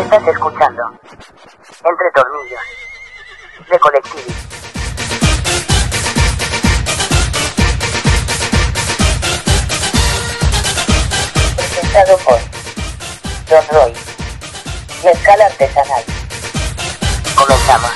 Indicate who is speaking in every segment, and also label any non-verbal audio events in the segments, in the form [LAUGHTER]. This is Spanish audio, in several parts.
Speaker 1: Estás escuchando Entre Tornillos de Colectivi. Presentado por Don Roy y Escala Artesanal. Comenzamos.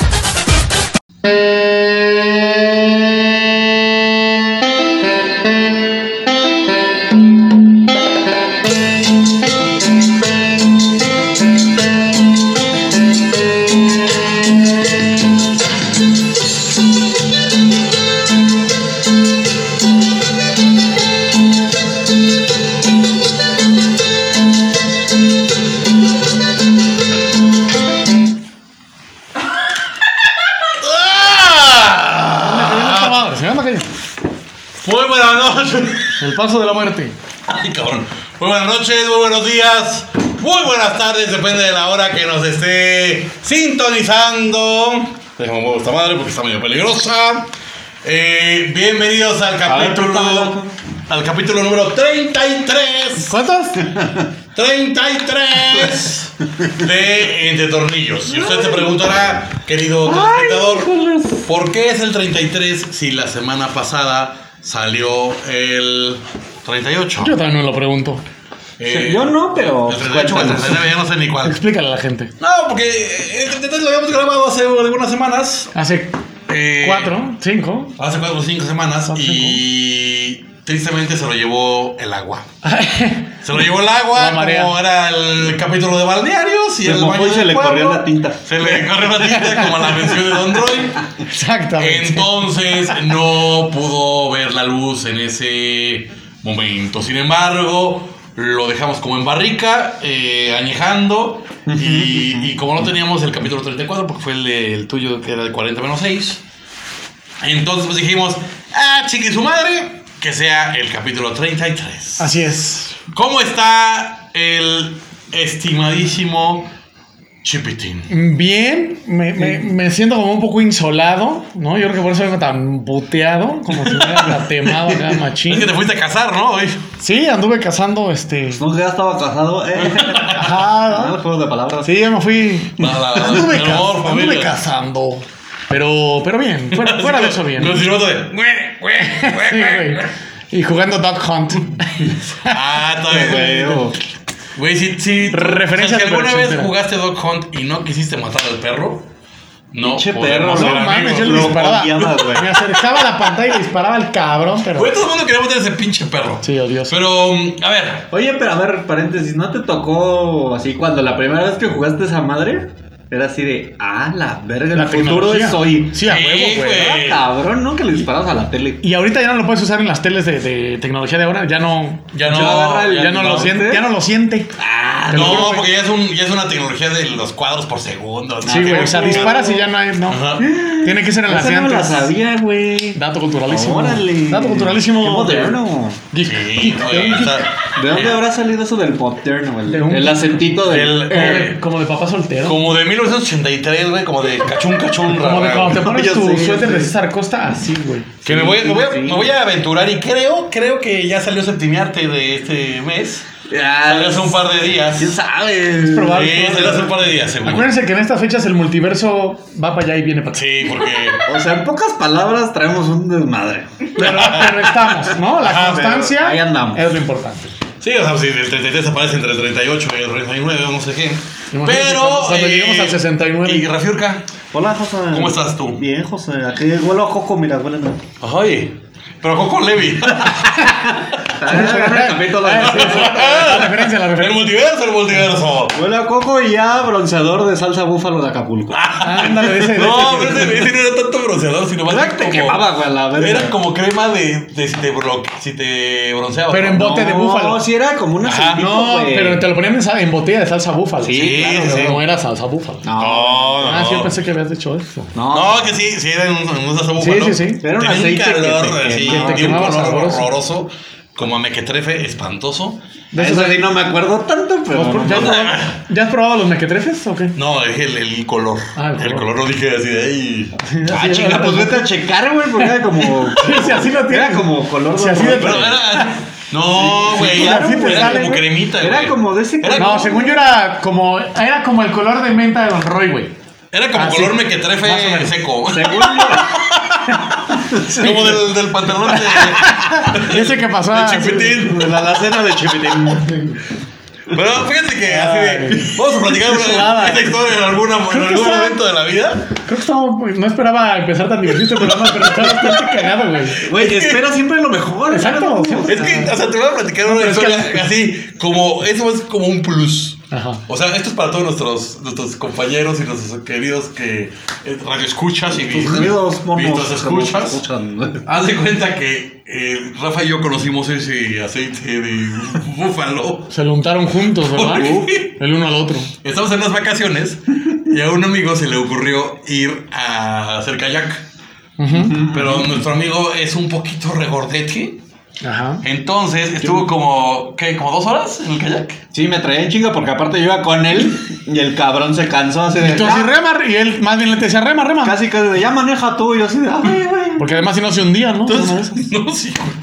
Speaker 2: Ah!
Speaker 3: Ah, Se llama aquello.
Speaker 2: Muy buenas noches.
Speaker 3: El paso de la muerte.
Speaker 2: Ay, cabrón. Muy buenas noches, muy buenos días, muy buenas tardes, depende de la hora que nos esté sintonizando. Déjame mover esta madre porque está medio peligrosa. Eh, bienvenidos al
Speaker 3: ver, préstame
Speaker 2: capítulo.
Speaker 3: la-
Speaker 2: Al capítulo número 33. [LAUGHS]
Speaker 3: ¿Cuántos?
Speaker 2: 33 de Entre Tornillos. Y usted se preguntará, querido espectador, ¿por qué es el 33 si la semana pasada salió el 38?
Speaker 3: Yo también me lo pregunto.
Speaker 2: Eh,
Speaker 4: Yo no, pero pues,
Speaker 2: El 38 o el
Speaker 4: cuéntanos.
Speaker 2: 39, ya no sé ni
Speaker 4: [LAUGHS]
Speaker 2: cuál.
Speaker 3: Explícale a la gente.
Speaker 2: No, porque eh, el 33 lo habíamos grabado hace algunas semanas.
Speaker 3: Hace
Speaker 2: Eh,
Speaker 3: cuatro, cinco. [LAUGHS]
Speaker 2: Hace cuatro o cinco semanas. Y tristemente se lo llevó el agua. Se lo llevó el agua,
Speaker 3: La marea.
Speaker 2: como era el capítulo de balnearios y
Speaker 4: Se
Speaker 2: el
Speaker 4: mojó
Speaker 2: baño
Speaker 4: y se
Speaker 2: del
Speaker 4: le
Speaker 2: pueblo.
Speaker 4: corrió la tinta.
Speaker 2: Se le corrió la tinta, como la mención de Don Roy.
Speaker 3: Exactamente.
Speaker 2: Entonces no pudo ver la luz en ese momento. Sin embargo, lo dejamos como en barrica, eh, añejando. Y, y como no teníamos el capítulo 34, porque fue el, de- el tuyo que era el 40 menos 6, entonces pues dijimos, ah, chiqui su madre, que sea el capítulo 33.
Speaker 3: Así es.
Speaker 2: ¿Cómo está el estimadísimo Chipitín?
Speaker 3: Bien, me, me- me siento como un poco insolado, ¿no? Yo creo que por eso vengo tan buteado, como si
Speaker 2: [LAUGHS]
Speaker 3: me hubiera temado acá machín.
Speaker 2: Es que te Pues fuiste a casar, ¿no? Hoy.
Speaker 3: Sí, anduve cazando, este...
Speaker 4: No ya estaba casado, eh.
Speaker 3: Ajá,
Speaker 4: Ah,
Speaker 3: ¿no?
Speaker 4: el juego de palabras.
Speaker 3: Sí, yo me fui...
Speaker 2: [LAUGHS] No, la- la-
Speaker 3: Anduve,
Speaker 2: la-
Speaker 3: caz-
Speaker 2: amor,
Speaker 3: anduve
Speaker 2: familia.
Speaker 3: cazando. Pero, pero bien, fuera, fuera de
Speaker 2: [LAUGHS]
Speaker 3: eso bien.
Speaker 2: Los silbatos de. "Güey, güey, güey,
Speaker 3: Sí,
Speaker 2: güey".
Speaker 3: güey. Y jugando Duck Hunt.
Speaker 2: [LAUGHS] Ah, está bien, güey.
Speaker 4: Huevo.
Speaker 2: Güey, si, si,
Speaker 3: Referencia
Speaker 2: si alguna
Speaker 3: superchentera.
Speaker 2: vez jugaste Dog Hunt y no quisiste matar al perro, no.
Speaker 4: Pinche
Speaker 2: podemos
Speaker 4: perro,
Speaker 2: ser
Speaker 3: No
Speaker 4: Pero,
Speaker 3: mames,
Speaker 2: amigos.
Speaker 3: yo
Speaker 4: amigo,
Speaker 3: le
Speaker 4: lo
Speaker 3: disparaba.
Speaker 4: odiaba, güey.
Speaker 3: Me acercaba a la pantalla y le disparaba al cabrón, pero.
Speaker 2: Güey, todo el mundo quería matar a ese pinche perro.
Speaker 3: Sí, odioso.
Speaker 2: Pero, um, a ver.
Speaker 4: Oye, pero a ver, paréntesis, ¿no te tocó así cuando la primera vez que jugaste esa madre? Era así de, ah, la verga, el futuro
Speaker 3: tecnología.
Speaker 4: es hoy.
Speaker 3: Sí, a
Speaker 2: Sí,
Speaker 3: huevo, güey.
Speaker 2: güey.
Speaker 4: Ah, cabrón, ¿no? Que le disparabas a la tele.
Speaker 3: Y ahorita ya no lo puedes usar en las teles de, de tecnología de ahora. Ya no.
Speaker 2: Ya no.
Speaker 4: Yo agarra el-
Speaker 3: Ya, no, lo
Speaker 4: no.
Speaker 3: siente, ya no lo siente.
Speaker 4: Ah,
Speaker 3: Te lo juro,
Speaker 2: No,
Speaker 3: güey.
Speaker 2: porque ya es, un, ya es una tecnología de los cuadros por segundo. ¿no?
Speaker 3: Sí, güey. O sea,
Speaker 4: no.
Speaker 3: disparas y ya no hay. No. [GASPS]
Speaker 2: Ajá.
Speaker 3: Tiene que ser en las de
Speaker 4: esa no
Speaker 3: antes.
Speaker 4: la sabía, güey.
Speaker 3: Dato culturalísimo.
Speaker 4: Órale.
Speaker 3: Dato culturalísimo.
Speaker 4: Qué moderno.
Speaker 3: Geek. [LAUGHS]
Speaker 2: Sí, güey. o sea,
Speaker 4: ¿De dónde
Speaker 2: eh,
Speaker 4: habrá salido eso del moderno? El,
Speaker 3: De un-
Speaker 4: el acentito del...
Speaker 2: del-
Speaker 3: Eh, como de papá soltero.
Speaker 2: Como de 1983, güey, como de cachún cachún.
Speaker 3: Como de
Speaker 2: ra, ra.
Speaker 3: cuando te
Speaker 4: [LAUGHS]
Speaker 3: pones
Speaker 4: Yo
Speaker 3: tu
Speaker 4: sé, yo
Speaker 3: suéter de
Speaker 4: sé.
Speaker 3: César Costa, así, güey.
Speaker 2: Que me voy, me, voy a,
Speaker 4: Sí.
Speaker 2: me voy a aventurar y creo, creo que ya salió Septimiarte de este mes.
Speaker 4: Ah,
Speaker 2: Salió hace un par de días.
Speaker 4: ¿Quién sabe?
Speaker 3: Es probable.
Speaker 2: Sí, salió hace un par de días, seguro.
Speaker 3: Acuérdense que en estas fechas el multiverso va para allá y viene para atrás.
Speaker 2: Sí, porque.
Speaker 4: O sea, en pocas palabras traemos un desmadre.
Speaker 3: Pero, pero estamos, ¿no? La
Speaker 2: Ajá, pero
Speaker 3: constancia
Speaker 4: ahí andamos.
Speaker 3: es lo importante.
Speaker 2: Sí, o sea, pues, si el 33 aparece entre el 38 y el 39, no sé qué.
Speaker 3: Imagínate
Speaker 2: Pero. eh,
Speaker 3: cuando- cuando lleguemos al 69.
Speaker 2: Y Rafiurca.
Speaker 4: Hola, José.
Speaker 2: ¿Cómo estás tú?
Speaker 4: Bien, José. Aquí huelo a coco, mira, huele a...
Speaker 2: Ay. Pero Coco
Speaker 3: [LAUGHS]
Speaker 2: Levi.
Speaker 4: Ah,
Speaker 3: Ah, sí, sí. La referencia, la
Speaker 2: el
Speaker 3: referencia.
Speaker 2: multiverso, el multiverso.
Speaker 4: Huele a coco y ya bronceador de salsa búfalo de Acapulco.
Speaker 2: Ah,
Speaker 3: Ándale, de ese. de
Speaker 2: No,
Speaker 3: ese-
Speaker 2: pero ese, ese no era tanto bronceador, sino más
Speaker 4: Era
Speaker 2: bien
Speaker 4: que te
Speaker 2: como-
Speaker 4: quemaba, güey, la verga.
Speaker 2: Era como crema de, de si, te bro- si te bronceaba.
Speaker 3: Pero en
Speaker 2: ¿no?
Speaker 3: bote de búfalo.
Speaker 4: No, si era como una
Speaker 2: Ajá,
Speaker 4: aceitito,
Speaker 3: No,
Speaker 4: güey.
Speaker 3: pero te lo ponían en, sa- en botella de salsa búfalo.
Speaker 4: Sí,
Speaker 2: claro,
Speaker 3: pero
Speaker 2: sí.
Speaker 3: no era salsa búfalo.
Speaker 4: No,
Speaker 2: No, no.
Speaker 3: Ah, sí,
Speaker 2: no.
Speaker 3: yo pensé que habías dicho eso.
Speaker 4: no.
Speaker 2: No, que sí, sí, era un, un salsa
Speaker 3: Sí,
Speaker 2: búfalo.
Speaker 3: sí, sí.
Speaker 4: Era un
Speaker 2: Tenía
Speaker 4: aceite que
Speaker 2: un calor,
Speaker 4: te
Speaker 2: así,
Speaker 4: quemaba.
Speaker 3: Te
Speaker 2: de un
Speaker 3: quemaba
Speaker 2: color
Speaker 3: sabroso.
Speaker 2: horroroso, como a mequetrefe, espantoso.
Speaker 3: De
Speaker 4: Eso
Speaker 3: esos-
Speaker 4: sí no me acuerdo tanto, pero...
Speaker 3: ¿Has pro-
Speaker 4: Pues, no
Speaker 3: ¿Ya, has
Speaker 4: mames.
Speaker 3: probado, ya has probado los mequetrefes o qué?
Speaker 2: No, dije el, el color.
Speaker 3: Ah, el
Speaker 2: el
Speaker 3: color.
Speaker 2: color lo dije así de ahí.
Speaker 3: ya
Speaker 2: Ah,
Speaker 3: sí,
Speaker 2: chinga,
Speaker 4: Ah,
Speaker 2: pues
Speaker 4: Pues
Speaker 2: vete.
Speaker 4: [LAUGHS] vete a checar, güey, porque era como...
Speaker 3: Sí, si así lo tiene.
Speaker 4: Era como color...
Speaker 3: Si así de-
Speaker 2: Pero era, No,
Speaker 4: Sí,
Speaker 2: güey.
Speaker 4: sí,
Speaker 2: era
Speaker 4: así te
Speaker 2: era
Speaker 4: sale,
Speaker 2: como
Speaker 4: güey.
Speaker 2: cremita,
Speaker 4: Era
Speaker 2: güey.
Speaker 4: como de ese
Speaker 2: Era,
Speaker 3: No, según yo era como, era como el color de menta de Don Roy, güey.
Speaker 2: era como
Speaker 3: Ah, sí.
Speaker 2: color
Speaker 3: Más o
Speaker 2: mequetrefe
Speaker 3: menos.
Speaker 2: seco.
Speaker 4: Según yo,
Speaker 2: Como del, del pantalón de.
Speaker 3: [LAUGHS] Ese que pasó
Speaker 2: De
Speaker 3: a-
Speaker 2: Chiquitín.
Speaker 4: la alacena de Chipitín.
Speaker 2: Pero fíjate que así de. Vamos a platicar una, esta historia en, alguna, en
Speaker 3: Creo que
Speaker 2: algún
Speaker 3: está-
Speaker 2: momento de la vida.
Speaker 3: Creo que estaba- no esperaba empezar tan divertido este programa, pero estaba bastante cagado, güey.
Speaker 4: [LAUGHS] Güey, espera siempre lo mejor.
Speaker 3: Exacto,
Speaker 4: espera lo mejor.
Speaker 3: siempre.
Speaker 2: Es que, o sea, te voy a platicar una
Speaker 3: pero es que-
Speaker 2: historia así, como, eso es como un plus.
Speaker 3: Ajá.
Speaker 2: O sea, esto es para todos nuestros, nuestros compañeros y nuestros queridos que eh, radioescuchas y vi-
Speaker 4: Tus amigos
Speaker 2: y
Speaker 4: monos
Speaker 2: tus
Speaker 4: que nos
Speaker 2: escuchas.
Speaker 4: escuchan.
Speaker 2: Haz de cuenta que eh, Rafa y yo conocimos ese aceite de [LAUGHS] búfalo.
Speaker 3: Se lo untaron juntos, ¿verdad?
Speaker 2: ¿Por qué?
Speaker 3: El uno al otro.
Speaker 2: Estamos en las vacaciones y a un amigo se le ocurrió ir a hacer kayak.
Speaker 3: Ujú.
Speaker 2: Pero nuestro amigo es un poquito regordete.
Speaker 3: Ajá.
Speaker 2: Entonces estuvo como, ¿qué? ¿Como dos horas en el kayak?
Speaker 4: Sí, me traía en chinga porque aparte yo iba con él y el cabrón se cansó así de.
Speaker 3: Y tú así
Speaker 4: "Ah,
Speaker 3: rema, y él más bien le te decía rema, rema.
Speaker 4: Casi, casi de ya maneja tú. Y yo así de. "Ah, güey, güey".
Speaker 3: Porque además si no se hundía, ¿no? Una vez.
Speaker 2: Entonces, [LAUGHS] no, sí, güey.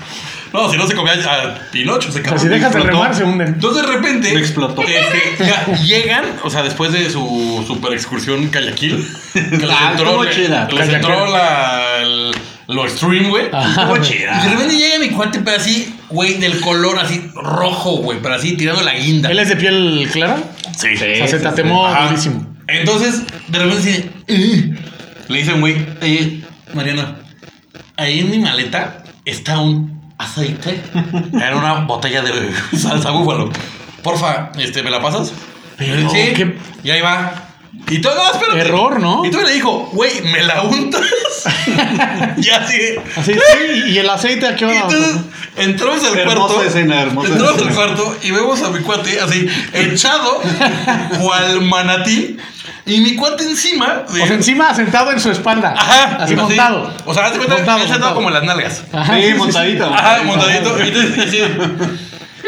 Speaker 2: No, si no se comía a Pinocho, se
Speaker 3: O sea,
Speaker 2: acabó.
Speaker 3: si dejas de
Speaker 4: explotó.
Speaker 3: remar, se hunden.
Speaker 2: Entonces de repente
Speaker 4: Me explotó.
Speaker 2: este, ya llegan, o sea, después de su super excursión kayakil, que les
Speaker 4: Ah,
Speaker 2: entró,
Speaker 4: estuvo
Speaker 2: le-
Speaker 4: chida. Ah,
Speaker 2: les entró la, el- lo extreme, güey.
Speaker 3: Ajá, güey.
Speaker 2: Y de repente llega mi cuate, pero así, güey, del color así rojo, güey, pero así tirando la guinda.
Speaker 3: ¿Él es de piel clara?
Speaker 2: Sí,
Speaker 3: O sea, se tatemó
Speaker 2: Ajá.
Speaker 3: durísimo.
Speaker 2: Ah, Entonces, de repente así, "Eh". le dicen, güey, eh, Mariana, ahí en mi maleta está un aceite. Era una botella de [LAUGHS] salsa búfalo. Porfa, este, ¿me la pasas?
Speaker 3: Pero,
Speaker 2: sí,
Speaker 3: ¿qué?
Speaker 2: y ahí va. Y todo, no, espérate.
Speaker 3: Error, ¿no?
Speaker 2: Y tú le dijo, güey, ¿me la
Speaker 3: [LAUGHS]
Speaker 2: untas? [LAUGHS] y así.
Speaker 3: Así, sí, y el aceite a qué
Speaker 2: Y
Speaker 3: hora.
Speaker 2: entonces entramos al
Speaker 4: Hermosa
Speaker 2: cuarto.
Speaker 4: escena, hermosa
Speaker 2: entramos
Speaker 4: escena.
Speaker 2: al cuarto y vemos a mi cuate así, echado, cual manatí. Y mi cuate encima. de-
Speaker 3: O sea, encima sentado en su espalda.
Speaker 2: Ajá.
Speaker 3: Así montado.
Speaker 2: O sea, hace cuenta
Speaker 3: Montado,
Speaker 2: él sentado
Speaker 3: montado.
Speaker 2: como en las nalgas.
Speaker 3: Ajá,
Speaker 4: sí, montadito.
Speaker 2: Ajá, montadito. Y, entonces, así,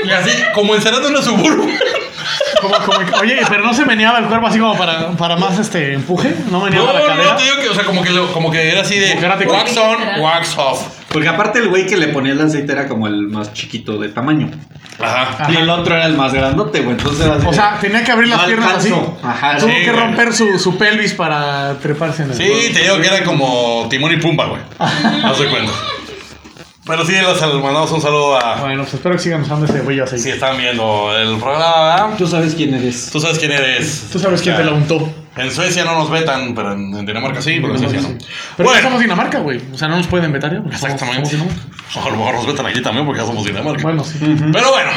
Speaker 2: y así, como encerrado en una suburban.
Speaker 3: Como- como- oye, pero no se meneaba el cuerpo así como para, para más este empuje. No meneaba
Speaker 2: No,
Speaker 3: la cadera.
Speaker 2: no, te digo que, o sea, como que, lo- como que era así de
Speaker 3: Como karate
Speaker 2: wax
Speaker 3: kid.
Speaker 2: on, wax off.
Speaker 4: Porque aparte el güey que le ponía el aceite era como el más chiquito de tamaño.
Speaker 2: Ajá.
Speaker 3: Ajá.
Speaker 4: Y el otro era el más grandote, güey. Entonces era así
Speaker 3: O
Speaker 4: de-
Speaker 3: sea, tenía que abrir las
Speaker 4: No
Speaker 3: piernas
Speaker 4: alcanzo.
Speaker 3: así.
Speaker 4: Ajá,
Speaker 3: Tuvo
Speaker 2: sí,
Speaker 3: que
Speaker 2: güey.
Speaker 3: romper su, su pelvis para treparse en el.
Speaker 2: Sí, te digo que era como Timón y Pumba, güey. No se cuenta. Pero sí, los mandamos un saludo a,
Speaker 3: Bueno, pues espero que sigan usando ese güey aceite.
Speaker 2: Si están viendo el programa, ¿verdad?
Speaker 4: Tú sabes quién eres.
Speaker 2: tú sabes quién eres.
Speaker 3: Tú sabes quién
Speaker 2: O sea,
Speaker 3: te la untó.
Speaker 2: En Suecia no nos vetan, pero en, en Dinamarca sí, pero en Suecia no.
Speaker 3: Pero ya
Speaker 2: bueno,
Speaker 3: somos Dinamarca, güey. O sea, no nos pueden vetar ya. porque somos-
Speaker 2: exactamente.
Speaker 3: somos Dinamarca.
Speaker 2: A lo mejor nos vetan aquí también porque ya somos Dinamarca.
Speaker 3: Bueno, sí.
Speaker 2: Pero bueno,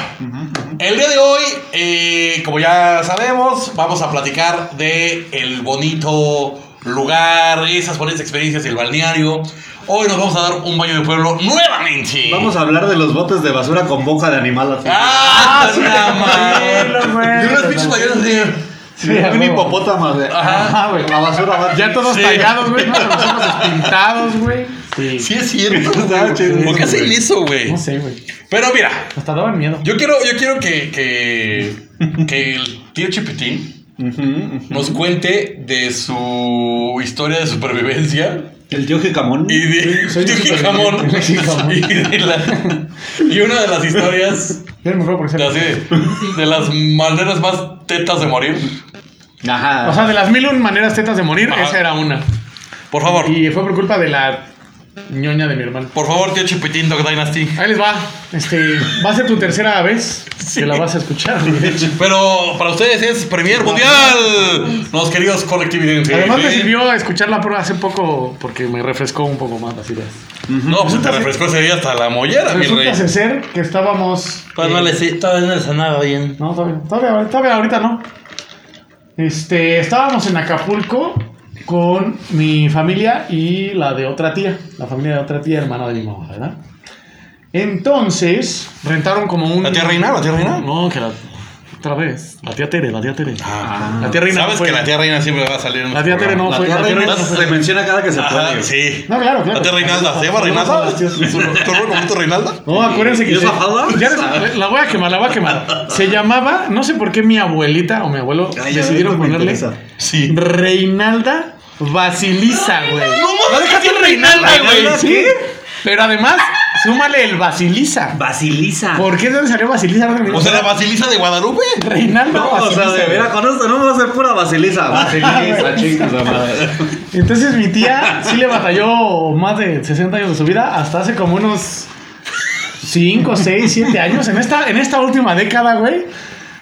Speaker 2: el día de hoy, eh, como ya sabemos, vamos a platicar de el bonito lugar, esas bonitas experiencias, el balneario. Hoy nos vamos a dar un baño de pueblo nuevamente.
Speaker 4: Vamos a hablar de los botes de basura con boca de animal así.
Speaker 2: ¡Ah,
Speaker 3: Ah, sí,
Speaker 2: la
Speaker 3: sí, lo
Speaker 2: madre!
Speaker 3: bueno,
Speaker 2: Y unos pinches
Speaker 3: también.
Speaker 2: baños de...
Speaker 4: Sí, un hipopótamo. de-
Speaker 2: Ajá.
Speaker 4: Ajá, güey. La basura va.
Speaker 3: Ya todos
Speaker 2: Sí.
Speaker 3: tallados, güey. ¿no? Los ojos pintados, güey. Sí.
Speaker 2: Sí es cierto.
Speaker 4: Está chido.
Speaker 2: ¿Por qué hacen eso, güey?
Speaker 3: No sé, güey.
Speaker 2: Pero mira,
Speaker 3: Hasta daban miedo.
Speaker 2: yo quiero, yo quiero que, que, que el tío Chipitín
Speaker 4: Ujú.
Speaker 2: nos cuente de su historia de supervivencia
Speaker 4: El tío Jicamón.
Speaker 2: y de
Speaker 3: Soy- soy
Speaker 2: tío
Speaker 3: un
Speaker 2: Jicamón. [LAUGHS]
Speaker 3: superviviente, Jicamón.
Speaker 2: y, de la- y una de las historias
Speaker 3: Yo no me acuerdo por
Speaker 2: de,
Speaker 3: qué.
Speaker 2: así de- de las maneras más tetas de morir.
Speaker 4: Ajá.
Speaker 3: O sea, de las mil y un maneras tetas de morir,
Speaker 2: Ajá.
Speaker 3: esa era una.
Speaker 2: Por favor,
Speaker 3: Y fue por culpa de la ñoña de mi hermano.
Speaker 2: por favor, tío Chipitín, Dog
Speaker 3: [LAUGHS]
Speaker 2: Dynasty.
Speaker 3: Ahí les va. Este, va a ser tu tercera vez que la vas a escuchar, güey.
Speaker 2: Pero para ustedes es Premier Mundial, los queridos colectividentes.
Speaker 3: Además me
Speaker 2: ¿eh?
Speaker 3: sirvió escucharla por hace poco porque me refrescó un poco más las ideas.
Speaker 2: No, pues te refrescó ese día hasta la mollera, mi rey.
Speaker 3: Resulta ser que estábamos... eh,
Speaker 2: todavía no le sanaba bien.
Speaker 3: No, todavía, todavía, todavía ahorita no. Este, estábamos en Acapulco con mi familia y la de otra tía, la familia de otra tía, hermana de mi mamá, ¿verdad? Entonces, rentaron como un...
Speaker 2: ¿La tía Reina? ¿La tía Reina?
Speaker 3: No, que la... Otra vez, la tía Tere, la tía Tere.
Speaker 2: Ah.
Speaker 3: la tía Reina
Speaker 2: Sabes
Speaker 3: fue-
Speaker 2: que la tía Reina siempre va a salir en
Speaker 3: La tía Tere no
Speaker 4: la
Speaker 3: fue...
Speaker 4: tía
Speaker 3: la tía
Speaker 4: Reina
Speaker 3: Reina no
Speaker 4: se
Speaker 3: fue.
Speaker 4: menciona cada que se puede.
Speaker 2: Ajá, sí.
Speaker 3: No, claro, claro.
Speaker 2: La
Speaker 3: Ah,
Speaker 2: tía Reinalda, ¿se llama Reinalda? ¿Tu nombre Reinalda?
Speaker 3: No, acuérdense que.
Speaker 4: ¿Y esa
Speaker 3: se-
Speaker 4: falda?
Speaker 3: Ya les- la voy a quemar, la voy a quemar. Se llamaba, no sé por qué mi abuelita o mi abuelo
Speaker 4: Ay, ya
Speaker 3: decidieron
Speaker 4: vi, me
Speaker 3: ponerle
Speaker 4: interesa.
Speaker 2: Sí.
Speaker 3: Reinalda Basilisa, güey.
Speaker 2: mames,
Speaker 3: dejaste
Speaker 2: ¿qué es Reinalda, güey?
Speaker 3: Sí. Pero además, Súmale el Basilisa.
Speaker 4: Basilisa.
Speaker 3: ¿Por qué no le salió Basilisa?
Speaker 2: O sea, la Basilisa de Guadalupe.
Speaker 3: Reinaldo
Speaker 4: No, o sea,
Speaker 3: Basilisa,
Speaker 4: de
Speaker 3: güey.
Speaker 4: veras, con esto no vamos a ser pura basilisa. [LAUGHS] Basilisa, chicos,
Speaker 3: Entonces mi tía sí le batalló más de 60 años de su vida hasta hace como unos 5, 6, 7 años. En esta, en esta última década, güey,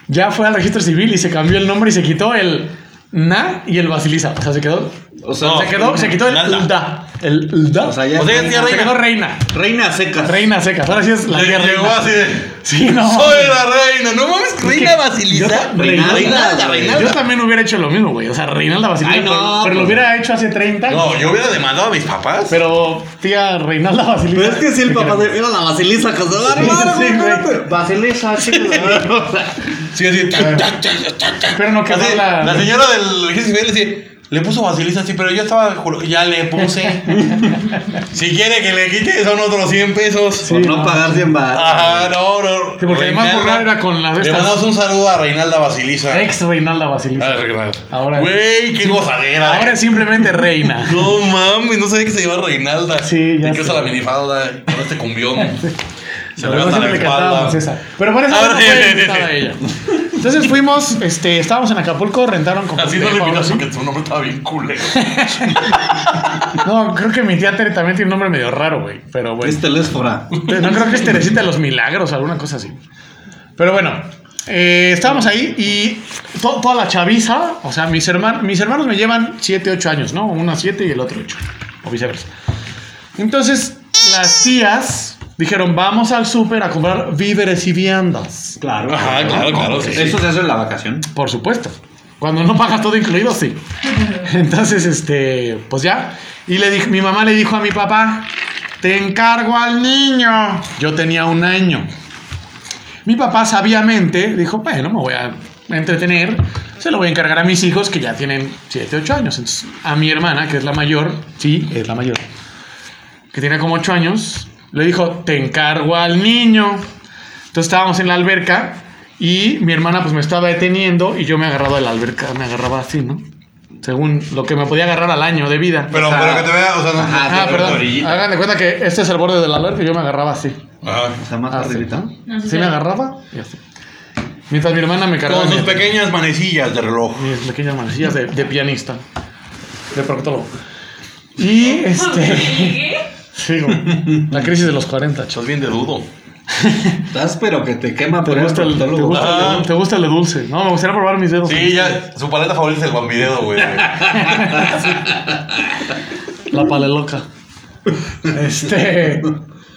Speaker 3: ya fue al registro civil y se cambió el nombre y se quitó el na y el basilisa. O sea, se quedó.
Speaker 4: O sea,
Speaker 2: No.
Speaker 3: Se quedó, se quitó el
Speaker 2: Nada.
Speaker 3: da. El da.
Speaker 4: O sea, ya
Speaker 2: O sea, ya tía
Speaker 3: se quedó
Speaker 2: reina.
Speaker 3: reina.
Speaker 4: reina seca.
Speaker 3: Reina seca. Ahora sí es la
Speaker 2: Le-
Speaker 3: tía
Speaker 2: Llegó
Speaker 3: reina.
Speaker 2: así de.
Speaker 3: Sí, no.
Speaker 2: Soy la reina. No mames, reina
Speaker 3: que
Speaker 2: Basilisa.
Speaker 3: yo-
Speaker 2: Reina,
Speaker 4: Reinalda,
Speaker 2: reina,
Speaker 3: Yo
Speaker 2: reina.
Speaker 3: también hubiera hecho lo mismo, güey. O sea, Reinalda Basilisa.
Speaker 4: Ay, no,
Speaker 3: pero, pero lo
Speaker 4: pues.
Speaker 3: hubiera hecho hace 30 años.
Speaker 2: No, yo hubiera demandado a mis papás.
Speaker 3: Pero tía Reinalda Basilisa.
Speaker 4: Pero es que si el papá de. Mira la basilisa que se va a armar,
Speaker 3: Sí,
Speaker 4: güey,
Speaker 3: güey.
Speaker 4: espérate. Basilisa, chicos. o sea,
Speaker 2: Sí, así. tac, tac, tac, tac, tac.
Speaker 3: Espero no
Speaker 2: Así,
Speaker 3: quemar la-
Speaker 2: la... señora del registro civil le dice, le puso Basilisa, sí, pero yo estaba, juro- ya le
Speaker 3: [LAUGHS]
Speaker 2: puse. si quiere que le quite, son otros 100 pesos.
Speaker 4: Por no pagar 100
Speaker 3: Ah,
Speaker 2: Ajá,
Speaker 4: baros.
Speaker 2: no, no.
Speaker 3: Sí, porque además
Speaker 2: Reinalda-
Speaker 3: borrar era con la de
Speaker 2: Le
Speaker 3: estas-
Speaker 2: mandamos un saludo a Reinalda Basilisa.
Speaker 3: Ex Reinalda
Speaker 2: Ah,
Speaker 3: Basilisa.
Speaker 2: Reinalda.
Speaker 3: Ahora-
Speaker 2: Güey, qué gozadera.
Speaker 3: Ahora
Speaker 2: eh.
Speaker 3: es simplemente reina.
Speaker 2: No mames, no sabía que se llevaba Reinalda.
Speaker 3: Sí, ya
Speaker 2: Te crees
Speaker 3: sé.
Speaker 2: a la minifalda, con este cumbión. [LAUGHS]
Speaker 3: [LAUGHS]
Speaker 2: Se le va
Speaker 3: Nosotros
Speaker 2: hasta
Speaker 3: le
Speaker 2: la
Speaker 3: cantábamos
Speaker 2: espalda.
Speaker 3: esa. Pero por eso
Speaker 2: Ahora
Speaker 3: no
Speaker 2: sí,
Speaker 3: fue
Speaker 2: sí,
Speaker 3: invitada
Speaker 2: sí.
Speaker 3: ella. Entonces fuimos, este, estábamos en Acapulco, rentaron como.
Speaker 2: Así no le
Speaker 3: depa,
Speaker 2: invitaron
Speaker 3: algo
Speaker 2: porque su nombre estaba bien
Speaker 3: [LAUGHS]
Speaker 2: culero.
Speaker 3: así. No, creo que mi tía Tere también tiene un nombre medio raro, güey. Pero bueno.
Speaker 4: Es telésfora.
Speaker 3: No creo que es Teresita de los Milagros, alguna cosa así. Pero bueno, eh, estábamos ahí y to- toda la chaviza, o sea, mis, herman- mis hermanos me llevan 7, 8 años, ¿no? Uno 7 y el otro 8, o viceversa. Entonces, las tías dijeron, vamos al súper a comprar víveres y viandas.
Speaker 4: Claro.
Speaker 2: Ajá, claro, claro, sí, sí.
Speaker 4: Eso se hace en la vacación.
Speaker 3: Por supuesto. Cuando no pagas todo incluido, sí. Entonces, este, pues ya. Y le dije, mi mamá le dijo a mi papá, te encargo al niño. Yo tenía un año. Mi papá sabiamente dijo, bueno, me voy a entretener, se lo voy a encargar a mis hijos que ya tienen 7, 8 años. Entonces, a mi hermana, que es la mayor, sí, es la mayor, que tiene como 8 años, le dijo, te encargo al niño. Entonces estábamos en la alberca y mi hermana pues me estaba deteniendo y yo me agarraba de la alberca, me agarraba así, ¿no? Según lo que me podía agarrar al año de vida.
Speaker 2: Pero,
Speaker 4: Ajá.
Speaker 2: pero que te vea, o sea, no.
Speaker 4: Ajá.
Speaker 3: ah,
Speaker 4: de
Speaker 3: perdón.
Speaker 4: orillita.
Speaker 3: Hagan de cuenta que este es el borde de la alberca y yo me agarraba así.
Speaker 2: Ajá.
Speaker 4: O sea, más
Speaker 3: Ah, sí.
Speaker 4: arribita.
Speaker 5: No, sí,
Speaker 3: Sí me
Speaker 5: sí.
Speaker 3: agarraba y así. Mientras mi hermana me cargaba.
Speaker 2: Con sus
Speaker 3: mi-
Speaker 2: pequeñas manecillas de reloj.
Speaker 3: mis pequeñas manecillas de, de pianista, de proctólogo. Y este.
Speaker 5: [LAUGHS] ¿Qué?
Speaker 3: Sí, güey. la crisis de los 40, chos.
Speaker 2: Estás bien de dudo.
Speaker 4: Estás, pero que te quema
Speaker 3: ¿Te
Speaker 4: por
Speaker 3: gusta, el, te,
Speaker 4: proctólogo.
Speaker 3: gusta el de-
Speaker 2: Ah.
Speaker 3: te gusta el de dulce? No, me gustaría probar mis dedos.
Speaker 2: Sí, ya. Su paleta favorita es el bambidedo, güey.
Speaker 3: La pala loca. Este.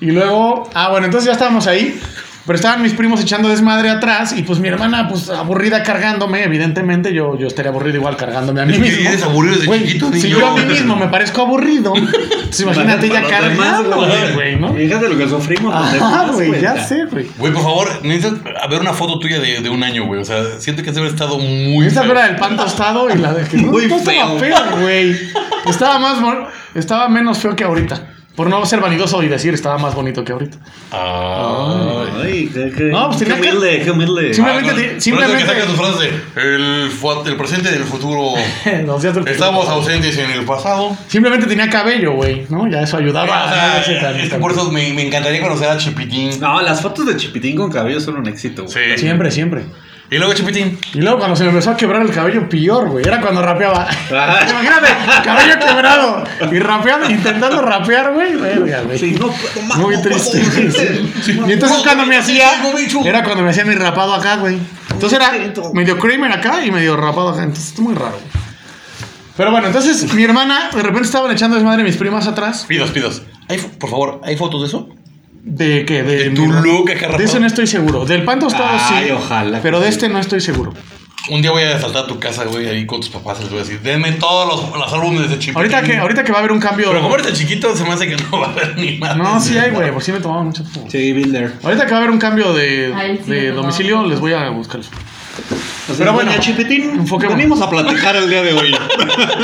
Speaker 3: Y luego. Ah, bueno, entonces ya estábamos ahí. Pero estaban mis primos echando desmadre atrás. Y pues mi hermana, pues aburrida cargándome. Evidentemente, yo, yo estaría aburrido igual cargándome a mí
Speaker 2: Es que
Speaker 3: mismo.
Speaker 2: eres aburrido desde
Speaker 3: Güey,
Speaker 2: chiquito,
Speaker 3: Si
Speaker 2: niño.
Speaker 3: yo a mí mismo me parezco aburrido. Pues imagínate ya
Speaker 4: Para los demás,
Speaker 3: cargándome, güey, ¿no?
Speaker 4: Fíjate lo que sufrimos. los
Speaker 3: Ah,
Speaker 4: demás,
Speaker 3: güey, ya
Speaker 4: güey.
Speaker 3: sé, güey.
Speaker 2: [LAUGHS] Güey, por favor, necesito a ver una foto tuya de, de un año, güey. O sea, siento que has de haber estado muy.
Speaker 3: Esa
Speaker 2: feo.
Speaker 3: era del pan tostado y la de que
Speaker 4: Muy
Speaker 3: no, no estaba
Speaker 4: feo.
Speaker 3: feo, güey. Estaba más bon- estaba menos feo que ahorita. Por no ser vanidoso y decir estaba más bonito que ahorita.
Speaker 2: Ay.
Speaker 4: Ay, qué, qué,
Speaker 3: No, pues
Speaker 4: qué
Speaker 3: tenía que-
Speaker 4: humilde, qué humilde.
Speaker 3: Sí, Simplemente
Speaker 2: Ah,
Speaker 3: te-
Speaker 2: por eso
Speaker 3: simplemente-
Speaker 2: que saca tus frases de, el, fu- el presente del futuro.
Speaker 3: [LAUGHS] Los días del-
Speaker 2: Estamos ausentes en el pasado.
Speaker 3: Simplemente tenía cabello, güey, ¿no? Ya eso ayudaba.
Speaker 2: O sea,
Speaker 3: a- ese tan-
Speaker 2: es que
Speaker 3: tan-
Speaker 2: por eso me, me encantaría conocer a Chipitín.
Speaker 4: No, las fotos de Chipitín con cabello son un éxito. güey.
Speaker 2: Sí.
Speaker 3: Siempre, siempre.
Speaker 2: Y luego Chipitín.
Speaker 3: Y luego cuando se me empezó a quebrar el cabello, peor, güey. Era cuando rapeaba. [LAUGHS] Imagínate, cabello quebrado. Y rapeando, intentando rapear, güey. Verga, güey.
Speaker 4: Sí, no puedo más.
Speaker 3: Muy
Speaker 4: no puedo
Speaker 3: triste.
Speaker 4: más.
Speaker 3: [LAUGHS] Sí. Y entonces cuando me hacía. Era cuando me hacía mi rapado acá, güey. Entonces era medio creamer acá y medio rapado acá. Entonces es muy raro. Pero bueno, entonces mi hermana, de repente estaban echando desmadre mis primas atrás.
Speaker 2: Pidos, pidos. ¿Hay fo- por favor, ¿hay fotos de eso?
Speaker 3: ¿De qué? De,
Speaker 2: De tu look acá rapado.
Speaker 3: De ese no estoy seguro. Del pan tostado
Speaker 4: Ay,
Speaker 3: sí.
Speaker 4: ojalá que
Speaker 3: Pero de
Speaker 4: sí.
Speaker 3: este no estoy seguro.
Speaker 2: Un día voy a asaltar tu casa, güey, ahí con tus papás. Les voy a decir, denme todos los, los álbumes de Chipitín.
Speaker 3: Ahorita que, ahorita que va a haber un cambio.
Speaker 2: Pero como eres chiquito, se me hace que no va a haber ni más.
Speaker 3: No, sí hay, güey. Por sí me tomaban mucho. tiempo.
Speaker 4: Sí, Builder.
Speaker 3: Ahorita que va a haber un cambio de,
Speaker 5: Ay, sí,
Speaker 3: de
Speaker 5: no.
Speaker 3: domicilio, les voy a buscarlos.
Speaker 4: Pero
Speaker 3: bueno,
Speaker 4: bueno, Chipitín,
Speaker 3: enfoquemos.
Speaker 4: venimos a platijar el día
Speaker 3: [LAUGHS]
Speaker 4: de hoy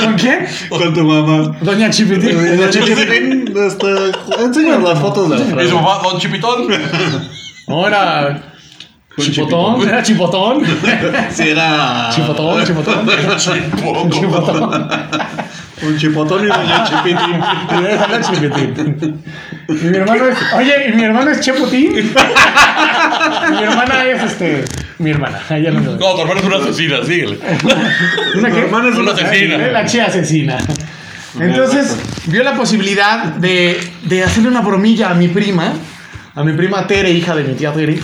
Speaker 3: ¿Con quién?
Speaker 4: con tu mamá.
Speaker 3: Doña Chipitín.
Speaker 4: Doña Chipitín, este, enséñanos las fotos de la
Speaker 2: Y su
Speaker 4: frase.
Speaker 2: papá, Don Chipitón.
Speaker 3: No, era
Speaker 4: Un
Speaker 3: Chipotón, era Chipotón.
Speaker 4: Si era
Speaker 3: Chipotón, Chipotón.
Speaker 2: Chipoco.
Speaker 3: Chipotón.
Speaker 4: un chipotón y doña Chipitín.
Speaker 3: Era Chipitín. Y mi hermano es. Oye, y mi hermano es Cheputín. Y mi hermana es este. Mi hermana. Ella
Speaker 2: [LAUGHS]
Speaker 3: no
Speaker 2: No, tu hermano es una asesina, síguele.
Speaker 3: ¿Una qué?
Speaker 4: hermana es
Speaker 2: una asesina.
Speaker 3: Eh, La chía asesina. [LAUGHS] Entonces, vio la posibilidad de, de hacerle una bromilla a mi prima, a mi prima Tere, hija de mi tía Tere,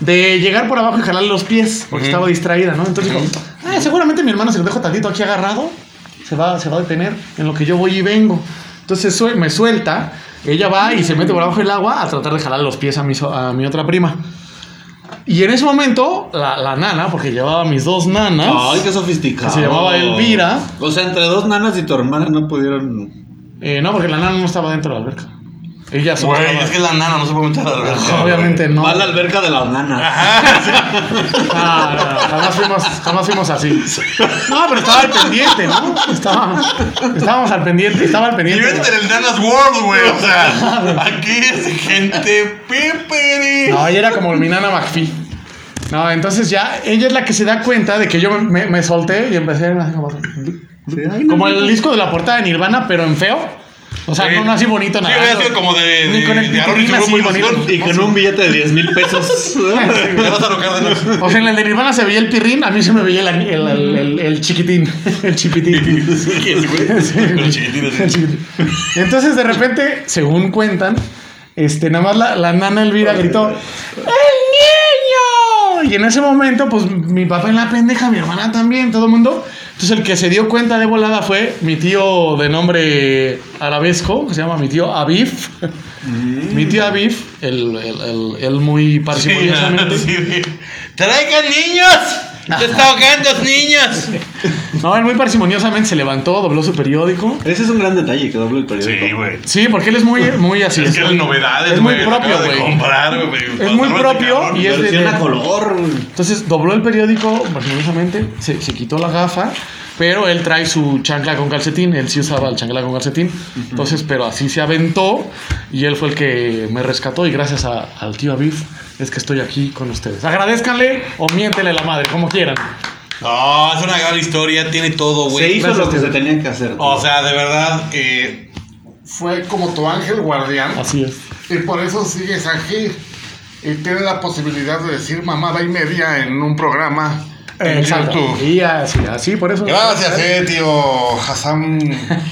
Speaker 3: de llegar por abajo y jalarle los pies, porque
Speaker 2: Ujú.
Speaker 3: estaba distraída, ¿no? Entonces dijo, "Ah, seguramente mi hermano se lo dejo tantito aquí agarrado, se va, se va a detener en lo que yo voy y vengo. Entonces sue- me suelta, ella va y se mete por abajo del agua a tratar de jalar los pies a mi, so- a mi otra prima. Y en ese momento, la, la nana, porque llevaba a mis dos nanas,
Speaker 4: Ay, qué sofisticado.
Speaker 3: Se llamaba Elvira.
Speaker 4: O sea, entre dos nanas y tu hermana no pudieron.
Speaker 3: Eh, no, porque la nana no estaba dentro de la alberca. Ella solo
Speaker 2: Güey,
Speaker 3: estaba-
Speaker 2: es que es la nana, no se puede meter a la alberca.
Speaker 3: Obviamente no.
Speaker 4: Va a la alberca de las nanas.
Speaker 3: Ah, no, no, jamás, fuimos, jamás fuimos así. No, pero estaba al pendiente, ¿no? Estaba- estábamos al pendiente, estaba al
Speaker 2: Y
Speaker 3: pendiente.
Speaker 2: vete en el Nanas World, güey. O sea,
Speaker 3: [LAUGHS]
Speaker 2: aquí es gente peperi.
Speaker 3: No, ella era como mi nana McPhee. No, entonces ya ella es la que se da cuenta de que yo me, me- me solté y empecé a- como, como el disco de la portada de Nirvana, pero en feo. O sea,
Speaker 2: Sí.
Speaker 3: no, no así bonito nada.
Speaker 2: Sí, hubiera sido como de-
Speaker 3: Ni
Speaker 2: de-
Speaker 3: con
Speaker 2: de
Speaker 3: el
Speaker 2: Aaron y su
Speaker 3: pitilín así
Speaker 2: grupo
Speaker 3: bonito.
Speaker 2: ilusión.
Speaker 4: Y con un billete de 10 mil [LAUGHS] pesos.
Speaker 2: Te vas a tocar de noche.
Speaker 3: O sea, en el de Nirvana se veía el pirrín, a mí se me veía el, el, el- el- el chiquitín. [LAUGHS] El
Speaker 2: [LAUGHS]
Speaker 3: chiquitín.
Speaker 2: Sí, ese
Speaker 3: [LAUGHS]
Speaker 2: güey. Pero chiquitín
Speaker 3: El
Speaker 2: así.
Speaker 3: chiquitín. Entonces, de repente, según cuentan, este, nada más la, la nana Elvira gritó: ¡El niño! Y en ese momento, pues mi papá en la pendeja, mi hermana también, todo el mundo. Entonces, el que se dio cuenta de volada fue mi tío de nombre arabesco, que se llama mi tío Aviv. Mi tío Aviv, el, el, el- el muy
Speaker 2: Mm. Sí,
Speaker 3: parsimoniosamente.
Speaker 2: así de, ¡Traigan niños! ¡Te está ahogando, niños!
Speaker 3: No, él muy parsimoniosamente se levantó, dobló su periódico.
Speaker 4: Ese es un gran detalle que doble el periódico.
Speaker 2: Sí, güey.
Speaker 3: Sí, porque él
Speaker 2: [LAUGHS]
Speaker 3: es muy, muy así.
Speaker 2: Es que eran novedades,
Speaker 3: Es muy
Speaker 2: güey, lo
Speaker 3: propio,
Speaker 2: acabo de
Speaker 3: güey.
Speaker 2: comprar, güey.
Speaker 3: Es muy propio y es de-
Speaker 4: Versión
Speaker 3: de-
Speaker 4: a color. güey.
Speaker 3: Entonces dobló el periódico, maravillosamente, se, se quitó la gafa, pero él trae su chancla con calcetín, él sí usaba el chancla con calcetín, entonces, pero así se aventó y él fue el que me rescató y gracias a- al tío Aviv es que estoy aquí con ustedes. Agradezcanle o miéntele la madre, como quieran.
Speaker 2: No, es una gran historia, tiene todo,
Speaker 4: Se
Speaker 2: güey. Oh,
Speaker 4: hizo
Speaker 3: gracias,
Speaker 4: lo que
Speaker 3: tío.
Speaker 4: se tenía que hacer.
Speaker 2: O sea, de verdad, eh,
Speaker 5: Fue como tu ángel guardián
Speaker 2: Ah.
Speaker 3: Así es.
Speaker 5: y por eso sigues aquí. Y tienes la posibilidad de decir mamada y media en un programa en
Speaker 3: Exacto.
Speaker 5: YouTube.
Speaker 3: Y así, así, por eso.
Speaker 5: Gracias, eh, tío Hassan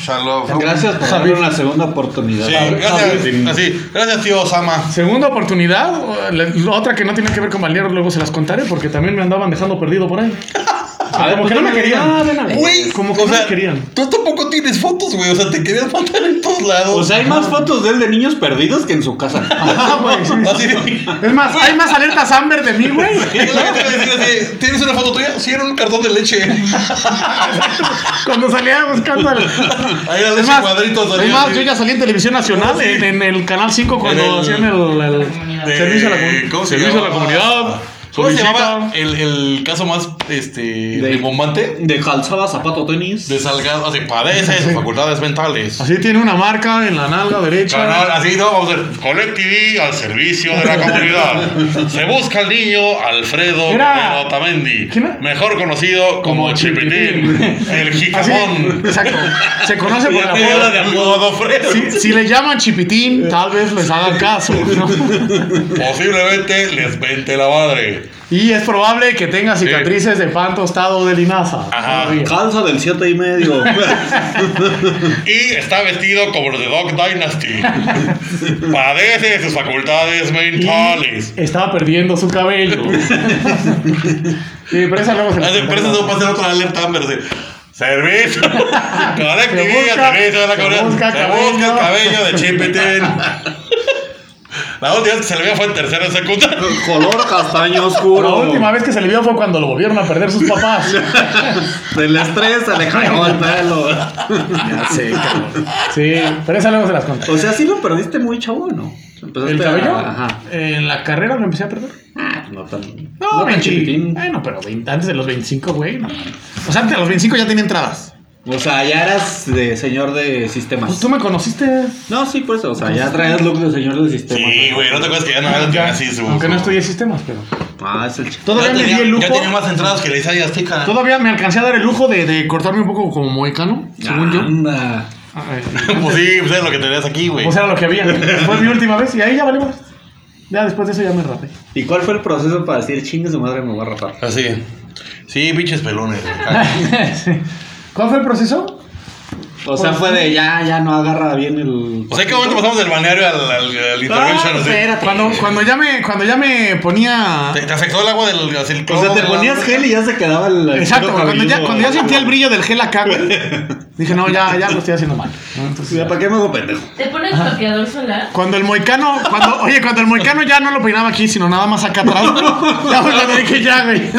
Speaker 5: Shalom.
Speaker 4: Gracias por darme una segunda oportunidad.
Speaker 2: sí,
Speaker 3: Javi-
Speaker 2: gracias,
Speaker 3: Javi.
Speaker 2: así, gracias, tío Osama.
Speaker 3: Segunda oportunidad, la- la otra que no tiene que ver con Valero, luego se las contaré porque también me andaban dejando perdido
Speaker 2: [LAUGHS]
Speaker 3: por ahí. O sea,
Speaker 4: ver,
Speaker 3: como
Speaker 4: pues,
Speaker 3: que no me
Speaker 4: dame la
Speaker 3: querían.
Speaker 4: idea, dame la
Speaker 2: Güey,
Speaker 3: como que
Speaker 2: Este, o
Speaker 3: no
Speaker 2: sea, [LAUGHS]
Speaker 3: me querían.
Speaker 2: Tú tampoco tienes fotos, güey. O sea, te querías matar en todos lados.
Speaker 4: O sea, hay más fotos de él de niños perdidos que en su casa.
Speaker 3: [LAUGHS] Ah, güey, sí.
Speaker 2: así de.
Speaker 3: Es más, hay más alertas Amber de mí,
Speaker 2: [LAUGHS]
Speaker 3: güey.
Speaker 2: Es lo que te iba a decir, así, ¿Tienes una foto tuya? Sí, era un cartón de leche.
Speaker 3: Cuando salía buscando al...
Speaker 2: Ahí era leche
Speaker 3: Es más,
Speaker 2: cuadritos.
Speaker 3: es
Speaker 2: salía
Speaker 3: más,
Speaker 2: así.
Speaker 3: yo ya salí en televisión nacional
Speaker 2: Sí.
Speaker 3: en, en el canal 5 cuando
Speaker 2: En el-
Speaker 3: hacían el, el
Speaker 2: de-
Speaker 3: servicio a la, comu-
Speaker 2: ¿cómo se
Speaker 3: servicio a la
Speaker 2: llamaba?
Speaker 3: comunidad.
Speaker 2: ¿Cómo se
Speaker 3: solicita-
Speaker 2: llamaba el, el caso más este,
Speaker 4: De-
Speaker 2: bombante?
Speaker 4: De calzada, zapato, tenis.
Speaker 2: De Salgado, así padece sus facultades mentales.
Speaker 3: Así tiene una marca en la nalga derecha.
Speaker 2: Canal, así no, vamos a ver. Colectivi al servicio
Speaker 3: [LAUGHS]
Speaker 2: de la comunidad. Se busca al niño Alfredo
Speaker 3: Era-
Speaker 2: Guerrero Otamendi,
Speaker 3: ¿Quién era?
Speaker 2: mejor conocido como,
Speaker 3: Como
Speaker 2: Chipitín,
Speaker 3: Chipitín.
Speaker 2: el
Speaker 3: Así,
Speaker 2: jicamón.
Speaker 3: exacto. Se conoce por la
Speaker 2: Bola de Godofredo.
Speaker 3: Si, si le llaman chipitín, tal vez les hagan caso. ¿no?
Speaker 2: Posiblemente les vente la madre.
Speaker 3: Y es probable que tenga cicatrices de pan tostado de linaza.
Speaker 2: Ajá.
Speaker 3: todavía.
Speaker 4: Calza del 7 y medio.
Speaker 2: Y está vestido como los de Dog Dynasty. [LAUGHS] Padece de sus facultades
Speaker 3: Y
Speaker 2: mentales.
Speaker 3: estaba perdiendo su cabello. Sí, pero esa luego se la
Speaker 2: Las empresas
Speaker 3: contamos.
Speaker 2: no pasan otra alerta Amber de servicio. [LAUGHS] Colectividad,
Speaker 3: busca-
Speaker 2: servicio de la
Speaker 3: se
Speaker 2: comunidad.
Speaker 3: busca
Speaker 2: Se busca el
Speaker 3: cabello.
Speaker 2: cabello de Chipitín. [LAUGHS] La última vez que se le vio fue en tercero de secundaria.
Speaker 4: Color castaño
Speaker 3: La
Speaker 4: oscuro.
Speaker 3: última vez que se le vio fue cuando lo volvieron a perder sus papás.
Speaker 4: Del estrés se le cayó el pelo.
Speaker 3: Ya sé, cabrón. Sí, pero esa luego se las contaré.
Speaker 4: O sea, sí lo perdiste muy chavo, ¿no? Empezaste
Speaker 3: ¿El cabello?
Speaker 4: a- Pues, este, Ajá.
Speaker 3: En la carrera lo empecé a perder.
Speaker 4: Ah, No tan.
Speaker 3: No,
Speaker 4: tan
Speaker 3: 20.
Speaker 4: chiquitín.
Speaker 3: Bueno, pero 20 antes de los 25, güey. no. O sea, antes de los 25 ya tenía entradas.
Speaker 4: O sea, ya eras de señor de
Speaker 3: Pues
Speaker 4: sistemas.
Speaker 3: tú me conociste.
Speaker 4: No, sí, pues, o sea, ya traías look de señor de sistemas.
Speaker 2: Sí, güey, no te acuerdas que ya no era así su.
Speaker 3: Aunque no estudié sistemas, pero.
Speaker 4: Ah, es el chico.
Speaker 3: Todavía
Speaker 2: ya
Speaker 3: me di
Speaker 2: tenía,
Speaker 3: el lujo.
Speaker 2: ya tenía más entradas que la Isaia Azteca.
Speaker 3: Todavía me alcancé a dar el lujo de, de cortarme un poco como moicano, según yo.
Speaker 4: Anda.
Speaker 3: Ah, eh.
Speaker 2: [LAUGHS] Pues sí, pues es lo que tenías aquí, güey.
Speaker 3: [LAUGHS] Pues era lo que había. Fue mi última vez y ahí ya valimos. Ya después de eso ya me rapé. [LAUGHS]
Speaker 4: ¿Y cuál fue el proceso para decir chingue su madre me voy a rapar?
Speaker 2: Así. Sí, pinches
Speaker 3: [LAUGHS]
Speaker 2: pelones. me cago.
Speaker 3: Sí. ¿Cuál fue el proceso?
Speaker 4: O sea, fue de ya, ya no agarra bien el.
Speaker 2: O sea, ¿qué momento pasamos del balneario al, al, al intervention?
Speaker 3: Ah,
Speaker 2: así?
Speaker 3: espérate. Cuando, cuando, ya me, cuando ya me ponía.
Speaker 2: ¿Te, te afectó el agua del así
Speaker 3: Pues
Speaker 2: el
Speaker 4: O
Speaker 2: cloro
Speaker 4: sea, te
Speaker 2: del
Speaker 4: ponías
Speaker 2: agua?
Speaker 4: gel y ya se quedaba el.
Speaker 3: Exacto, cuando ya, cuando ya sentía el brillo del gel acá,
Speaker 2: [LAUGHS]
Speaker 3: güey, Dije, no, ya, ya lo estoy haciendo mal. ¿no? Entonces, ya.
Speaker 4: ¿Para qué me hago pendejo?
Speaker 6: ¿Te pones bloqueador solar?
Speaker 3: Cuando el moicano, cuando, oye, cuando el moicano ya no lo peinaba aquí, sino nada más acá atrás.
Speaker 2: [LAUGHS]
Speaker 3: Ya fue cuando dije, ya, güey.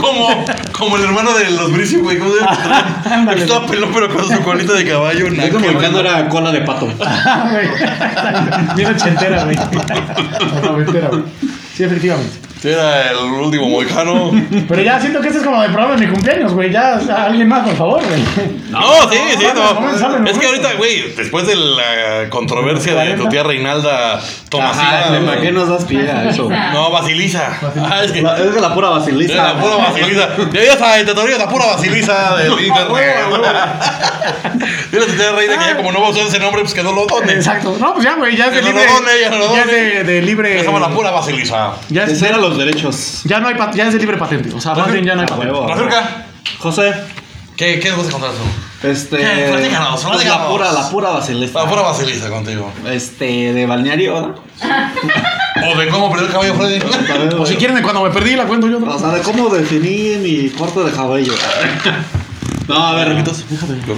Speaker 2: Como, como el hermano de los Brisi, güey. ¿Cómo se llama?
Speaker 3: [LAUGHS] Ándale.
Speaker 2: Que Estaba pelón, pero con su colita de caballo.
Speaker 4: Yo
Speaker 2: naco,
Speaker 4: como el
Speaker 2: güey.
Speaker 4: cano era cola de pato.
Speaker 3: Güey. Bien ochentera, güey. O noventera, güey. Sí, efectivamente.
Speaker 2: Sí, Era el último moicano.
Speaker 3: [LAUGHS] Pero ya siento que este es como de programa de mi cumpleaños, güey. Ya, o sea, alguien más, por favor, güey.
Speaker 2: No, sí, sí,
Speaker 3: no, no, no, no,
Speaker 2: no.
Speaker 3: no.
Speaker 2: Es que ahorita, güey, después de la controversia de tu tía Reinalda Tomasina.
Speaker 4: Ajá, ¿para
Speaker 2: güey.
Speaker 4: qué nos das pie a eso?
Speaker 2: No, Basilisa. Ah, es que.
Speaker 4: La- es de la pura
Speaker 2: Es la
Speaker 4: basilisa.
Speaker 2: pura basilisa. Ya ya sabes, te teoría la pura basilisa del internet. Dile a tu tía Reina que ya como no va a usar ese nombre, pues que no lo done.
Speaker 3: Exacto. No, pues ya, güey. Ya es de
Speaker 2: Que no lo
Speaker 3: libre.
Speaker 2: done, ya no lo
Speaker 3: Ya es
Speaker 2: done.
Speaker 3: de, de libre.
Speaker 2: Que somos la pura basilisa.
Speaker 3: Ya es,
Speaker 4: Ese era los derechos.
Speaker 3: ya no hay pat- ya es de libre patente. O sea, más bien ya no hay
Speaker 4: A
Speaker 3: patente.
Speaker 4: huevo.
Speaker 2: Mazurka,
Speaker 4: José,
Speaker 2: ¿qué, qué vas a contar tú?
Speaker 4: este.
Speaker 2: Eh, platícanos,
Speaker 4: pues la
Speaker 2: platícanos.
Speaker 4: pura, la pura basilisa.
Speaker 2: La pura basilisa contigo.
Speaker 4: Este, de balneario, ¿no?
Speaker 2: O de cómo perdió el cabello Freddy.
Speaker 3: O si quieren, de cuando me perdí, la cuento yo.
Speaker 4: Pues, O sea, de cómo definí mi corte de cabello. No, a ver, repito.
Speaker 3: No,
Speaker 4: de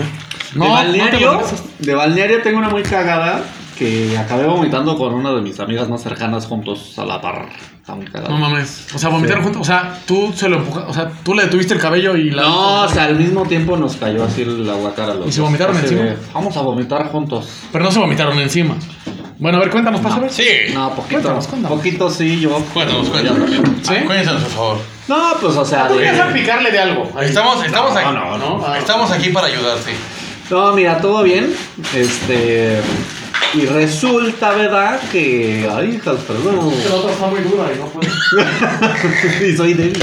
Speaker 3: no
Speaker 4: balneario,
Speaker 3: te regresas.
Speaker 4: de balneario tengo una muy cagada que acabé vomitando con una de mis amigas más cercanas juntos a la par. Está muy cagada.
Speaker 3: No mames. O sea, vomitaron juntos. O sea, tú se lo empujaste. O sea, tú le detuviste el cabello y la.
Speaker 4: No, o sea, al mismo tiempo nos cayó así el agua cara. a los
Speaker 3: ¿Y se
Speaker 4: dos.
Speaker 3: vomitaron
Speaker 4: Así
Speaker 3: encima?
Speaker 4: de, Vamos a vomitar juntos.
Speaker 3: Pero no se vomitaron encima. Bueno, a ver, cuéntanos, para saber.
Speaker 2: Sí.
Speaker 4: No, poquito.
Speaker 3: Cuéntanos, cuéntanos.
Speaker 4: Poquito sí, yo.
Speaker 2: Cuéntanos,
Speaker 4: Ya.
Speaker 2: cuéntanos.
Speaker 3: ¿Sí?
Speaker 2: Cuéntanos, por favor.
Speaker 4: No, pues o sea,
Speaker 3: Tú
Speaker 4: de-
Speaker 3: quieres salpicarle de algo. Ahí.
Speaker 2: Estamos, estamos aquí.
Speaker 4: no, no.
Speaker 2: Ah. Estamos aquí para ayudarte.
Speaker 4: No, mira, todo bien. Este. Y resulta, ¿verdad? Que. Ay, hijas, perdón.
Speaker 3: La otra está muy dura y no puedo.
Speaker 4: [LAUGHS] y soy débil.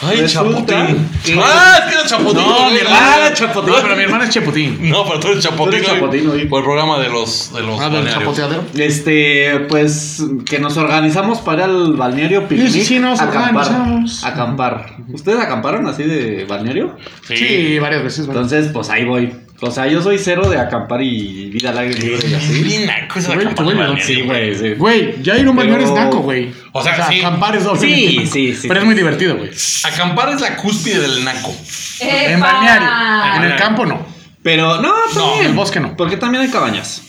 Speaker 2: Ay,
Speaker 4: Resulta
Speaker 2: chaputín.
Speaker 4: que-
Speaker 2: Ah, es que era chaputín.
Speaker 3: No, mi
Speaker 2: güey.
Speaker 3: hermano
Speaker 4: Ah, chapotín.
Speaker 3: No, pero mi hermano es chapotín.
Speaker 2: [LAUGHS] No, pero tú eres chapotín.
Speaker 4: Tú eres
Speaker 2: güey,
Speaker 4: chapotín, güey.
Speaker 2: Por el programa de los. De los
Speaker 3: Ah, del
Speaker 2: balnearios.
Speaker 3: chapoteadero.
Speaker 4: Este, pues que nos organizamos para ir al balneario picnic.
Speaker 3: Sí, sí, nos organizamos.
Speaker 4: Acampar. ¿Ustedes acamparon así de balneario?
Speaker 3: Sí, varias veces. varias
Speaker 4: Entonces, pues ahí voy. O sea, yo soy cero de acampar y vida al aire libre y así.
Speaker 2: Divina cosa
Speaker 3: Güey,
Speaker 2: de acampar
Speaker 3: güey,
Speaker 2: en
Speaker 3: no,
Speaker 2: balneario.
Speaker 4: Sí, güey, sí.
Speaker 3: veces. Güey, ya ir a un
Speaker 4: Pero-
Speaker 3: balneario es naco, güey.
Speaker 2: O sea, sí.
Speaker 3: acampar es obviamente
Speaker 4: Sí,
Speaker 3: naco.
Speaker 4: sí, sí.
Speaker 3: Pero es muy divertido, güey.
Speaker 2: Acampar es la cúspide del naco.
Speaker 3: En balneario. En el campo no.
Speaker 4: Pero
Speaker 2: No,
Speaker 4: no, también.
Speaker 3: en el bosque no.
Speaker 4: Porque también hay cabañas.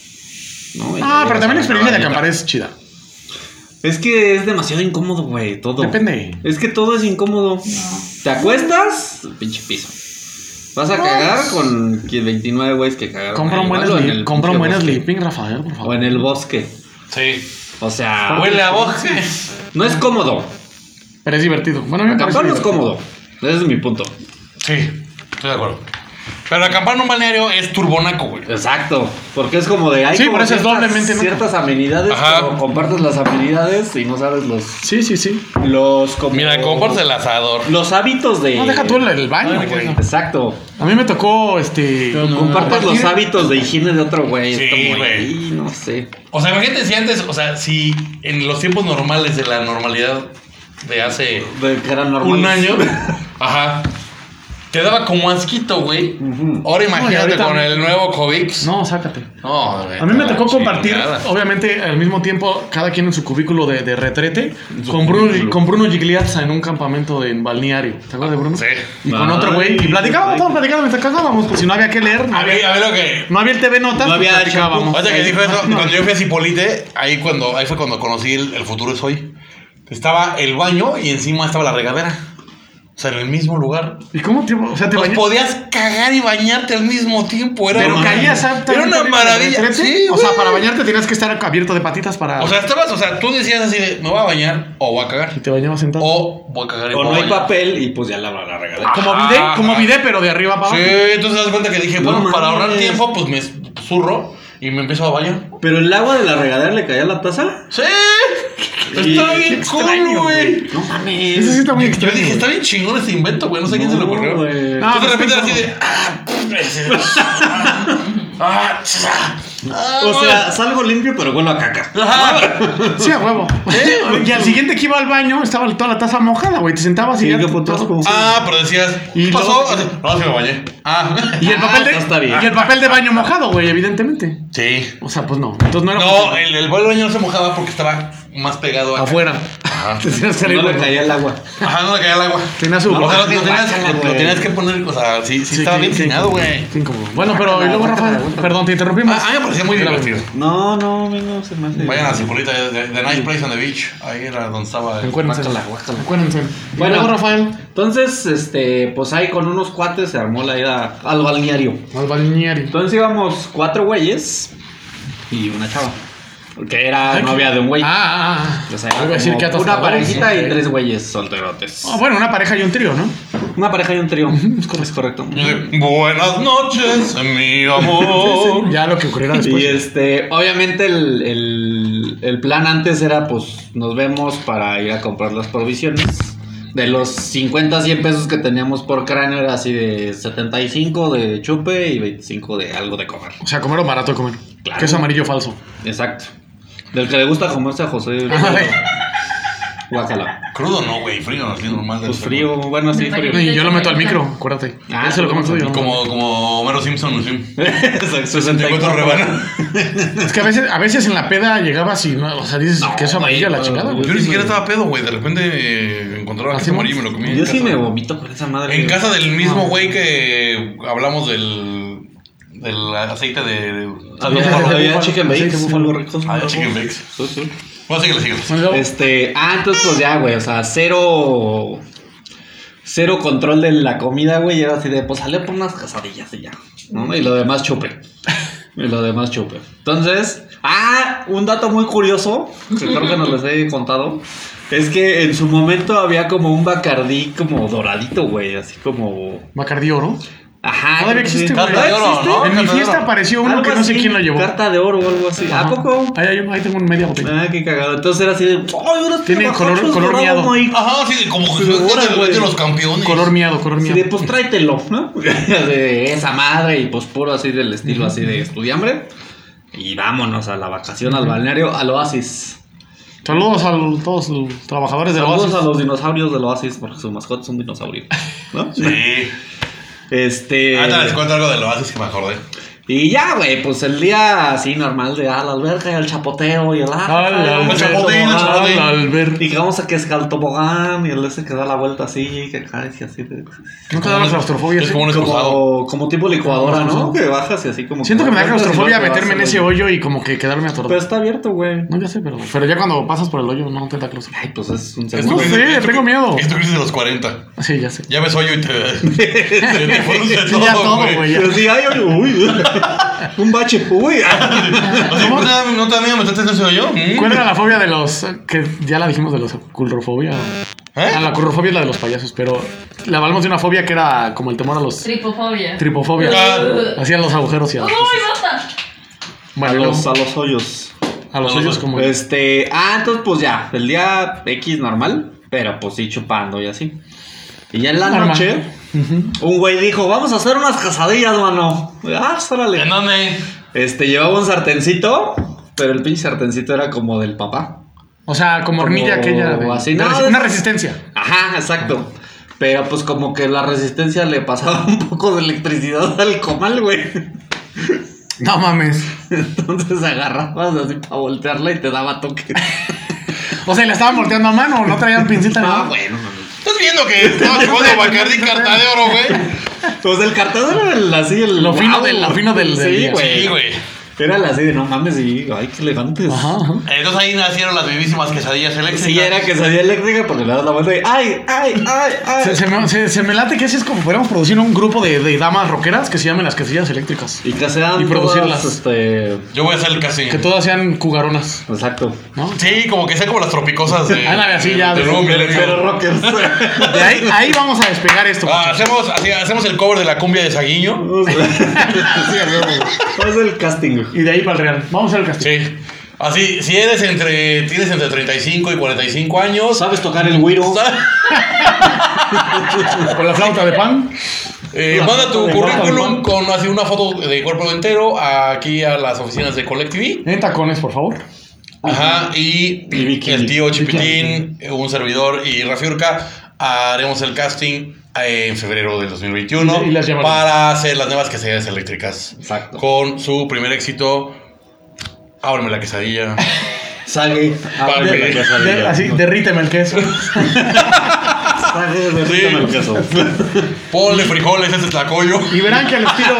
Speaker 4: ¿no? Y
Speaker 3: Ah, pero
Speaker 4: llegas a
Speaker 3: también la experiencia de
Speaker 4: cabañita.
Speaker 3: acampar es chida.
Speaker 4: Es que es demasiado incómodo, güey, todo.
Speaker 3: Depende.
Speaker 4: Es que todo es incómodo. Te acuestas, pinche piso. Vas a cagar con que 29 güeyes que cagaron.
Speaker 3: Compra un
Speaker 4: ahí,
Speaker 3: buen,
Speaker 4: igual, o en
Speaker 3: sleep-
Speaker 4: el
Speaker 3: compra un
Speaker 4: pinche
Speaker 3: buen
Speaker 4: bosque.
Speaker 3: sleeping, Rafael, por
Speaker 4: O
Speaker 3: favor.
Speaker 4: en el bosque.
Speaker 2: Sí.
Speaker 4: O sea,
Speaker 2: Ah, Huele a bosque.
Speaker 4: no es cómodo.
Speaker 3: Pero es divertido. Bueno, a mí me parece
Speaker 4: Acampar no es
Speaker 3: divertido.
Speaker 4: cómodo. Ese es mi punto.
Speaker 2: Sí, estoy de acuerdo. Pero acampar en un balneario es turbonaco, güey.
Speaker 4: Exacto. Porque es como de ahí.
Speaker 3: Sí, por eso es doblemente naco.
Speaker 4: Ciertas amenidades,
Speaker 2: Ajá.
Speaker 4: pero compartes las amenidades y no sabes los.
Speaker 3: Sí, sí, sí.
Speaker 4: Los. como-
Speaker 3: Oh.
Speaker 2: Mira, comparte el asador.
Speaker 4: Los hábitos de. Ah,
Speaker 3: No, deja tú el, el baño,
Speaker 2: Ay,
Speaker 3: güey.
Speaker 4: Exacto.
Speaker 3: A mí me tocó, este...
Speaker 4: Compartes los
Speaker 3: compartir-
Speaker 4: hábitos de higiene de otro güey.
Speaker 2: Sí,
Speaker 4: es como,
Speaker 2: güey.
Speaker 4: "Ay, No sé.
Speaker 2: O sea, imagínate si antes, o sea, si en los tiempos normales de la normalidad de hace
Speaker 4: De que eran normales.
Speaker 2: un año, ajá, te daba como asquito, güey.
Speaker 4: Ujú.
Speaker 2: Ahora
Speaker 3: No, y
Speaker 2: imagínate
Speaker 3: ahorita-
Speaker 2: con el nuevo COVID.
Speaker 3: No, sácate.
Speaker 2: No, güey,
Speaker 3: A mí me
Speaker 2: la
Speaker 3: tocó compartir,
Speaker 2: chingada.
Speaker 3: obviamente, al mismo tiempo, cada quien en su cubículo de, de retrete,
Speaker 2: su
Speaker 3: con Bruno,
Speaker 2: cubículo.
Speaker 3: con Bruno Gigliazza en un campamento en Balneario. ¿Te acuerdas de Bruno?
Speaker 2: Sí.
Speaker 3: Y con otro güey. Y platicábamos, todos platicábamos, mientras cagábamos, pues si no había que leer, no
Speaker 2: A ver,
Speaker 3: había,
Speaker 2: a ver lo que.
Speaker 3: no había el TV Notas,
Speaker 4: No había
Speaker 3: pues, platicábamos.
Speaker 2: Ahorita que dijo eso,
Speaker 3: No.
Speaker 2: cuando
Speaker 3: [LAUGHS]
Speaker 2: yo fui a Cipolite, ahí, cuando, ahí fue cuando conocí el, el futuro es hoy. Estaba el baño y encima estaba la regadera. O sea, en el mismo lugar.
Speaker 3: ¿Y cómo te, o sea, te
Speaker 2: Pues
Speaker 3: bañaste?
Speaker 2: podías cagar y bañarte al mismo tiempo. Era,
Speaker 3: Pero
Speaker 2: una-
Speaker 3: caías aptamente
Speaker 2: era una
Speaker 3: en el
Speaker 2: maravilla.
Speaker 3: retrete.
Speaker 2: Sí,
Speaker 3: o sea,
Speaker 2: güey.
Speaker 3: para bañarte tenías que estar abierto de patitas para...
Speaker 2: O sea, estabas, o sea, tú decías así de, me voy a bañar o voy a
Speaker 3: y
Speaker 2: cagar.
Speaker 3: te bañabas sentado.
Speaker 2: O voy a cagar y
Speaker 4: O
Speaker 2: voy
Speaker 4: no
Speaker 2: a
Speaker 4: hay
Speaker 2: bañar.
Speaker 4: papel y pues ya la, la regadera.
Speaker 3: como
Speaker 2: Ajá.
Speaker 3: vide, como vide, pero de arriba para abajo.
Speaker 2: Ah, Sí, entonces te das cuenta que dije,
Speaker 4: No
Speaker 2: bueno, para ahorrar
Speaker 4: mames.
Speaker 2: tiempo, pues me zurro y me empiezo a bañar.
Speaker 4: Pero el agua de la regadera le caía a la taza.
Speaker 2: ¡Sí!
Speaker 4: Y-
Speaker 2: Está
Speaker 4: qué
Speaker 2: bien
Speaker 4: extraño,
Speaker 2: cool, güey.
Speaker 4: No mames.
Speaker 3: Eso sí está muy
Speaker 2: Yo
Speaker 3: extraño.
Speaker 2: dije,
Speaker 3: güey.
Speaker 2: está bien chingón este invento, güey. No sé a quién se le
Speaker 4: No,
Speaker 2: ocurrió.
Speaker 4: güey.
Speaker 2: Entonces
Speaker 3: Ah,
Speaker 2: de
Speaker 3: pues,
Speaker 2: repente
Speaker 3: está
Speaker 2: así de. ah, Ah, tsa. Ah,
Speaker 4: O sea,
Speaker 2: güey.
Speaker 4: salgo limpio, pero huelo a caca.
Speaker 2: Ajá.
Speaker 3: Sí, a huevo. Y al siguiente que iba al baño, estaba toda la taza mojada, güey. Te sentabas y
Speaker 4: Sí,
Speaker 3: ya
Speaker 4: qué
Speaker 3: todo-
Speaker 4: putasco.
Speaker 2: Ah, pero decías,
Speaker 3: Y
Speaker 2: ¿qué pasó?
Speaker 3: luego-
Speaker 2: Ah, sí. No, se me bañé. Ah.
Speaker 3: Y el papel de,
Speaker 4: Ah, está bien.
Speaker 3: y el papel de baño mojado, güey, evidentemente.
Speaker 2: Sí.
Speaker 3: O sea, pues no. Entonces no era
Speaker 2: No, eh, el, el vuelo baño no se mojaba porque estaba más pegado a.
Speaker 3: afuera.
Speaker 2: Ajá.
Speaker 3: Te [LAUGHS] tenías que salir,
Speaker 4: No le
Speaker 3: güey.
Speaker 4: caía el agua.
Speaker 2: Ajá, no le caía el agua.
Speaker 3: Tenía su-
Speaker 2: O sea, lo, lo tenías,
Speaker 3: Guácala,
Speaker 2: lo- lo
Speaker 3: güey.
Speaker 2: tenías que poner, o sea, sí, sí,
Speaker 3: Sí,
Speaker 2: estaba
Speaker 3: qué-
Speaker 2: bien
Speaker 3: qué
Speaker 2: peinado,
Speaker 3: incómodo,
Speaker 2: güey.
Speaker 3: qué incómodo. Bueno, pero y luego, Guácala, Rafa, guácala. perdón, te interrumpimos.
Speaker 2: Ah, a mí me parecía muy divertido.
Speaker 4: No, no, a mí no se me hace.
Speaker 2: Vayan a Cipolita, the, the Nice Place on the Beach. Ahí era donde estaba. el-
Speaker 3: Acuérdense.
Speaker 4: Guácala, guácala.
Speaker 3: Acuérdense. Y
Speaker 4: Bueno.
Speaker 3: luego, Rafael,
Speaker 4: Entonces, este, pues ahí con unos cuates se armó la ida al balneario.
Speaker 3: al balneario.
Speaker 4: Entonces íbamos cuatro güeyes y una chava. Que era
Speaker 3: Ay,
Speaker 4: novia de un güey.
Speaker 3: Ah, ah, ah.
Speaker 4: O sea, era
Speaker 3: Iba a decir
Speaker 4: como
Speaker 3: que atostador,
Speaker 4: una parejita
Speaker 3: ok.
Speaker 4: y tres güeyes solterotes.
Speaker 3: Ah, bueno, una pareja y un trío, ¿no?
Speaker 4: Una pareja y
Speaker 3: [LAUGHS]
Speaker 4: un trío. Es correcto.
Speaker 2: Yo de, Buenas noches, mi amor.
Speaker 4: [LAUGHS]
Speaker 3: Ya lo que ocurriera
Speaker 4: Y
Speaker 3: después.
Speaker 4: este, obviamente el, el- el plan antes era pues nos vemos para ir a comprar las provisiones. De los 50, 100 pesos que teníamos por cráneo era así de 75 de chupe y 25 de algo de comer.
Speaker 3: O sea, comer lo barato de comer.
Speaker 4: Claro.
Speaker 3: Queso amarillo
Speaker 4: [LAUGHS]
Speaker 3: falso.
Speaker 4: Exacto. Del que le gusta comerse a José.
Speaker 3: [LAUGHS]
Speaker 4: Guácala.
Speaker 2: Crudo no, güey, frío, así normal. este del
Speaker 4: Pues frío, bueno, sí, frío.
Speaker 3: Y yo lo meto al micro, acuérdate.
Speaker 4: Ah,
Speaker 3: Él se lo come
Speaker 4: sí,
Speaker 3: todo y yo lo
Speaker 2: Como, como Homero Simpson, sí.
Speaker 4: [LAUGHS] Exacto,
Speaker 2: 64 rebanas.
Speaker 3: meto. Es que a veces, a veces en la peda llegabas y no, o sea, dices
Speaker 4: No,
Speaker 3: queso amarillo a la
Speaker 4: güey,
Speaker 3: chingada, güey.
Speaker 2: Yo ni siquiera estaba pedo, güey. De repente eh, encontraba
Speaker 3: Así
Speaker 2: queso
Speaker 3: no.
Speaker 2: amarillo y me lo comí. en
Speaker 4: Yo ¿Ah, sí
Speaker 2: casa.
Speaker 4: me vomito con esa madre.
Speaker 2: En casa del mismo güey que hablamos del. Del aceite de.
Speaker 4: Había,
Speaker 3: Ah,
Speaker 4: había
Speaker 3: búfalo,
Speaker 4: chicken
Speaker 3: sí,
Speaker 4: bakes,
Speaker 3: sí, búfalo.
Speaker 4: algo rico.
Speaker 2: Ah, chicken bakes.
Speaker 4: Sí, sí.
Speaker 2: Bueno, síguele, síguele.
Speaker 3: Bueno, luego-
Speaker 4: Este, ah, entonces pues ya, güey, o sea, cero cero control de la comida, güey, y era así de, pues sale por unas casadillas y ya, ¿no? Y lo demás chupe. Y lo demás chupe. Entonces, ah, un dato muy curioso, que creo que nos les he contado, es que en su momento había como un bacardí como doradito, güey, así como
Speaker 3: Bacardí oro.
Speaker 4: ajá.
Speaker 3: Todavía
Speaker 4: creo que sí.
Speaker 3: existe, güey.
Speaker 2: Carta de oro, ¿no?
Speaker 3: En mi
Speaker 2: Carta de
Speaker 3: fiesta
Speaker 2: oro.
Speaker 3: apareció uno
Speaker 4: Algo
Speaker 3: que no sé
Speaker 4: así,
Speaker 3: quién lo llevó.
Speaker 4: Carta de oro o algo así.
Speaker 3: Ajá.
Speaker 4: ¿A poco?
Speaker 3: Ahí, hay un- ahí tengo un media botella.
Speaker 4: Ah, qué cagado. Entonces era así de. ¡Ay, ahora
Speaker 3: Tiene
Speaker 4: unos
Speaker 3: color-
Speaker 4: gachos
Speaker 3: color
Speaker 4: dorados,
Speaker 3: miado.
Speaker 4: Mike".
Speaker 2: Ajá, sí, de- como que
Speaker 4: Sí, ahora,
Speaker 2: de
Speaker 4: güey.
Speaker 2: de los campeones.
Speaker 3: Color miado, color
Speaker 4: Así de,
Speaker 3: miado.
Speaker 4: pues tráetelo, ¿no? [LAUGHS] de esa madre y pues puro así del estilo así de estudiambre. Y vámonos a la vacación, al balneario, al oasis.
Speaker 3: Saludos a los- todos los trabajadores de la
Speaker 4: Saludos a
Speaker 3: base.
Speaker 4: los dinosaurios del oasis porque su mascota es un dinosaurio. ¿No?
Speaker 2: Sí.
Speaker 4: Este.
Speaker 2: Ahorita les cuento algo de lo haces que me acordé.
Speaker 4: Y ya, güey, pues el día así normal de a la alberca y al chapoteo y el. ah,
Speaker 3: Al
Speaker 2: Al chapotín, al chapotín.
Speaker 3: Albert. Al Albert.
Speaker 4: Y que vamos a que es al tobogán y el ese que da la vuelta así, que acaricia así de.
Speaker 3: ¿No te da la claustrofobia?
Speaker 2: Es
Speaker 3: sí?
Speaker 2: como un excusado.
Speaker 4: Como, como tipo licuadora, ¿no?
Speaker 3: Excusado.
Speaker 4: Que bajas y así como.
Speaker 3: Siento que me da
Speaker 4: bajas y
Speaker 3: claustrofobia
Speaker 4: luego te
Speaker 3: meterme en
Speaker 4: vas
Speaker 3: ese
Speaker 4: al-
Speaker 3: hoyo y como que quedarme atorado.
Speaker 4: Pero está abierto, güey.
Speaker 3: No, ya sé, pero, pero ya cuando pasas por el hoyo no te da claustrofobia.
Speaker 4: Ay, pues es un
Speaker 2: Es
Speaker 3: No
Speaker 2: tu
Speaker 4: segundo.
Speaker 3: sé,
Speaker 2: crisis- es tu
Speaker 3: tengo
Speaker 2: cri-
Speaker 3: miedo.
Speaker 2: Es tu crisis de los 40.
Speaker 3: Sí, ya sé.
Speaker 2: Ya ves hoyo y te. [LAUGHS] Se te frunce
Speaker 3: Sí,
Speaker 2: todo,
Speaker 3: ya todo,
Speaker 2: güey.
Speaker 3: güey.
Speaker 4: Pero sí, ay, ay, uy. [LAUGHS] un bache, uy.
Speaker 2: O sea, ¿No te da- no te da miedo meterte en ese hoyo? Mm.
Speaker 3: ¿Cuál era la fobia de los que ya la dijimos de los culrofobia?
Speaker 2: ¿Eh?
Speaker 3: Ah, la culrofobia es la de los payasos, pero la hablamos de una fobia que era como el temor a los
Speaker 6: Tripofobia.
Speaker 3: tripofobia.
Speaker 6: Ah.
Speaker 3: Hacían los agujeros y a,
Speaker 6: ¡Uy, basta!
Speaker 4: A
Speaker 3: bueno, luego,
Speaker 4: los, [LAUGHS] a los hoyos.
Speaker 3: a los
Speaker 2: a los-
Speaker 3: hoyos como
Speaker 4: Este. Ah, entonces, pues ya. El día X normal. Pero pues sí, chupando y así. Y ya en la
Speaker 3: Normal.
Speaker 4: noche.
Speaker 3: Ujú.
Speaker 4: Un güey dijo, vamos a hacer unas casadillas, mano. Ah, órale.
Speaker 2: ¿En dónde?
Speaker 4: Este, llevaba un sartencito, pero el pinche sartencito era como del papá.
Speaker 3: O sea, como hornilla
Speaker 4: Como
Speaker 3: aquella. de-
Speaker 4: así,
Speaker 3: de
Speaker 4: no,
Speaker 3: resi-
Speaker 4: de-
Speaker 3: una resistencia.
Speaker 4: Ajá, exacto. Pero pues como que la resistencia le pasaba [LAUGHS] un poco de electricidad al comal, güey. [LAUGHS]
Speaker 3: No mames.
Speaker 4: Entonces agarrabas así para voltearla y te daba
Speaker 3: [LAUGHS]
Speaker 4: toque.
Speaker 3: O sea, y la estaban volteando a mano, no traían pincita.
Speaker 4: Ah,
Speaker 3: ¿no?
Speaker 4: bueno.
Speaker 2: ¿Estás viendo que estaba jugando Bacardi carta de oro, güey?
Speaker 4: Pues el cartón era el, así el...
Speaker 3: Lo fino
Speaker 4: wow,
Speaker 3: del- lo fino del- del
Speaker 4: Sí,
Speaker 3: día.
Speaker 4: güey.
Speaker 2: Sí, güey.
Speaker 4: Era el así de, no mames, y, ay, qué elegantes.
Speaker 3: Ajá, ajá.
Speaker 2: Entonces ahí nacieron las vivísimas quesadillas eléctricas.
Speaker 4: Sí, era que salía eléctrica porque le das la vuelta y, ay, ay, ay, ay.
Speaker 3: Se, se me, se- se me late que así es como fuéramos producir un grupo de, de damas rockeras que se llamen las quesillas eléctricas.
Speaker 4: Y que sean
Speaker 3: Y producirlas.
Speaker 4: todas, este...
Speaker 2: Yo voy a hacer el casting.
Speaker 3: Que todas sean cugaronas,
Speaker 4: Exacto.
Speaker 3: ¿no?
Speaker 2: Sí, como que sea como las tropicosas de.
Speaker 3: Ándale, así ya,
Speaker 2: de
Speaker 3: de-
Speaker 2: nuevo
Speaker 4: Pero,
Speaker 2: milenio.
Speaker 4: pero rockers.
Speaker 3: [LAUGHS] De ahí, ahí vamos a despegar esto.
Speaker 2: Ah,
Speaker 3: muchachos.
Speaker 2: hacemos, así, hacemos el cover de la cumbia de Saguiño.
Speaker 4: [LAUGHS]
Speaker 5: Sí, a huevo.
Speaker 4: es el casting.
Speaker 3: y de ahí para el real. Vamos al castillo.
Speaker 2: Sí. Así, si eres entre. Tienes entre 35 y 45 años.
Speaker 4: ¿Sabes tocar el güiro?
Speaker 2: ¿sabes?
Speaker 4: [LAUGHS]
Speaker 3: Con la flauta de pan.
Speaker 2: Eh,
Speaker 3: La
Speaker 2: manda
Speaker 3: foto
Speaker 2: tu
Speaker 3: de
Speaker 2: currículum
Speaker 3: Batman.
Speaker 2: con así una foto de cuerpo entero aquí a las oficinas de Collective.
Speaker 3: En tacones, por favor.
Speaker 2: Ajá, y
Speaker 4: Y Vicky.
Speaker 2: el tío Chipitín,
Speaker 3: Vicky.
Speaker 2: un servidor y Rafiurca haremos el casting eh, en febrero del 2021
Speaker 3: Y- y las llamaremos.
Speaker 2: para hacer las nuevas quesadillas eléctricas.
Speaker 4: Exacto.
Speaker 2: Con su primer éxito, Ábreme la quesadilla.
Speaker 4: Sale.
Speaker 2: Vale.
Speaker 4: abre la quesadilla.
Speaker 3: De- así, derríteme el queso.
Speaker 4: Sale, derrítame el queso.
Speaker 2: Ponle frijoles, ese tlacoyo.
Speaker 3: Y verán que al estilo.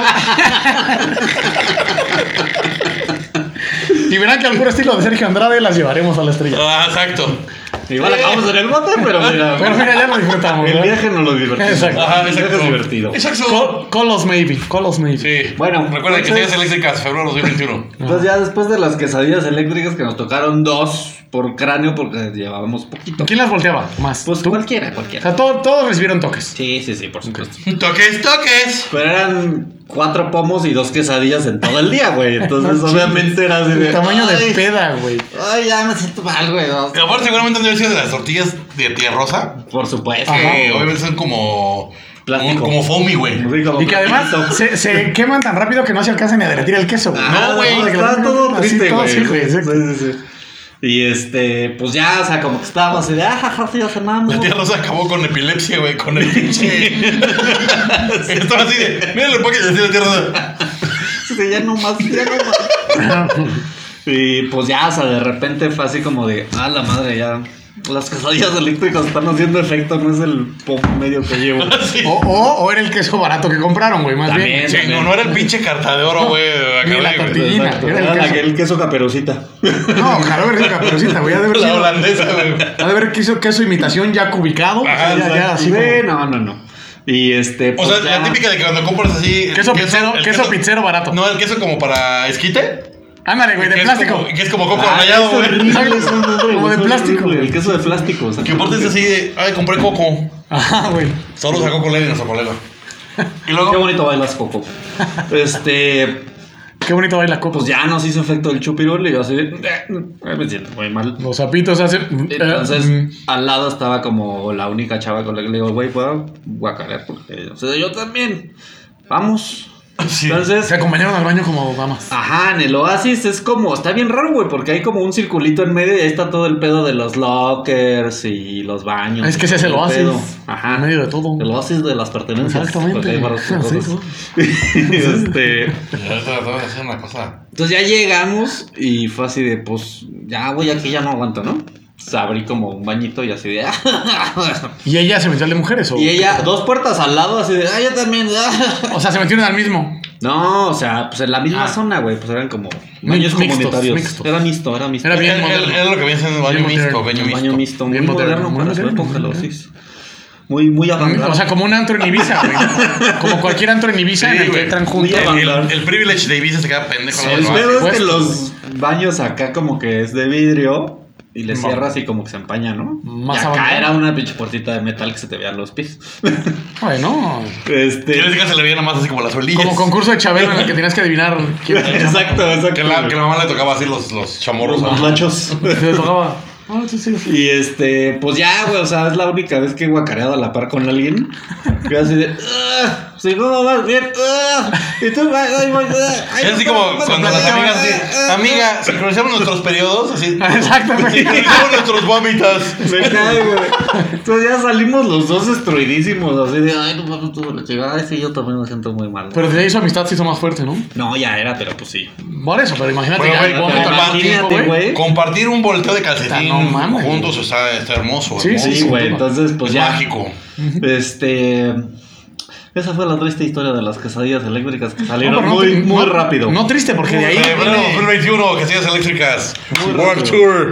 Speaker 3: y verán que al puro estilo de Sergio Andrade las llevaremos a la estrella.
Speaker 2: Ah, exacto.
Speaker 4: [LAUGHS] Igual acabamos en el bote, pero [LAUGHS] mira.
Speaker 3: Pero mira, ya lo disfrutamos.
Speaker 4: El
Speaker 3: ¿verdad?
Speaker 4: viaje no lo divertimos.
Speaker 3: Exacto.
Speaker 2: Ajá,
Speaker 4: el
Speaker 2: exacto.
Speaker 4: viaje es divertido.
Speaker 2: Exacto.
Speaker 3: Col- Colos maybe, colos maybe.
Speaker 2: Sí.
Speaker 4: Bueno,
Speaker 2: recuerda que
Speaker 4: entonces-
Speaker 2: seas eléctricas, febrero 2021.
Speaker 4: [LAUGHS] Entonces ya después de las quesadillas eléctricas que nos tocaron dos por cráneo porque llevábamos poquito.
Speaker 3: ¿Quién las volteaba? Más.
Speaker 4: Pues
Speaker 3: ¿Tú?
Speaker 4: cualquiera,
Speaker 3: O
Speaker 4: cualquiera.
Speaker 3: sea, todo- todos recibieron toques.
Speaker 4: Sí, sí, sí, por supuesto.
Speaker 2: Toques, toques.
Speaker 4: Pero eran cuatro pomos y dos quesadillas en todo el día, güey. [LAUGHS] Entonces
Speaker 3: No
Speaker 4: obviamente era así de...
Speaker 3: El tamaño de
Speaker 4: "Ay,
Speaker 3: peda, güey.
Speaker 4: Ay, ya me siento mal, güey. O sea,
Speaker 2: Aparte, seguramente han de haber sido de las tortillas de tía rosa.
Speaker 4: Por supuesto.
Speaker 3: Ajá.
Speaker 2: que obviamente son como.
Speaker 4: Plástico.
Speaker 2: un- como foamy, güey.
Speaker 4: Sí, como
Speaker 3: Y que además se, se queman tan rápido que no se alcanzan ni a derretir el queso. güey.
Speaker 4: Ajá,
Speaker 2: Ah, No, güey,
Speaker 3: de que lo
Speaker 4: Está
Speaker 3: tengan
Speaker 4: todo
Speaker 3: así,
Speaker 4: triste,
Speaker 3: todo
Speaker 4: güey.
Speaker 3: así, güey, exacto.
Speaker 4: Sí, sí, sí. Y este, pues ya, o sea, como que estábamos así de, ah, jaja, sí, [LAUGHS] ya cenamos.
Speaker 2: La tía Rosa acabó con epilepsia, güey, con el pinche. Estaba así de. Mira el paquete de la tía Rosa.
Speaker 4: Sí, ya no más, ya no más. Y pues ya, o sea, de repente fue así como de, ah, la madre, ya. Las casadillas eléctricas están haciendo efecto, no es el pop medio que [LAUGHS] llevo.
Speaker 2: Sí.
Speaker 3: O, o- o era el queso barato que compraron, güey, más
Speaker 4: También.
Speaker 3: bien.
Speaker 2: Sí, no, no era el pinche carta de oro, güey. de
Speaker 3: Ni la
Speaker 2: Academy, güey.
Speaker 3: tortilla. Gallina, era el
Speaker 4: Era
Speaker 3: queso.
Speaker 4: Ah, aquel queso caperucita.
Speaker 3: No, ojalá hubiera sido caperucita, güey. Ha de haber
Speaker 2: La
Speaker 3: sido-
Speaker 2: holandesa, güey.
Speaker 3: ha de haber que hizo queso imitación ya cubicado.
Speaker 2: Ajá,
Speaker 3: o sea, ya, ya, así
Speaker 4: Sí,
Speaker 3: como-
Speaker 4: no, no, no. Y este.
Speaker 2: O
Speaker 4: pues,
Speaker 2: sea,
Speaker 4: ya-
Speaker 2: la típica de que cuando compras así. el
Speaker 3: Queso pizzero-
Speaker 2: el
Speaker 3: queso pizzero barato.
Speaker 2: No, el queso como para esquite.
Speaker 3: Ándale, güey, de
Speaker 2: que es
Speaker 3: plástico.
Speaker 2: como- que es como coco
Speaker 4: Ah,
Speaker 2: rallado,
Speaker 4: es
Speaker 2: güey.
Speaker 4: horrible, es horrible,
Speaker 3: Como de
Speaker 4: es
Speaker 3: plástico,
Speaker 4: horrible,
Speaker 3: güey.
Speaker 4: El queso de plástico. o sea,
Speaker 2: Que aparte es así de. Ay, compré coco.
Speaker 3: Ajá, güey.
Speaker 2: Solo sacó colega y nuestro colega. Y
Speaker 4: Qué
Speaker 2: luego.
Speaker 4: bonito bailas, Coco. Este.
Speaker 3: Qué bonito baila Coco.
Speaker 4: Pues ya nos hizo efecto el chupirul y yo así de. "Eh, Me siento muy mal.
Speaker 3: Los zapitos hacen. mm, eh,
Speaker 4: Entonces, al lado estaba como la única chava con la que le digo, güey, puedo guacarear porque o sea, yo también. Vamos.
Speaker 2: Sí.
Speaker 3: Se
Speaker 4: Entonces,
Speaker 3: acompañaron al baño como damas.
Speaker 4: ajá, en el oasis es como, está bien raro, güey, porque hay como un circulito en medio y ahí está todo el pedo de los lockers y los baños.
Speaker 3: Es que ese es el
Speaker 4: Todo
Speaker 3: oasis.
Speaker 4: pedo. Ajá.
Speaker 3: En medio de todo.
Speaker 4: El oasis de las pertenencias.
Speaker 3: Exactamente.
Speaker 4: porque hay varias
Speaker 3: Sí,
Speaker 4: cosas.
Speaker 3: ¿no?
Speaker 4: Y, este, [LAUGHS]
Speaker 2: Ahorita te voy a hacer una cosa.
Speaker 4: Entonces ya llegamos y fue así de, pues, ya, güey, aquí ya no aguanto, ¿no? Entonces, abrí como un bañito y así de... [LAUGHS] ah,
Speaker 3: Y ella se metió al de mujeres, o.
Speaker 4: Y ella, dos puertas al lado, así de, ah, yo también. ah".
Speaker 3: O sea, se metieron al mismo.
Speaker 4: No, o sea, pues en la misma
Speaker 3: Ah.
Speaker 4: zona, güey, pues eran como baños
Speaker 3: mixtos,
Speaker 4: comunitarios.
Speaker 3: mixtos.
Speaker 4: Era mixto, era mixto.
Speaker 3: Era bien
Speaker 2: Era
Speaker 3: moderno.
Speaker 2: era lo que viene siendo baño
Speaker 3: Bien
Speaker 2: mixto,
Speaker 3: moderno.
Speaker 2: baño
Speaker 4: Un
Speaker 2: mixto.
Speaker 4: baño mixto, muy
Speaker 3: Bien moderno,
Speaker 4: moderno,
Speaker 3: muy
Speaker 4: para su
Speaker 3: moderno,
Speaker 4: época,
Speaker 3: muy
Speaker 4: lo
Speaker 3: moderno.
Speaker 4: sí. Muy, muy avanzado.
Speaker 3: O sea, como un antro en Ibiza, güey. Como cualquier antro en Ibiza
Speaker 2: Sí,
Speaker 3: en el que
Speaker 2: güey.
Speaker 3: entran juntos.
Speaker 4: Muy
Speaker 2: El, el privilege de Ibiza se queda pendejo.
Speaker 4: el
Speaker 2: la
Speaker 4: pedo es que
Speaker 3: supuesto,
Speaker 4: los baños acá como que es de vidrio y le
Speaker 3: Ma-
Speaker 4: cierras y como que se empaña, ¿no?
Speaker 3: Más
Speaker 4: y acá
Speaker 3: avanzado.
Speaker 4: era una pinche puertita de metal que se te veían los pies.
Speaker 3: Bueno.
Speaker 2: Tienes
Speaker 4: este...
Speaker 2: que se le veía nada más así como las olillas.
Speaker 3: Como concurso de Chabelo en el que tenías que adivinar quién era el chamaco.
Speaker 4: Exacto, exacto.
Speaker 2: Que la, que la mamá le tocaba así los, los chamorros.
Speaker 4: Los
Speaker 2: ¿no?
Speaker 4: machos.
Speaker 3: Se tocaba. Ah, sí, sí.
Speaker 4: Y este, pues ya, güey, o sea, es la única vez que he guacareado a la par con alguien. Yo así de, "Ah, si no vas bien, ah, y tú, ay, ay, ay, ay,
Speaker 2: Es así
Speaker 4: no,
Speaker 2: como
Speaker 4: no,
Speaker 2: cuando
Speaker 4: no,
Speaker 2: las
Speaker 4: no,
Speaker 2: amigas
Speaker 4: no,
Speaker 2: dicen,
Speaker 4: ah, ah,
Speaker 2: amiga, sincronizamos nuestros periodos, así.
Speaker 3: Exactamente.
Speaker 2: Sincronizamos nuestros vómitas.
Speaker 4: Me cae, güey. Entonces ya salimos los dos destruidísimos, así de, ay, no mames, tú la chingada, ay, sí, yo también me siento muy mal.
Speaker 3: Pero desde ahí su amistad se hizo más fuerte, ¿no?
Speaker 4: no, ya era, pero pues sí.
Speaker 3: Por eso, pero imagínate
Speaker 2: Bueno,
Speaker 3: ya
Speaker 2: güey,
Speaker 3: el vómito al
Speaker 2: imagínate,
Speaker 3: mismo tiempo, güey.
Speaker 4: güey.
Speaker 2: Compartir un volteo de calcetín
Speaker 3: Está, no mames.
Speaker 2: juntos está, está hermoso.
Speaker 3: Sí,
Speaker 2: hermoso.
Speaker 4: Sí,
Speaker 3: sin
Speaker 4: güey,
Speaker 3: duda.
Speaker 4: entonces pues
Speaker 2: Es
Speaker 4: ya.
Speaker 2: mágico.
Speaker 4: Este. Esa fue la triste historia de las quesadillas eléctricas que
Speaker 3: No,
Speaker 4: salieron
Speaker 3: pero no
Speaker 4: muy,
Speaker 3: tri-
Speaker 4: muy
Speaker 3: no-
Speaker 4: rápido.
Speaker 3: No triste, porque de ahí.
Speaker 2: Eh,
Speaker 3: viene-
Speaker 2: Febrero 2021, Casillas Eléctricas.
Speaker 4: Muy
Speaker 2: World
Speaker 4: rápido.
Speaker 2: Tour.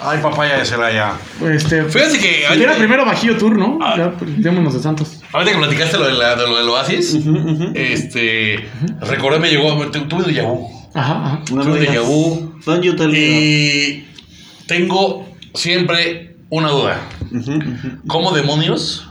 Speaker 2: Ay, papaya de Celaya.
Speaker 3: Este,
Speaker 2: Fíjate que.
Speaker 3: si era primero Bajío Tour, ¿no?
Speaker 2: Ah.
Speaker 3: Ya, pues, démonos de Santos.
Speaker 2: Ahorita que platicaste lo, de la- de lo del Oasis, este, recordé, me llegó, tu- tuve de Yahoo.
Speaker 3: Ajá, ajá.
Speaker 4: No
Speaker 2: Tú
Speaker 4: me
Speaker 2: de
Speaker 4: digas.
Speaker 3: "Uh".
Speaker 2: Yahoo.
Speaker 4: Don't you
Speaker 3: Eh.
Speaker 4: tell me.
Speaker 2: Y tengo siempre una duda.
Speaker 4: Ujú, ujú.
Speaker 2: ¿Cómo demonios?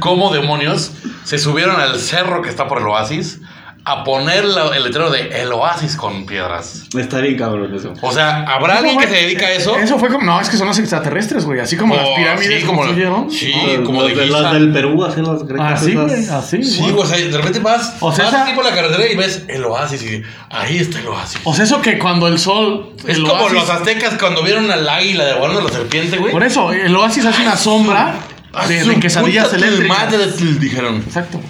Speaker 2: ¿Cómo demonios se subieron al cerro que está por el Oasis a poner la- el letrero de El Oasis con piedras.
Speaker 4: Está bien cabrón eso.
Speaker 2: O sea, ¿habrá
Speaker 3: Eso
Speaker 2: alguien que
Speaker 3: fue-
Speaker 2: se dedica a eso?
Speaker 3: Eso fue como. No, es que son los extraterrestres, güey. Así como las
Speaker 2: Oh,
Speaker 3: pirámides
Speaker 2: sí, como la-
Speaker 3: construyeron.
Speaker 2: sí,
Speaker 4: Los-
Speaker 2: como
Speaker 4: los
Speaker 2: de
Speaker 4: de
Speaker 2: Giza.
Speaker 4: las del Perú, así las grecas.
Speaker 3: Así, Ah, güey.
Speaker 4: esas.
Speaker 3: Así.
Speaker 2: Sí,
Speaker 3: güey.
Speaker 2: güey, o sea, de repente vas,
Speaker 3: O sea,
Speaker 2: vas
Speaker 3: esa-
Speaker 2: así por la carretera y ves el oasis y ahí está el oasis.
Speaker 3: O sea, eso que cuando el sol.
Speaker 2: es
Speaker 3: el
Speaker 2: como
Speaker 3: oasis-
Speaker 2: los aztecas cuando vieron al águila devorando a la serpiente, güey.
Speaker 3: Por eso, el oasis hace una sombra de, de quesadillas
Speaker 2: el
Speaker 3: eléctricas.
Speaker 2: madre, dijeron.
Speaker 3: Exacto.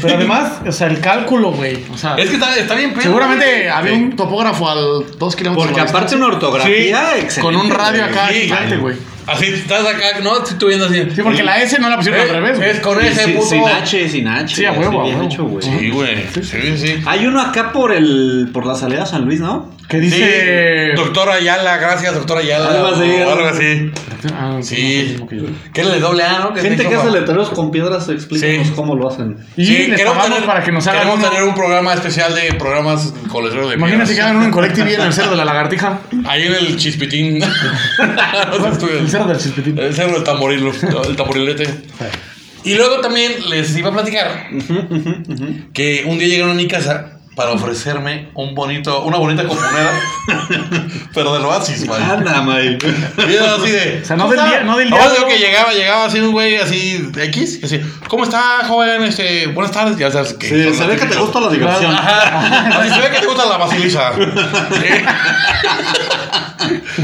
Speaker 3: Pero además, o sea, el cálculo, güey. O sea,
Speaker 2: Es que está, está bien pedo, güey.
Speaker 3: seguramente había
Speaker 2: Sí.
Speaker 3: un topógrafo al 2 kilómetros.
Speaker 4: Porque
Speaker 3: a la
Speaker 4: aparte una ortografía
Speaker 3: distancia.
Speaker 4: excelente.
Speaker 3: este Con un radio acá
Speaker 2: Sí,
Speaker 3: gigante, güey.
Speaker 2: Así estás acá, no, estoy tú viendo así.
Speaker 3: Sí, porque la S no la pusieron
Speaker 2: Eh,
Speaker 3: al revés,
Speaker 2: Es
Speaker 3: güey.
Speaker 2: con
Speaker 4: Y
Speaker 2: ese
Speaker 4: sin-
Speaker 2: puto.
Speaker 4: Sin H, sin H.
Speaker 3: Sí, a
Speaker 4: así
Speaker 3: huevo, a
Speaker 4: bien
Speaker 3: huevo.
Speaker 4: hecho, güey.
Speaker 2: Sí, güey. Sí, sí.
Speaker 4: Hay uno acá por el por la salida a San Luis, ¿no?
Speaker 3: Que dice.
Speaker 2: Sí, Doctora Ayala, gracias, doctora Ayala.
Speaker 4: Algo así,
Speaker 2: o algo
Speaker 4: algo
Speaker 2: así.
Speaker 3: Ah,
Speaker 2: Sí.
Speaker 3: no, no, no, no, no.
Speaker 2: ¿Qué le doble A, no? es
Speaker 4: Gente
Speaker 2: de
Speaker 4: que hace
Speaker 2: Chopa.
Speaker 4: letreros con piedras, explícanos
Speaker 2: Sí.
Speaker 4: cómo lo hacen.
Speaker 3: Y
Speaker 2: Sí,
Speaker 3: les
Speaker 2: queremos
Speaker 3: pagamos
Speaker 2: tener-
Speaker 3: para que nos hagan.
Speaker 2: Queremos
Speaker 3: uno.
Speaker 2: tener un programa especial de programas con letrero de
Speaker 3: Imagínate que
Speaker 2: piedras.
Speaker 3: hagan uno en Collective en el cerro de la lagartija.
Speaker 2: Ahí en el
Speaker 3: [LAUGHS]
Speaker 2: chispitín. Los
Speaker 3: El
Speaker 2: estudios.
Speaker 3: cerro del chispitín.
Speaker 2: El cerro del tamboril,
Speaker 3: [LAUGHS]
Speaker 2: el tamborilete. Y luego también les iba a platicar que un día llegaron a mi casa para ofrecerme un bonito, una bonita comunera, [LAUGHS] pero del oasis, güey.
Speaker 4: Anda, May.
Speaker 2: Y era así de.
Speaker 3: O sea, no
Speaker 2: ¿cómo
Speaker 3: del
Speaker 2: está?
Speaker 3: día- no del
Speaker 2: Ahora
Speaker 3: día,
Speaker 2: digo
Speaker 3: ¿no?
Speaker 2: que llegaba, llegaba así un güey así X, y así, ¿cómo está, joven? Este, buenas tardes, ya sabes que.
Speaker 4: Sí,
Speaker 2: son
Speaker 4: se
Speaker 2: los
Speaker 4: ve que te
Speaker 2: típicos.
Speaker 4: gusta la diversión.
Speaker 2: Ajá. [LAUGHS] Así se ve que te gusta la
Speaker 4: [LAUGHS]
Speaker 2: basiliza.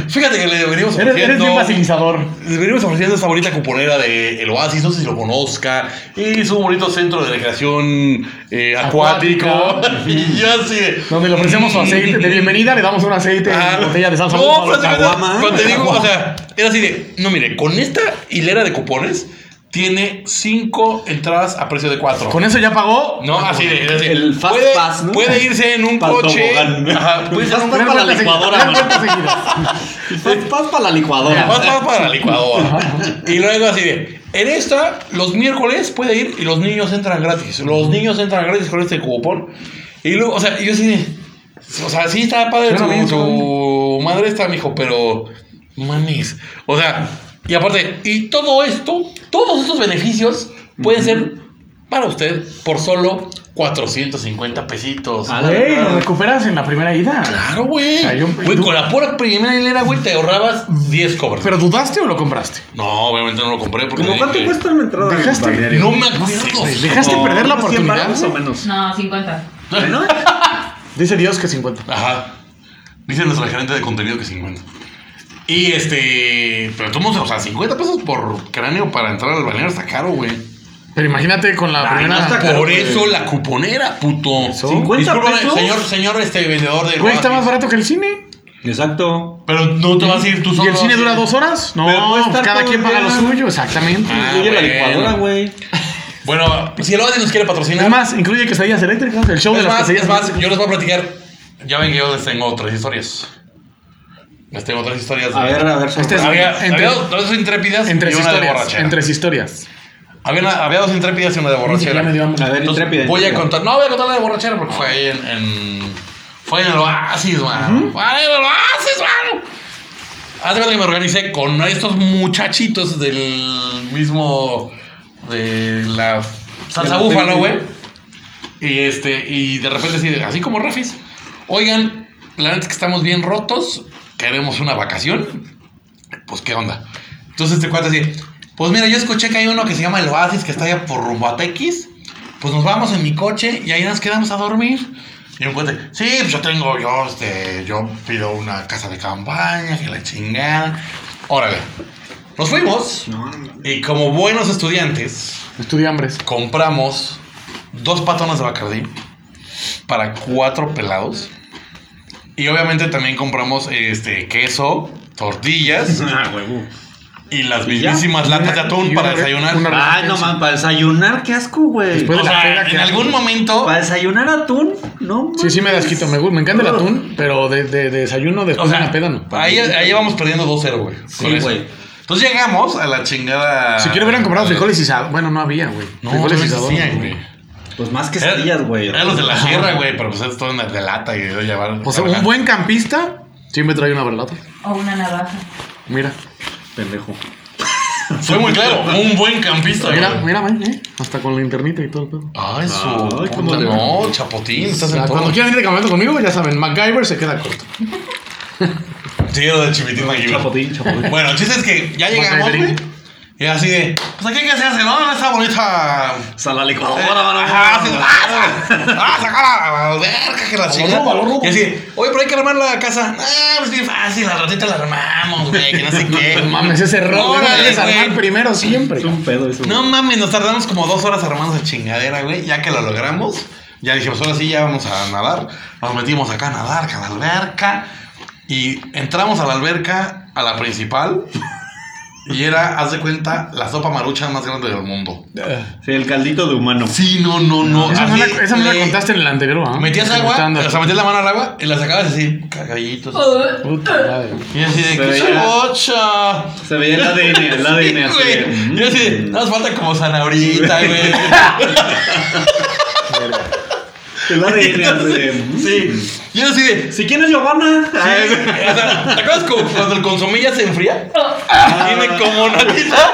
Speaker 2: Fíjate que le venimos
Speaker 3: Eres, eres bien
Speaker 2: ofreciendo.
Speaker 3: facilitador.
Speaker 2: Les venimos ofreciendo esta bonita cuponera de El Oasis, no sé si lo conozca, y su bonito centro de recreación eh, acuático. [LAUGHS]
Speaker 3: Acuático.
Speaker 2: y yo así de,
Speaker 3: Donde le ofrecemos su aceite de bienvenida, le damos un aceite
Speaker 4: Este,
Speaker 2: Ah,
Speaker 3: en botella de salsa.
Speaker 2: No,
Speaker 3: Búfalo.
Speaker 2: prácticamente,
Speaker 4: caguama,
Speaker 2: cuando te digo,
Speaker 4: caguama.
Speaker 2: o sea, era así de, no mire, con esta hilera de cupones tiene cinco entradas a precio de cuatro.
Speaker 3: Con eso ya pagó.
Speaker 2: no, así de, era así.
Speaker 4: El fast
Speaker 2: puede,
Speaker 4: pass, ¿no?
Speaker 2: puede irse en un
Speaker 4: Para el
Speaker 2: coche.
Speaker 4: tobogán.
Speaker 2: Ajá, puede irse en un
Speaker 4: Fast
Speaker 3: Tres
Speaker 4: para la
Speaker 3: vueltas
Speaker 4: licuadora,
Speaker 3: seguidas,
Speaker 4: mano.
Speaker 3: tres vueltas seguidas.
Speaker 4: Vas para la licuadora.
Speaker 2: fast pass para la licuadora. Y luego así de, en esta, los miércoles puede ir y los niños entran gratis. Los niños entran gratis con este cupón. Y luego, o sea, y yo así de, o sea, sí está padre
Speaker 3: Suena
Speaker 2: tu,
Speaker 3: bien,
Speaker 2: tu
Speaker 3: suena bien.
Speaker 2: tu madre está, mijo, pero mames. O sea, y aparte, y todo esto, todos estos beneficios pueden ser para usted por solo 450 pesitos.
Speaker 4: Ah,
Speaker 3: Güey, lo recuperas en la primera ida.
Speaker 2: Claro, güey.
Speaker 3: Hay un-
Speaker 2: Güey, con la pura primera hilera, güey, te ahorrabas 10 cobras.
Speaker 3: ¿Pero dudaste o lo compraste?
Speaker 2: No, obviamente no lo compré porque.
Speaker 4: ¿Cómo cuánto
Speaker 2: dije,
Speaker 4: cuesta una entrada?
Speaker 3: Dejaste-
Speaker 4: balneario?
Speaker 2: No me acuerdo.
Speaker 3: güey, dejaste
Speaker 2: No.
Speaker 3: perder la
Speaker 4: ¿Unos cien
Speaker 3: oportunidad,
Speaker 4: varos o
Speaker 3: güey?
Speaker 4: menos.
Speaker 6: No, 50.
Speaker 4: Bueno,
Speaker 3: Dice Dios que 50.
Speaker 2: Ajá. Dice nuestra gerente de contenido que 50. Y este. Pero tú, o sea, 50 pesos por cráneo para entrar al balneario está caro, güey.
Speaker 3: Pero imagínate con la
Speaker 4: Ay, no
Speaker 3: primera.
Speaker 4: está caro.
Speaker 2: Por eso la cuponera, puto.
Speaker 3: Eso.
Speaker 4: 50
Speaker 2: Discúlpame,
Speaker 4: pesos.
Speaker 2: señor, señor, este vendedor del.
Speaker 3: Güey, está
Speaker 2: Oasis.
Speaker 3: más barato que el cine.
Speaker 4: Exacto.
Speaker 2: Pero no te vas a ir tú solo.
Speaker 3: ¿Y el cine
Speaker 2: así.
Speaker 3: dura dos horas? No,
Speaker 4: Pero puede
Speaker 3: pues
Speaker 4: estar
Speaker 3: cada
Speaker 4: todo
Speaker 3: quien
Speaker 4: el
Speaker 3: paga lo
Speaker 4: día.
Speaker 3: suyo, exactamente.
Speaker 2: Ah,
Speaker 4: Incluye la
Speaker 2: bueno.
Speaker 4: licuadora, güey.
Speaker 2: Bueno, si el Oasis nos quiere patrocinar.
Speaker 3: Es más, incluye quesadillas eléctricas, el show de
Speaker 2: es
Speaker 3: las
Speaker 2: más, es
Speaker 3: quesadillas.
Speaker 2: más, yo les voy a platicar. Ya ven que yo les tengo tres historias. Les tengo tres historias.
Speaker 4: A
Speaker 2: de-
Speaker 4: ver, a ver.
Speaker 3: Este es-
Speaker 2: Había,
Speaker 3: entre-
Speaker 2: había dos intrépidas
Speaker 3: Entre
Speaker 2: y una de
Speaker 3: historias.
Speaker 2: borrachera.
Speaker 3: Entre historias.
Speaker 2: Había, una- había dos intrépidas y una de borrachera.
Speaker 3: Ya me dio hambre.
Speaker 4: A ver,
Speaker 2: Entonces,
Speaker 4: intrépida.
Speaker 2: voy a
Speaker 4: intrépida.
Speaker 2: contar. No, voy a contar la de borrachera porque fue ahí en. en- fue en el oasis, mano. Fue en el oasis, mano. Hace cuenta que me organicé con estos muchachitos del mismo. de la salsa
Speaker 4: De la
Speaker 2: búfalo,
Speaker 4: tele.
Speaker 2: güey. Y este, y de repente así, de- así como Rafis. Oigan, la neta es que estamos bien rotos. Queremos una vacación pues qué onda. Entonces este cuate así, pues mira, yo escuché que hay uno que se llama el Oasis, que está allá por rumbo a Tequis. Pues nos vamos en mi coche y ahí nos quedamos a dormir. Y un cuate, sí, pues yo tengo, yo, este, yo pido una casa de campaña, que la chingada. Órale. Nos fuimos y como buenos estudiantes,
Speaker 3: Estudia hambres.
Speaker 2: compramos dos patonas de Bacardí para cuatro pelados. Y obviamente también compramos este queso, tortillas
Speaker 4: Ah, huevo.
Speaker 2: y las
Speaker 4: ¿Y ya?
Speaker 2: mismísimas latas de atún
Speaker 3: y
Speaker 2: para
Speaker 3: una-
Speaker 2: desayunar.
Speaker 3: una-
Speaker 4: Ay, no man, para desayunar, qué asco, güey.
Speaker 3: Después-
Speaker 2: o
Speaker 3: la peda
Speaker 2: sea,
Speaker 3: que
Speaker 2: en
Speaker 3: hay.
Speaker 2: algún momento,
Speaker 4: Para desayunar atún, no man.
Speaker 3: Sí, sí me las quito. Me, gu- me encanta el atún, pero de, de- de desayuno
Speaker 2: o
Speaker 3: después de
Speaker 2: sea,
Speaker 3: una peda no.
Speaker 2: ahí, ahí vamos perdiendo 2-0, güey.
Speaker 4: Sí,
Speaker 2: con eso.
Speaker 4: güey.
Speaker 2: Entonces llegamos a la chingada.
Speaker 3: Si quiero hubieran comprado frijoles y sal- Bueno, no había, güey.
Speaker 2: Ah, No,
Speaker 3: frijoles
Speaker 2: no
Speaker 3: y sabor.
Speaker 2: existían, güey.
Speaker 4: Pues más quesadillas, güey.
Speaker 2: Eran los de la sierra, güey, pero pues es todo en la de lata y de llevar.
Speaker 3: O sea, Pues, un buen campista siempre trae una verdad.
Speaker 6: O una navaja.
Speaker 3: Mira.
Speaker 4: Pendejo.
Speaker 2: Fue muy claro, un buen campista.
Speaker 3: Mira,
Speaker 2: güey.
Speaker 3: mira, man, eh, hasta con la internita y todo el pedo.
Speaker 2: Ay, su
Speaker 4: Ay,
Speaker 2: puta,
Speaker 4: cómo le-
Speaker 2: no, chapotín,
Speaker 3: O
Speaker 2: estás
Speaker 3: sea,
Speaker 2: en
Speaker 3: cuando
Speaker 2: todo.
Speaker 3: quieran ir de campamento conmigo, ya saben, MacGyver se queda corto.
Speaker 2: Sí, lo de chipitín MacGyver.
Speaker 4: Chapotín, chapotín.
Speaker 2: Bueno, el chiste es que ya llegamos, güey.
Speaker 3: MacGyverín.
Speaker 2: Y así de, pues aquí qué se hace, ¿no? En esa bonita.
Speaker 4: Sal a la
Speaker 2: Eh,
Speaker 4: licuadora, mano.
Speaker 2: Ajá, sí, ah, ah, sacar a la verga que la chingada.
Speaker 3: ropa, lo ropa.
Speaker 2: Y así, oye, pero hay que armar la casa. Ah, pues bien fácil, la ratita la armamos, güey, que no sé qué.
Speaker 3: [LAUGHS] No mames, ese error
Speaker 2: Órale,
Speaker 3: lo debes armar
Speaker 2: güey.
Speaker 3: primero siempre.
Speaker 4: Es un pedo eso.
Speaker 2: ah. No mames, nos tardamos como dos horas armando esa chingadera, güey. Ya que la logramos, ya dijimos, ahora sí, ya vamos a nadar. Nos metimos acá a nadar, acá a la alberca. Y entramos a la alberca, a la principal. Y era, haz de cuenta, la sopa marucha más grande del mundo.
Speaker 4: Sí, el caldito de humano.
Speaker 2: Sí, no, no, no.
Speaker 3: Esa no
Speaker 2: así
Speaker 3: la, esa no la
Speaker 2: le-
Speaker 3: contaste en el anterior, ¿ah?
Speaker 2: Metías
Speaker 3: Esa
Speaker 2: agua,
Speaker 3: estándar.
Speaker 2: o sea, metías la mano al agua y la sacabas así, cagallitos.
Speaker 3: Puta
Speaker 2: [LAUGHS]
Speaker 3: madre.
Speaker 2: Y así de
Speaker 4: Se
Speaker 2: que
Speaker 4: veía-
Speaker 2: chavocha.
Speaker 4: Se veía
Speaker 2: [LAUGHS]
Speaker 4: el ADN, el ADN así.
Speaker 2: Sí,
Speaker 4: de,
Speaker 2: güey.
Speaker 4: mm.
Speaker 2: Y así, de, nos falta como zanabrita,
Speaker 4: [LAUGHS]
Speaker 2: güey.
Speaker 4: El ADN así. de, mm.
Speaker 2: Sí. Y era así de.
Speaker 4: Si quieres Giovanna. Ay,
Speaker 2: O sea, ¿Te acuerdas como cuando el consomé ya se enfría? Tiene como
Speaker 4: [LAUGHS]
Speaker 2: natita.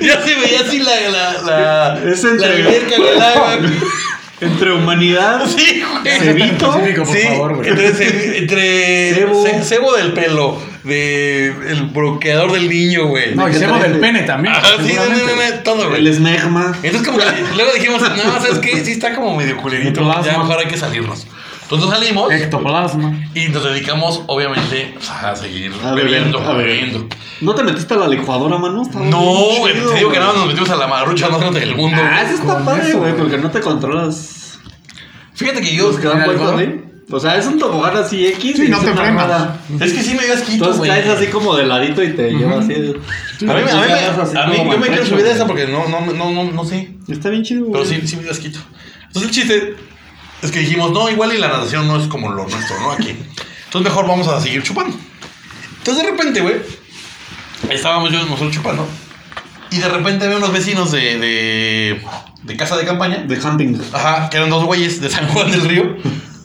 Speaker 2: Ya se veía así la. la, la
Speaker 4: Es
Speaker 2: la
Speaker 4: entre-
Speaker 2: alberca en el agua.
Speaker 4: Entre humanidad.
Speaker 2: Sí, güey.
Speaker 4: Cebito.
Speaker 3: Específico, por
Speaker 2: sí,
Speaker 3: favor, güey.
Speaker 2: entre, ce- entre
Speaker 4: Cebo.
Speaker 2: ce- cebo del pelo, de el bloqueador del niño, güey.
Speaker 3: No, y cebo del pene también.
Speaker 2: Ah, sí, no, no,
Speaker 3: seguramente.
Speaker 2: no, no, todo,
Speaker 4: El
Speaker 2: güey.
Speaker 4: esmegma.
Speaker 2: Entonces como que luego dijimos,
Speaker 4: [LAUGHS]
Speaker 2: no, ¿sabes qué? Sí está como medio culerito, ya
Speaker 3: Ectoplasma.
Speaker 2: mejor hay que salirnos. Entonces salimos
Speaker 4: Eh.
Speaker 3: Ectoplasma.
Speaker 2: y nos dedicamos, obviamente, pues, a seguir
Speaker 4: A beber,
Speaker 2: bebiendo,
Speaker 4: a beber.
Speaker 2: bebiendo.
Speaker 4: ¿No te metiste a la licuadora, mano? Estaba
Speaker 2: No,
Speaker 4: bien
Speaker 2: güey,
Speaker 4: chido,
Speaker 2: te digo que nada más
Speaker 4: güey.
Speaker 2: nos metimos a la marrucha más grande del mundo.
Speaker 4: Ah, eso está
Speaker 3: Con
Speaker 4: padre,
Speaker 3: eso,
Speaker 4: güey,
Speaker 3: güey.
Speaker 4: porque no te controlas.
Speaker 2: Fíjate que yo,
Speaker 4: Los que dan
Speaker 3: ¿En
Speaker 4: vueltas,
Speaker 3: algodón?
Speaker 4: ¿sí? O sea, es un tobogán así X.
Speaker 3: Sí,
Speaker 4: y
Speaker 3: no
Speaker 4: es
Speaker 3: te
Speaker 4: una
Speaker 3: frenas.
Speaker 4: rueda.
Speaker 2: es que sí me dio asquito,
Speaker 4: Entonces
Speaker 2: güey.
Speaker 4: caes así como de ladito y te lleva así.
Speaker 2: A mí, a mí, me-
Speaker 4: Así
Speaker 2: a mí-
Speaker 4: como
Speaker 2: yo me quiero
Speaker 4: maltrecho,
Speaker 2: subir a esa
Speaker 4: güey.
Speaker 2: porque no, no, no, no, no sé.
Speaker 4: Está bien chido, güey.
Speaker 2: Pero sí, sí me dio asquito. Entonces el chiste es que dijimos, no, igual y la natación no es como lo nuestro, ¿no? Aquí. Entonces mejor vamos a seguir chupando. Entonces de repente, güey, estábamos yo y nosotros chupando. Y de repente veo unos vecinos de, de, de casa de campaña.
Speaker 4: De hunting.
Speaker 2: Ajá, que eran dos güeyes de San Juan del Río.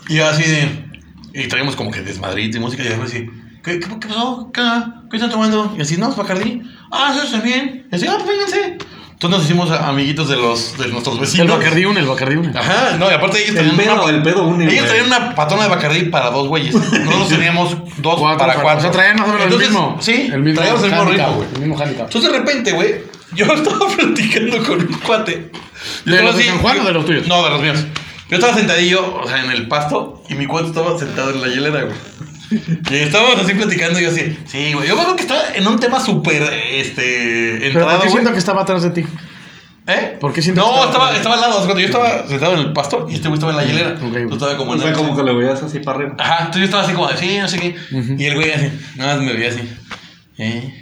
Speaker 2: Y yo así de. Y traíamos como que desmadrito y música. Y yo así, ¿qué, qué, qué pasó? ¿Qué, ¿Qué están tomando? Y así, no, es Bacardí. Ah, eso está bien. Y así, ah, pues vénganse. Entonces nos hicimos amiguitos de, los, de nuestros
Speaker 3: El
Speaker 2: vecinos.
Speaker 3: Bacardí une, el Bacardí une.
Speaker 2: Ajá, no, y aparte ellos
Speaker 4: El
Speaker 2: tenían.
Speaker 4: pedo,
Speaker 2: una,
Speaker 4: el pedo une.
Speaker 2: ellos
Speaker 4: güey.
Speaker 2: traían una patona de Bacardí para dos güeyes.
Speaker 4: [LAUGHS]
Speaker 2: Nosotros teníamos dos
Speaker 3: Cuatro
Speaker 2: para cuatro.
Speaker 3: O sea, traían más o menos
Speaker 2: Entonces,
Speaker 3: el mismo.
Speaker 2: Sí,
Speaker 3: el mismo
Speaker 2: traíamos el mismo
Speaker 3: handicap,
Speaker 2: ritmo,
Speaker 3: güey, El mismo handicap.
Speaker 2: entonces de repente, güey, yo [LAUGHS] estaba platicando con un cuate. Yo
Speaker 3: ¿De
Speaker 2: estaba
Speaker 3: los de San Juan o de los tuyos?
Speaker 2: No, de los míos. Yo estaba sentadillo, o sea, en el pasto, y mi cuate estaba sentado en la hielera, güey. Y estábamos así platicando y yo así, sí, güey. Yo creo que estaba en un tema súper, este,
Speaker 3: Pero
Speaker 2: entrado,
Speaker 3: ¿por qué
Speaker 2: güey.
Speaker 3: siento que estaba atrás de ti?
Speaker 2: ¿Eh?
Speaker 3: por qué siento
Speaker 2: No,
Speaker 3: que estaba-
Speaker 2: estaba, estaba al lado. o sea, Cuando yo estaba sentado en el pasto y este güey estaba en la hielera.
Speaker 3: Ok, güey.
Speaker 2: Yo estaba como
Speaker 4: O
Speaker 2: en
Speaker 4: sea,
Speaker 2: el-
Speaker 4: como que lo veías así para arriba.
Speaker 2: Ajá, entonces yo estaba así como de, sí, no sé qué. Y el güey así, nada más me veía así. Eh,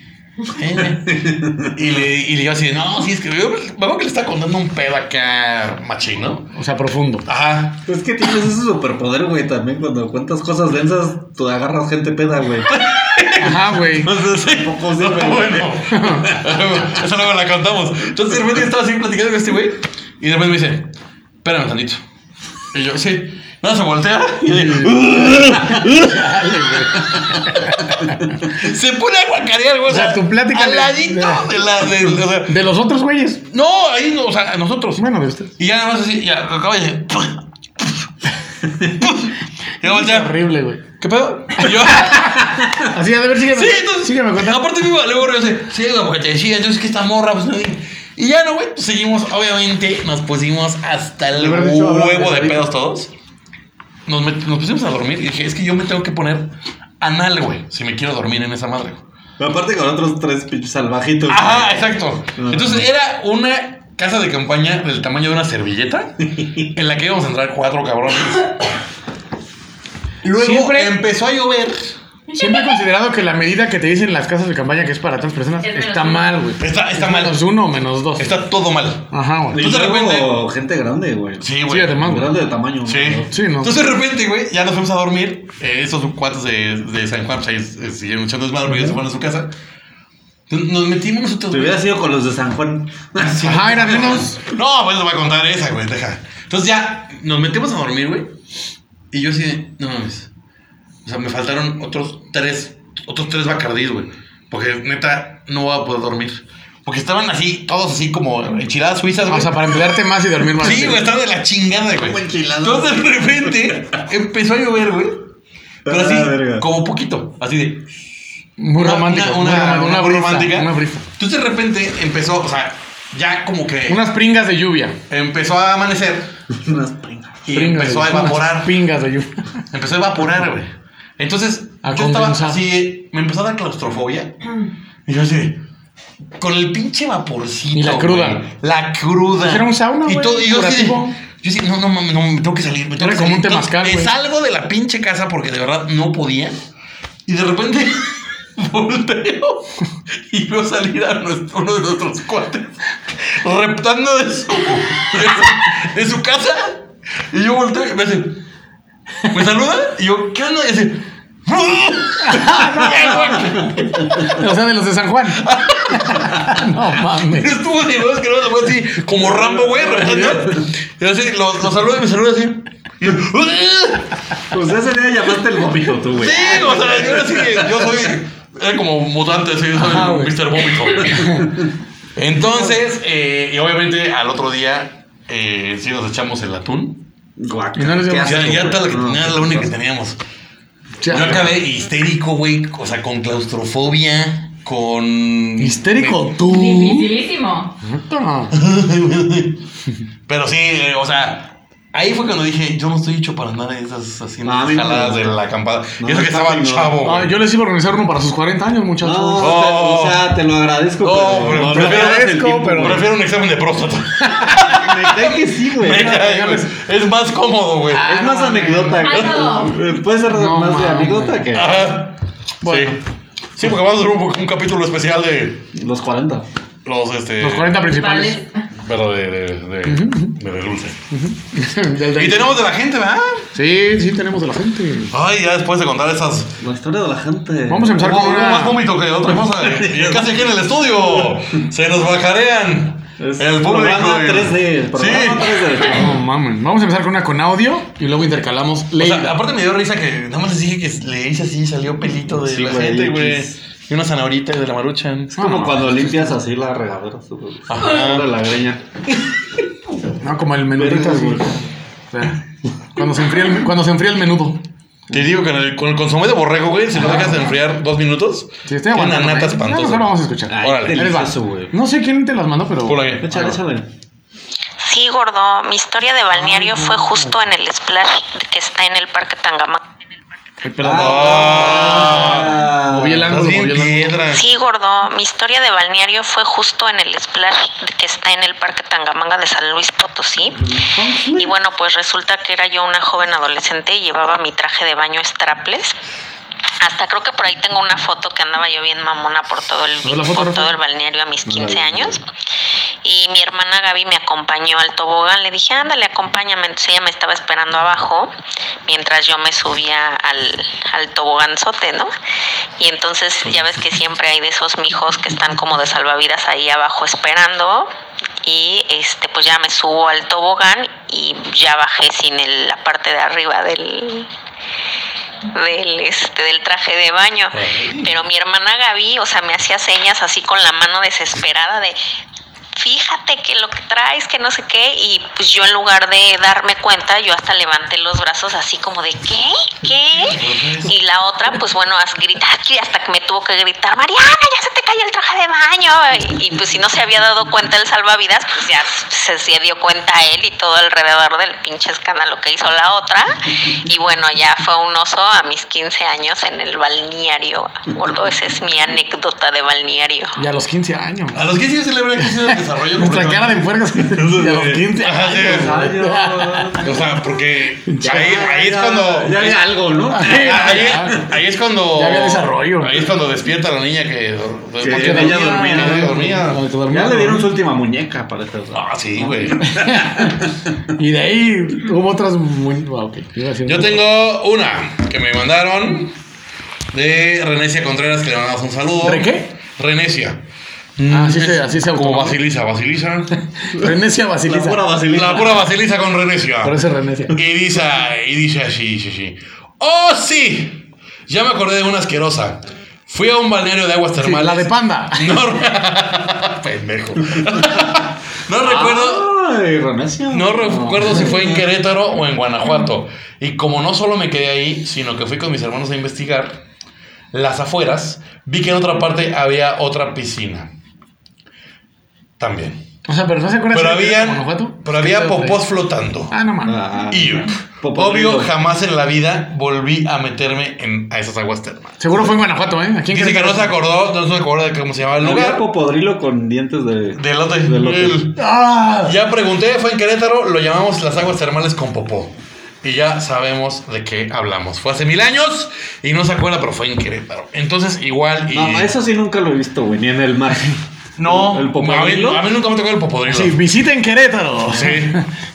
Speaker 2: eh. y, le, y le iba así, no, sí, es que yo, vamos que le está contando un pedo acá machín, ¿no?
Speaker 3: O sea, profundo.
Speaker 2: Ajá.
Speaker 4: Es que tienes ese superpoder, güey, también. Cuando cuentas cosas densas, tú agarras gente peda, güey.
Speaker 3: Ajá, güey.
Speaker 4: [LAUGHS] Entonces, tampoco
Speaker 3: [LAUGHS]
Speaker 4: sirve, güey.
Speaker 2: Bueno, [LAUGHS] eso luego la contamos. Entonces de repente yo estaba así platicando con este güey y de repente me dice, espérame tantito. Y yo, sí, nada, se voltea y yo digo,
Speaker 3: Dale, güey.
Speaker 2: [LAUGHS] se pone a guacarear, güey.
Speaker 3: O sea, tu plática
Speaker 2: Al
Speaker 3: de-
Speaker 2: ladito de la... de- o sea,
Speaker 3: De los otros güeyes.
Speaker 2: no, ahí, no, o sea, a nosotros.
Speaker 3: Bueno, de ustedes.
Speaker 2: Y ya nada más así, ya, acaba de. [LAUGHS] Y luego
Speaker 3: Es
Speaker 2: ya,
Speaker 3: horrible, güey.
Speaker 2: ¿qué pedo? Y yo,
Speaker 3: Así, a ver, sígueme.
Speaker 2: sí, entonces.
Speaker 3: Sígueme contando.
Speaker 2: Aparte, me iba, luego yo sé, sí, güey, porque te decía, entonces que esta morra, pues no. Y ya no, güey, pues, seguimos, obviamente, nos pusimos hasta el
Speaker 3: Hubiera dicho, habla
Speaker 2: huevo de
Speaker 3: pesadito.
Speaker 2: pedos todos. Nos, met- nos pusimos a dormir y dije, es que yo me tengo que poner anal, güey, si me quiero dormir en esa madre, güey.
Speaker 4: Aparte con otros tres pinches salvajitos.
Speaker 2: Ajá,
Speaker 4: güey.
Speaker 2: exacto. Entonces era una casa de campaña del tamaño de una [LAUGHS] servilleta en la que íbamos a entrar cuatro cabrones. Luego
Speaker 3: Siempre-
Speaker 2: empezó a llover.
Speaker 3: Siempre he considerado que la medida que te dicen las casas de campaña que es para tres personas
Speaker 6: Es menos
Speaker 3: está
Speaker 6: uno.
Speaker 3: mal, güey.
Speaker 2: Está, está mal.
Speaker 3: Menos uno o menos dos.
Speaker 2: Está todo mal.
Speaker 3: Ajá, güey.
Speaker 4: Y
Speaker 2: Tú de
Speaker 4: luego, gente grande, güey.
Speaker 2: Sí,
Speaker 3: Sí,
Speaker 2: güey.
Speaker 3: además, güey.
Speaker 4: Grande de tamaño.
Speaker 2: Sí.
Speaker 4: ¿no?
Speaker 3: Sí, no.
Speaker 2: Entonces de repente, güey, ya nos fuimos a dormir. Eh, esos cuates de, de San Juan, pues ahí eh, siguieron echando desmadre porque ya se fueron a su casa. Entonces, Nos metimos nosotros.
Speaker 4: Te
Speaker 2: güey.
Speaker 4: hubiera sido con los de San [LAUGHS] Juan.
Speaker 3: Ajá, eran menos.
Speaker 2: No, pues les voy a contar esa, güey, deja. Entonces ya nos metemos a dormir, güey. Y yo así de, no mames. O sea, me faltaron otros tres, otros tres bacardís, güey. Porque neta, no voy a poder dormir. Porque estaban así, todos así como enchiladas suizas, güey.
Speaker 3: O sea, para emplearte más y dormir más.
Speaker 2: Sí, güey, estaba de la chingada, güey.
Speaker 4: Como enchiladas.
Speaker 2: Entonces de repente empezó a llover, güey. Pero
Speaker 4: Ah,
Speaker 2: así,
Speaker 4: verga.
Speaker 2: como poquito, así de.
Speaker 3: Muy romántico.
Speaker 2: Una, una,
Speaker 3: muy
Speaker 2: una
Speaker 3: brisa,
Speaker 2: romántica.
Speaker 3: Una brisa.
Speaker 2: Entonces de repente empezó, o sea, ya como que
Speaker 3: Unas pringas de lluvia.
Speaker 2: empezó a amanecer
Speaker 4: Unas pringas.
Speaker 2: y
Speaker 3: Pringas de
Speaker 2: empezó a
Speaker 3: lluvia.
Speaker 2: evaporar.
Speaker 3: Unas pingas de lluvia.
Speaker 2: Empezó a evaporar, güey. Entonces,
Speaker 3: A
Speaker 2: yo estaba
Speaker 3: condensar.
Speaker 2: así, me empezó a dar claustrofobia. [CLEARS THROAT] Y yo así, con el pinche vaporcito.
Speaker 3: Y la cruda. Pues
Speaker 2: güey. la cruda.
Speaker 3: Era un sauna,
Speaker 2: Y,
Speaker 3: güey,
Speaker 2: todo, y yo así, de-
Speaker 3: curativo.
Speaker 2: yo así, no, no, mames, no, me tengo que salir. Me tengo
Speaker 3: Era
Speaker 2: que
Speaker 3: como
Speaker 2: salir.
Speaker 3: un
Speaker 2: Entonces,
Speaker 3: temazcal,
Speaker 2: Me
Speaker 3: güey.
Speaker 2: salgo de la pinche casa porque de verdad no podía. Y de repente [LAUGHS] volteo y veo salir a nuestro- uno de nuestros cuates reptando de su, de su, de su casa. Y yo volteo y me hace, me saluda y yo, ¿qué onda? Y hace,
Speaker 3: O sea, de los de
Speaker 2: [LAUGHS]
Speaker 3: San Juan. no mames.
Speaker 2: Estuvo de más que no, fue así, como Rambo, güey, ¿no? Y así, lo, lo saluda y me saluda así. Y yo,
Speaker 4: Pues ese día llamaste el vómito tú, güey.
Speaker 2: Sí, o sea, yo era así, yo soy, era como mutante, así, yo soy
Speaker 3: Ajá, güey.
Speaker 2: Mr.
Speaker 4: [LAUGHS]
Speaker 2: Vómito. Entonces, eh, y obviamente al otro día, eh, sí nos echamos el atún.
Speaker 4: Guaca,
Speaker 3: Y no les
Speaker 4: qué
Speaker 3: llamo-
Speaker 4: asco,
Speaker 2: Ya, ya
Speaker 4: güey.
Speaker 2: era la, que
Speaker 4: No,
Speaker 2: tenía, la única que teníamos. Yo acabé histérico, güey, o sea, con claustrofobia, con...
Speaker 3: Histérico tú.
Speaker 6: Dificilísimo.
Speaker 3: Puta.
Speaker 2: [LAUGHS] Pero sí, eh, o sea, ahí fue cuando dije, yo no estoy hecho para nada de esas así
Speaker 4: No, Ah, a mí no.
Speaker 2: jaladas de la acampada.
Speaker 4: No,
Speaker 2: y eso que
Speaker 4: está
Speaker 2: estaba
Speaker 4: cañón.
Speaker 2: chavo.
Speaker 3: Ah,
Speaker 2: güey.
Speaker 3: yo les iba a organizar uno para sus 40 años, muchachos.
Speaker 4: No,
Speaker 2: Oh.
Speaker 4: te- o sea, te lo agradezco.
Speaker 2: No, pero
Speaker 4: pero Oh, no me
Speaker 2: prefiero
Speaker 4: hagas el
Speaker 3: esto,
Speaker 4: tiempo,
Speaker 3: pero-
Speaker 4: güey.
Speaker 2: Prefiero un examen de próstata.
Speaker 4: Me cae que sí, güey.
Speaker 2: Me cae, güey. es más cómodo, güey.
Speaker 3: Ah,
Speaker 4: Es más
Speaker 3: no,
Speaker 4: anécdota.
Speaker 6: no, no.
Speaker 4: güey. Puede ser
Speaker 3: No,
Speaker 4: más de
Speaker 3: mames.
Speaker 4: anécdota que
Speaker 2: Ajá.
Speaker 3: Bueno.
Speaker 2: Sí. Sí, porque vamos a hacer un, un capítulo especial de
Speaker 4: los 40.
Speaker 2: los, este...
Speaker 3: Los 40 principales.
Speaker 6: Vale.
Speaker 2: Pero de, de, de, de, de dulce.
Speaker 3: [LAUGHS] Del de-
Speaker 2: Y tenemos de la gente, ¿verdad?
Speaker 3: Sí, sí, tenemos de la gente.
Speaker 2: Ay, ya después de contar esas...
Speaker 4: La historia de la gente.
Speaker 3: Vamos a empezar
Speaker 2: Hubo-
Speaker 3: con
Speaker 2: hubo
Speaker 3: una.
Speaker 2: más vómito que otra cosa. Y casi aquí en el estudio. Se nos bajarean.
Speaker 4: Es
Speaker 2: el público.
Speaker 4: programa
Speaker 2: güey.
Speaker 4: 3D, programa
Speaker 2: Sí.
Speaker 4: 3D. [LAUGHS]
Speaker 3: No mames. Vamos a empezar con una con audio y luego intercalamos
Speaker 2: O
Speaker 3: ley.
Speaker 2: sea, aparte me dio risa que nada más les dije que le hice así y salió pelito de
Speaker 4: Sí,
Speaker 2: la
Speaker 4: güey,
Speaker 2: gente,
Speaker 4: X.
Speaker 2: güey. Y una zanahorita de la maruchan.
Speaker 4: Es como cuando limpias así la regadera. su-
Speaker 2: Ajá.
Speaker 4: De la greña.
Speaker 3: no, como el menudito.
Speaker 4: Vergas,
Speaker 3: güey.
Speaker 4: güey.
Speaker 3: O sea, cuando se enfría el, cuando se enfría el menudo.
Speaker 2: Te digo que con el, con el consomé de borrego, güey, si lo dejas de enfriar dos minutos,
Speaker 3: Sí, estoy
Speaker 2: tiene una nata
Speaker 3: aguantando. ¿eh? Ya mejor
Speaker 2: espantosa.
Speaker 3: vamos a escuchar.
Speaker 4: Ay,
Speaker 2: Órale.
Speaker 4: delicioso, güey.
Speaker 3: No sé quién te las mandó, pero.
Speaker 2: Por ahí.
Speaker 4: Échale, échale.
Speaker 7: Sí, gordo, mi historia de balneario fue justo en el splash que está en el Parque Tangamanga.
Speaker 3: Ay, perdón.
Speaker 4: Ah.
Speaker 3: Moví el
Speaker 2: Estás
Speaker 3: ángulo,
Speaker 2: bien
Speaker 3: moví el ángulo.
Speaker 2: piedra.
Speaker 7: Sí, gordo, mi historia de balneario fue justo en el splash que está en el Parque Tangamanga de San Luis Potosí. Y bueno, pues resulta que era yo una joven adolescente y llevaba mi traje de baño strapless. Hasta creo que por ahí tengo una foto que andaba yo bien mamona por todo el,
Speaker 3: Haz la foto,
Speaker 7: por
Speaker 3: Rafa.
Speaker 7: todo el balneario a mis 15
Speaker 4: Ay.
Speaker 7: años. Y mi hermana Gaby me acompañó al tobogán. Le dije, ándale, acompáñame. Entonces ella me estaba esperando abajo mientras yo me subía al, al tobogánzote, ¿no? Y entonces ya ves que siempre hay de esos mijos que están como de salvavidas ahí abajo esperando. Y este, pues ya me subo al tobogán y ya bajé sin el- la parte de arriba del, del este del traje de baño. Pero mi hermana Gaby, o sea, me hacía señas así con la mano desesperada de fíjate que lo que traes, que no sé qué, y pues yo en lugar de darme cuenta, yo hasta levanté los brazos así como de ¿qué? ¿qué? Y la otra, pues bueno, as- grita aquí hasta que me tuvo que gritar, Mariana, ya se te cayó el traje de baño. Y, y, pues si no se había dado cuenta el salvavidas, pues ya se, se dio cuenta él y todo alrededor del pinche escándalo que hizo la otra. Y bueno, ya fue un oso a mis 15 años en el balneario. Gordo, esa es mi anécdota de balneario.
Speaker 3: Y a los 15 años.
Speaker 2: A los 15 años celebra que se desarrollo.
Speaker 3: Nuestra cara de
Speaker 2: [LAUGHS]
Speaker 3: puercas. Y a los 15
Speaker 2: eh, Ajá, sí.
Speaker 3: años.
Speaker 2: O sea, porque ahí, ahí es
Speaker 4: Ya,
Speaker 2: cuando.
Speaker 4: Ya había algo, ¿no?
Speaker 2: Ahí, ahí es cuando.
Speaker 3: Ya había desarrollo.
Speaker 2: Ahí es cuando despierta la niña que.
Speaker 4: Sí,
Speaker 2: porque dormía,
Speaker 4: ella dormía,
Speaker 2: Eh, ella
Speaker 4: ¿no?
Speaker 2: dormía.
Speaker 3: Cuando te dormías,
Speaker 4: Ya le dieron
Speaker 3: ¿no?
Speaker 4: su última muñeca, parece. o sea.
Speaker 2: Ah, sí, güey.
Speaker 3: [LAUGHS] Y de ahí hubo otras muy. Ah, ok. Iba a decir-
Speaker 2: Yo tengo una que me mandaron de Renecia Contreras, que le mandamos un saludo.
Speaker 3: ¿De qué?
Speaker 2: Renecia.
Speaker 3: Ah, así se, así se
Speaker 2: Como
Speaker 3: autonombró.
Speaker 2: Basilisa, Basilisa.
Speaker 3: Renecia
Speaker 4: La
Speaker 3: Basiliza.
Speaker 4: pura vaselina.
Speaker 2: La pura Basilisa con Renecia.
Speaker 3: Por eso es Renecia.
Speaker 2: Y dice, y dice así, dice así. ¡Oh, sí! Ya me acordé de una asquerosa. Fui a un balneario de aguas
Speaker 3: Sí,
Speaker 2: termales.
Speaker 3: la de panda.
Speaker 2: [LAUGHS] No, re- [LAUGHS] pendejo. No
Speaker 3: Ah.
Speaker 2: recuerdo,
Speaker 4: Ay, Renecio.
Speaker 2: no recuerdo si fue en Querétaro o en Guanajuato. Y como no solo me quedé ahí, sino que fui con mis hermanos a investigar las afueras, vi que en otra parte había otra piscina. También.
Speaker 3: O sea, pero no se acuerdan
Speaker 2: Pero
Speaker 3: si era de
Speaker 2: había,
Speaker 3: Guanajuato?
Speaker 2: pero había
Speaker 3: ¿Qué tal?
Speaker 2: popós flotando.
Speaker 3: Ah, no mames.
Speaker 4: Ah,
Speaker 2: Y obvio,
Speaker 4: Popodrilo.
Speaker 2: jamás en la vida volví a meterme en, a esas aguas termales.
Speaker 3: Seguro fue en Guanajuato, ¿eh? Aquí en
Speaker 2: Dice que
Speaker 3: Querétaro.
Speaker 2: no se acordó, no se acuerda de cómo se llamaba el
Speaker 4: Había
Speaker 2: lugar.
Speaker 4: popodrilo con dientes de.
Speaker 2: Del otro.
Speaker 4: Delote.
Speaker 2: el-
Speaker 3: ¡Ah!
Speaker 2: Ya pregunté, fue en Querétaro, lo llamamos las aguas termales con popó. Y ya sabemos de qué hablamos. Fue hace mil años y no se acuerda, pero fue en Querétaro. Entonces, igual y.
Speaker 4: No, eso sí nunca lo he visto, güey, ni en el mar.
Speaker 2: No,
Speaker 4: ¿El
Speaker 2: a mí,
Speaker 4: popodrilo? [LAUGHS]
Speaker 2: a mí nunca me tocó el popodrilo.
Speaker 3: Sí, visiten Querétaro. [LAUGHS]
Speaker 2: Sí.